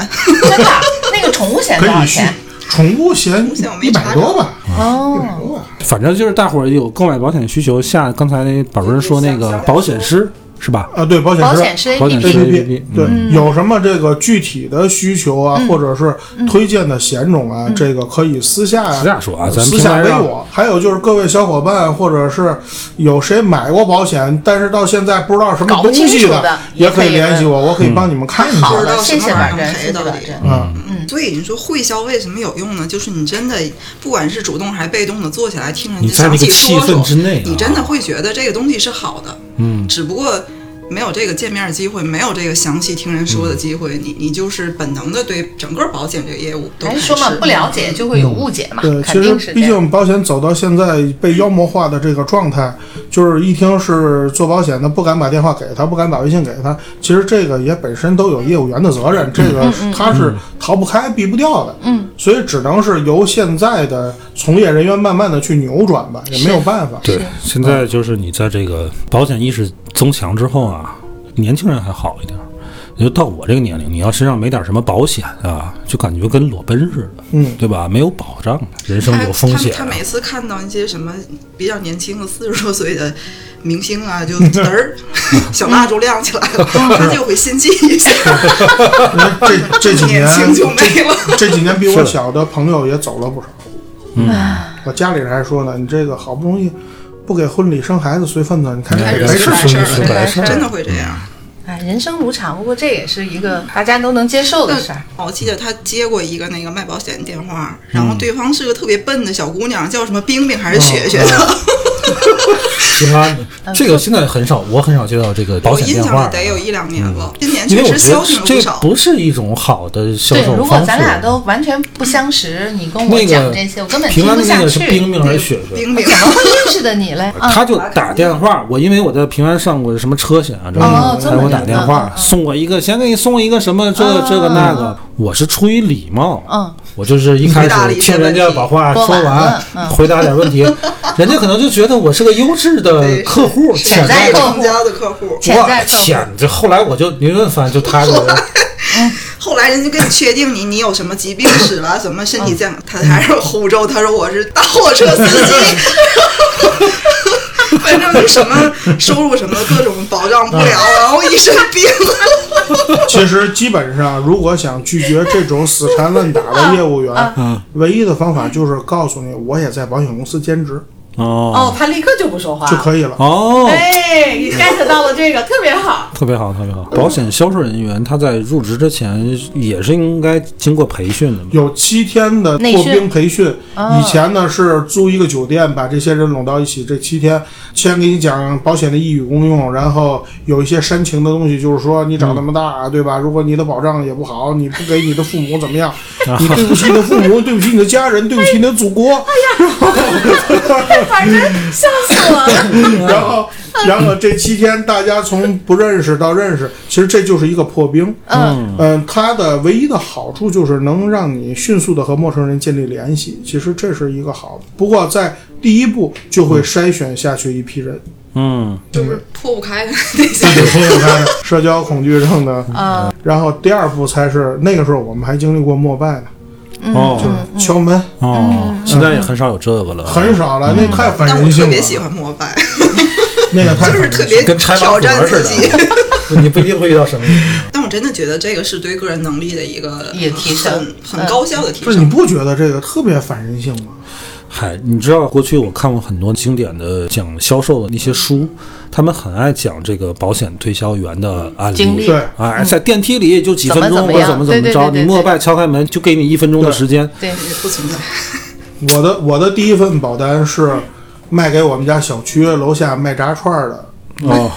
Speaker 3: 真
Speaker 5: (laughs)
Speaker 3: 的。那个宠物险
Speaker 4: 可
Speaker 3: 多少
Speaker 4: 以续
Speaker 3: 钱？
Speaker 4: 宠物险
Speaker 5: 物险我
Speaker 4: 一
Speaker 5: 没查
Speaker 4: 百多吧，一
Speaker 1: 嗯
Speaker 4: 百
Speaker 3: 哦，
Speaker 4: 多吧。
Speaker 1: (laughs) 反正就是大伙儿有购买保险需求，下刚才宝主任说那个保险师是吧？
Speaker 4: 啊，对，保险
Speaker 3: 保
Speaker 4: 师
Speaker 3: 险是
Speaker 1: 保险
Speaker 3: APP
Speaker 1: 嗯是
Speaker 4: APP
Speaker 1: APP，
Speaker 4: 对，嗯
Speaker 3: 嗯
Speaker 4: 有什么这个具体的需求啊，或者是推荐的险种
Speaker 3: 嗯
Speaker 4: 啊，这个可以私下
Speaker 1: 私下说啊咱们
Speaker 4: 私下
Speaker 1: 平台
Speaker 4: 为
Speaker 1: 上
Speaker 4: 我。还有就是各位小伙伴，或者是有谁买过保险，但是到现在不知道什么
Speaker 3: 搞不
Speaker 4: 东
Speaker 3: 清
Speaker 4: 西
Speaker 3: 楚的
Speaker 4: 也
Speaker 3: 也可
Speaker 4: 可
Speaker 3: 以
Speaker 4: 以联系我，我可以帮你们看一下
Speaker 3: 好。
Speaker 5: 不知
Speaker 3: 的，
Speaker 5: 道
Speaker 3: 谢谢
Speaker 5: 什么
Speaker 3: 板
Speaker 5: 玩意
Speaker 3: 正
Speaker 5: 儿，
Speaker 3: 谢谢哎
Speaker 5: 到底
Speaker 3: 板正。
Speaker 4: 嗯，
Speaker 5: 所以你说会销为什么有用呢？就是你真的不管是主动还是被动的做起来，听人
Speaker 1: 你
Speaker 5: 家
Speaker 1: 在那
Speaker 5: 详
Speaker 1: 个
Speaker 5: 细
Speaker 1: 气
Speaker 5: 说
Speaker 1: 氛
Speaker 5: 说，
Speaker 1: 之内啊
Speaker 5: 你真的会觉得这个东西是好的。
Speaker 1: 嗯，
Speaker 5: 只不过没有这个见面的机会，没有这个详细听人说的机会，你你就是本能的对整个保险这个业务都
Speaker 3: 还是说嘛
Speaker 5: 排，斥
Speaker 3: 不了解就会有误解嘛，
Speaker 1: 嗯
Speaker 4: 对，
Speaker 3: 肯
Speaker 4: 其
Speaker 3: 定
Speaker 4: 实
Speaker 3: 是
Speaker 4: 毕
Speaker 3: 这样。
Speaker 4: 竟保险走到现在被妖魔化的这个状态，就是一听是做保险的，不敢把电话给他，不敢把微信给他。其实这个也本身都有业务员的责任，这
Speaker 3: 嗯
Speaker 4: 个他是逃不开、避不掉的。嗯，所以只能是由现在的从业人员慢慢的去扭转吧，也没有办法。
Speaker 1: 对，现在就是你在这个保险意识增强之后啊，年轻人还好一点儿，也就到我这个年龄，你要身上没点什么保险啊，就感觉跟裸奔似的，
Speaker 4: 嗯，
Speaker 1: 对吧？没有保障，人生
Speaker 5: 他
Speaker 1: 有风险啊
Speaker 5: 他。他每次看到一些什么比较年轻的四十多岁的明星
Speaker 1: (laughs)
Speaker 5: 啊，就嘚儿小蜡烛亮起来了，他就会心悸一下，
Speaker 4: 因为这这几年
Speaker 5: 年轻就没了。
Speaker 4: 这几年比我小的朋友也走了不少。嗯，我家里人还说呢，你这个好不容易不给婚礼生孩子随份子，你看这
Speaker 5: 哎
Speaker 4: 没
Speaker 5: 人
Speaker 4: 事
Speaker 5: 是
Speaker 4: 儿
Speaker 5: 白事儿
Speaker 3: 是白事儿
Speaker 5: 真的会这样。
Speaker 3: 哎，人生无常，不过这也是一个大家都能接受的事儿。
Speaker 5: 哦我记得他接过一个那个卖保险的电话，然
Speaker 1: 嗯
Speaker 5: 后对方是个特别笨的小姑娘，叫什么冰冰还
Speaker 1: 哦
Speaker 5: 是雪雪的， (laughs)
Speaker 1: 啊，这个现在很少，我很少接到这个保
Speaker 5: 我
Speaker 1: 险
Speaker 5: 印
Speaker 1: 电
Speaker 5: 象
Speaker 1: 话啊嗯
Speaker 5: 里。得有一两年了。今年
Speaker 1: 因为
Speaker 5: 确
Speaker 1: 我
Speaker 5: 实
Speaker 1: 觉
Speaker 5: 消
Speaker 1: 得
Speaker 5: 停了不
Speaker 1: 这
Speaker 5: 少。
Speaker 1: 不是一种好的销
Speaker 3: 对，
Speaker 1: 售方式。啊
Speaker 3: 如果咱俩都完全不相识，你跟我
Speaker 1: 那
Speaker 3: 讲
Speaker 1: 个
Speaker 3: 这些，我根本听
Speaker 1: 平安
Speaker 3: 不
Speaker 1: 的那
Speaker 3: 下
Speaker 1: 个是
Speaker 3: 去。
Speaker 1: 冰冰还是雪雪？
Speaker 5: 冰冰
Speaker 3: 怎么会认识的你 (laughs) 嘞？啊，
Speaker 1: 他就打电话，我因为我在平安上过什么车险啊，这
Speaker 3: 哦
Speaker 1: 个
Speaker 3: 这
Speaker 1: 给
Speaker 3: 么
Speaker 1: 我
Speaker 3: 着
Speaker 1: 打电话
Speaker 3: 嗯嗯
Speaker 1: 送我一个，先给你送一个什么这
Speaker 3: 嗯
Speaker 1: 这个那
Speaker 3: 嗯
Speaker 1: 个，我是出于礼貌，
Speaker 3: 嗯，
Speaker 1: 我就是一开
Speaker 5: 回答了
Speaker 1: 始
Speaker 5: 一些
Speaker 1: 听人家
Speaker 5: 问题
Speaker 1: 把话
Speaker 3: 说
Speaker 1: 说
Speaker 3: 完
Speaker 1: 完
Speaker 3: 了嗯，
Speaker 1: 回答点
Speaker 3: (laughs)
Speaker 1: 问题，人家可能就觉得我是个优质的
Speaker 5: 对
Speaker 1: 客户，潜
Speaker 3: 在
Speaker 1: 在
Speaker 5: 在
Speaker 1: 的。
Speaker 5: 成家的客户，
Speaker 3: 潜在
Speaker 1: 我
Speaker 3: 客户
Speaker 1: 天，这后来我就您问翻就他这个人，
Speaker 5: 后来人家跟你确定你你有什么疾病史了， (laughs) 什么身体健康，他还是胡诌， (laughs) 他说我是大货车司机，反正就什么收入什么各种保障不了，然后一身病。 (laughs)
Speaker 4: 其实基本上，如果想拒绝这种死
Speaker 3: 嗯
Speaker 4: 缠烂打的业务员，唯一的方法就是告诉你，我也在保险公司兼职。
Speaker 1: 哦
Speaker 3: (laughs) 哦，他立刻就不说话
Speaker 4: 就可以了。
Speaker 1: 哦，
Speaker 3: 哎，你 get 到了这个，特别 (laughs) 好。
Speaker 1: 特别好，特别好。保险销售人员他在入职之前也是应该经过培训的嘛？
Speaker 4: 有七天的
Speaker 3: 内
Speaker 4: 破
Speaker 3: 训
Speaker 4: 冰培训。
Speaker 3: 哦
Speaker 4: 以前呢是租一个酒店，把这些人拢到一起，这七天先给你讲保险的异曲公用，然后有一些煽情的东西，就是说你长那么大，对吧？如果你的保障也不好，你不给你的父母怎么样？你对不起你的父母，对不起你的家人，对不起你的祖国。
Speaker 3: 反正笑死我了。
Speaker 5: (laughs)
Speaker 4: 然后，
Speaker 5: 嗯
Speaker 4: 然后这七天大家从不认识到认识，其实这就是一个破冰。
Speaker 3: 嗯，
Speaker 4: 嗯，它的唯一的好处就是能让你迅速的和陌生人建立联系，其实这是一个好的。不过在第一步就会筛选下去一批人，
Speaker 1: 嗯，
Speaker 5: 就是脱不开的那些
Speaker 4: 那。得从我开始社交恐惧症的。
Speaker 5: 嗯
Speaker 4: 嗯
Speaker 3: 啊，
Speaker 4: 然后第二步才是那个时候我们还经历过膜拜呢，
Speaker 3: 嗯
Speaker 1: 哦
Speaker 5: 嗯
Speaker 4: 敲门
Speaker 1: 哦，现在也很少有这个了，
Speaker 4: 很少了，那太反
Speaker 5: 但我
Speaker 4: 人性
Speaker 5: 特
Speaker 4: 了
Speaker 5: 别，喜欢膜拜，
Speaker 4: 那个太
Speaker 5: 就
Speaker 4: 反
Speaker 5: 是
Speaker 4: 人性
Speaker 5: 特
Speaker 4: 了
Speaker 5: 别
Speaker 1: 跟拆盲
Speaker 5: 挑战
Speaker 1: 盒
Speaker 5: 自
Speaker 1: 似
Speaker 5: 己。 (laughs)
Speaker 1: 的，你不一定会遇到什么人。
Speaker 5: 但我真的觉得这个是对个人能力的一个
Speaker 3: 也提升
Speaker 5: 很很高效的提
Speaker 4: 不是你
Speaker 5: 升。
Speaker 4: 不觉得这个特别反人性吗？
Speaker 1: 嗨，你知道过去我看过很多经典的讲销售的那些书，他们很爱讲这个保险推销员的案例。
Speaker 3: 经历
Speaker 4: 对，
Speaker 1: 哎，在电梯里就几分
Speaker 3: 怎么
Speaker 1: 钟，
Speaker 3: 怎么
Speaker 1: 或者
Speaker 3: 样
Speaker 1: 怎么怎么
Speaker 3: 对对
Speaker 1: 着，
Speaker 3: 对对
Speaker 1: 你膜拜敲开门就给你一分钟的
Speaker 4: 对
Speaker 1: 时间。
Speaker 3: 对，
Speaker 5: 不存在，
Speaker 4: 我的我的第一份保单是卖给我们家小区楼下卖炸串儿的，
Speaker 1: 哦，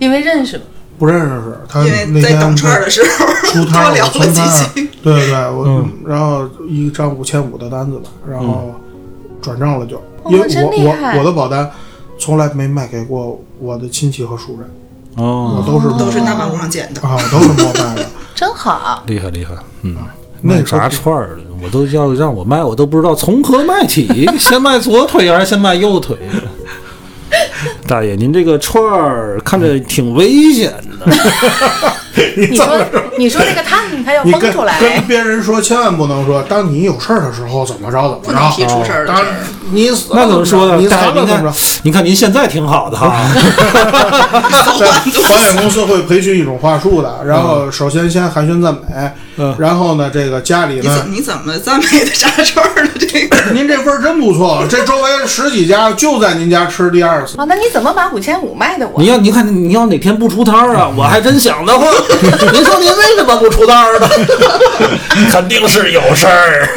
Speaker 3: 因为认识嘛。
Speaker 4: 不认识他
Speaker 5: 因
Speaker 4: 那
Speaker 5: 为在
Speaker 4: 天
Speaker 5: 等串儿的时候 (laughs)
Speaker 4: 出摊
Speaker 5: 多
Speaker 4: 儿，
Speaker 5: 聊
Speaker 4: 我从
Speaker 5: 了
Speaker 4: 他那
Speaker 5: 几
Speaker 4: 儿
Speaker 5: 句。
Speaker 4: 对 (laughs) 对对，我、然后一张五千五的单子吧，然后转账了就，
Speaker 3: 哦
Speaker 4: 因为
Speaker 3: 真
Speaker 4: 我
Speaker 3: 厉害
Speaker 4: 我我的保单从来没卖给过我的亲戚和熟人，我
Speaker 1: 哦，
Speaker 4: 都是
Speaker 5: 都是大马路上捡的。
Speaker 4: 啊都是摸卖的，
Speaker 3: 真好，
Speaker 1: 厉害厉害，嗯，
Speaker 4: 那
Speaker 1: 卖
Speaker 4: 个时候
Speaker 1: 炸串儿的，我都要让我卖，我都不知道从何卖起， (laughs) 先卖左腿还是先卖右腿？ (laughs) 大爷，您这个串儿看着挺危险的，
Speaker 3: 你
Speaker 4: (laughs)
Speaker 3: 说你说这个碳它要
Speaker 4: 你
Speaker 3: 崩
Speaker 4: 跟
Speaker 3: 出来，
Speaker 4: 跟别人说千万不能说，当你有事儿的时候怎么着怎
Speaker 5: 不
Speaker 4: 么着
Speaker 5: 能，提出事儿的
Speaker 4: 当
Speaker 5: 事儿，
Speaker 4: 你死了
Speaker 1: 那怎么说呢？
Speaker 4: 你死
Speaker 1: 大
Speaker 4: 了
Speaker 1: 爷，您
Speaker 4: 怎么
Speaker 1: 看
Speaker 4: 着？，
Speaker 1: 您看您现在挺好的哈， (laughs)
Speaker 4: 对，保险公司会培训一种话术的，然后首先先寒暄赞美，
Speaker 1: 嗯
Speaker 4: 然后呢，这个家里
Speaker 5: 你
Speaker 4: 呢
Speaker 5: 怎，你怎么赞美的炸串儿呢？这个
Speaker 4: 您这份儿真不错，这周围十几家就在您家吃第二次，
Speaker 3: 啊，那你怎么把五千五卖的我
Speaker 1: 你？要你看你要哪天不出摊儿啊，我还真想得慌。 (laughs) 您说您为什么不出摊儿 (laughs) 呢？肯定是有事儿。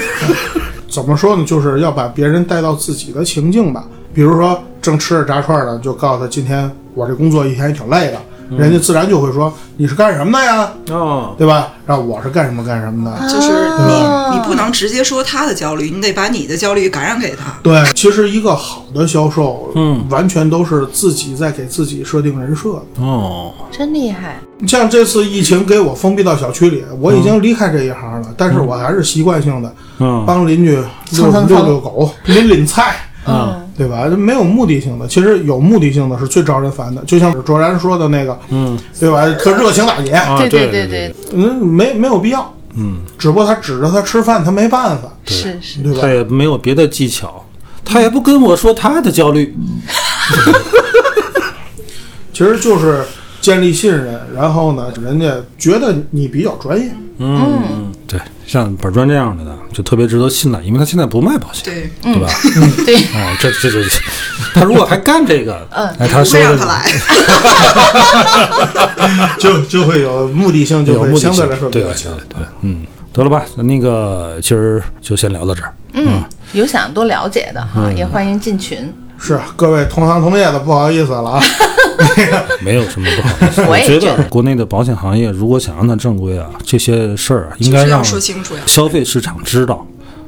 Speaker 4: 怎么说呢，就是要把别人带到自己的情境吧。比如说正吃着炸串儿呢，就告诉他今天我这工作一天也挺累的，
Speaker 1: 嗯
Speaker 4: 人家自然就会说你是干什么的呀，
Speaker 1: 哦，
Speaker 4: 对吧？然后我是干什么干什么的。
Speaker 5: 就是
Speaker 3: 啊
Speaker 5: 你，你不能直接说他的焦虑，你得把你的焦虑感染给他。
Speaker 4: 对，其实一个好的销售，
Speaker 1: 嗯，
Speaker 4: 完全都是自己在给自己设定人设的。
Speaker 1: 哦，
Speaker 3: (laughs) 真厉害，
Speaker 4: 像这次疫情给我封闭到小区里，我已经离开这一行了，但是我还是习惯性的
Speaker 1: 嗯，
Speaker 4: 帮邻居遛
Speaker 3: 蹭蹭蹭
Speaker 4: 遛遛狗、拎拎菜，
Speaker 1: 嗯
Speaker 4: 对吧？这没有目的性的，其实有目的性的是最招人烦的。就像卓然说的那个，
Speaker 1: 嗯，
Speaker 4: 对吧？特热情大姐，
Speaker 1: 啊，
Speaker 3: 对
Speaker 1: 对
Speaker 3: 对
Speaker 1: 对，
Speaker 4: 嗯，没没有必要。
Speaker 1: 嗯，
Speaker 4: 只不过他指着他吃饭，他没办法，
Speaker 3: 是是，
Speaker 4: 对吧
Speaker 1: 他？也没有别的技巧，他也不跟我说他的焦虑。
Speaker 4: 其实就是建立信任，然后呢，人家觉得你比较专业。
Speaker 1: 嗯，对，像板砖这样的呢，就特别值得信赖，因为他现在不卖保险，
Speaker 5: 对，
Speaker 1: 对吧？
Speaker 3: 嗯对，嗯
Speaker 1: 哎，这这这，这他如果还干这个，哎，他
Speaker 5: 不
Speaker 1: 说
Speaker 5: 会让
Speaker 1: 的
Speaker 5: 他来。
Speaker 4: (laughs) 就就会有目的性，就
Speaker 1: 有
Speaker 4: 会
Speaker 1: 目的
Speaker 4: 相对
Speaker 1: 性
Speaker 4: 来说比
Speaker 1: 对
Speaker 4: 较
Speaker 1: 对
Speaker 4: 强。
Speaker 1: 对，嗯，得了吧，那那个今儿就先聊到这儿。
Speaker 3: 嗯，有想多了解的哈，
Speaker 4: 嗯
Speaker 3: 也欢迎进群。
Speaker 4: 是各位同行同业的，不好意思了
Speaker 3: (laughs)
Speaker 4: 啊。
Speaker 1: 没有什么不好意思。
Speaker 3: 我
Speaker 1: 我
Speaker 3: 也
Speaker 1: 觉
Speaker 3: 觉
Speaker 1: 得
Speaker 3: 得
Speaker 1: 国内的保险行业如果想让它正规啊，这些事儿啊应该
Speaker 5: 就是要
Speaker 1: 让
Speaker 5: 说清楚呀
Speaker 1: 消费市场知道，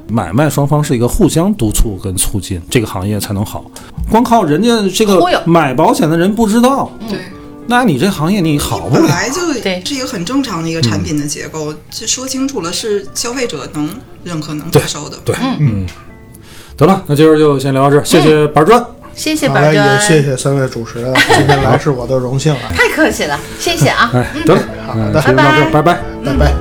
Speaker 1: 买卖双方是一个互相督促跟促进，这个行业才能好。光靠人家这个
Speaker 3: 忽悠
Speaker 1: 买保险的人不知道，
Speaker 5: 对，
Speaker 1: 那你这行业你好不嗯
Speaker 5: 本
Speaker 1: 了。
Speaker 5: 来就
Speaker 3: 对
Speaker 5: 这一个很正常的一个产品的结构，就说清楚了是消费者能认可、能接受的。
Speaker 1: 对，嗯，得了，那今儿就先聊到这儿，谢
Speaker 3: 嗯
Speaker 1: 谢板砖。
Speaker 3: 谢谢
Speaker 4: 好
Speaker 3: 板
Speaker 4: 嘞，也
Speaker 3: 砖，
Speaker 4: 谢谢三位主持人，今天来是我的荣幸啊， (laughs)
Speaker 3: 太客气了，谢谢啊。
Speaker 1: 哎，得了，
Speaker 4: 好
Speaker 1: 嗯
Speaker 4: 的
Speaker 1: 今儿到这儿，
Speaker 3: 拜
Speaker 1: 拜拜。
Speaker 4: 拜拜。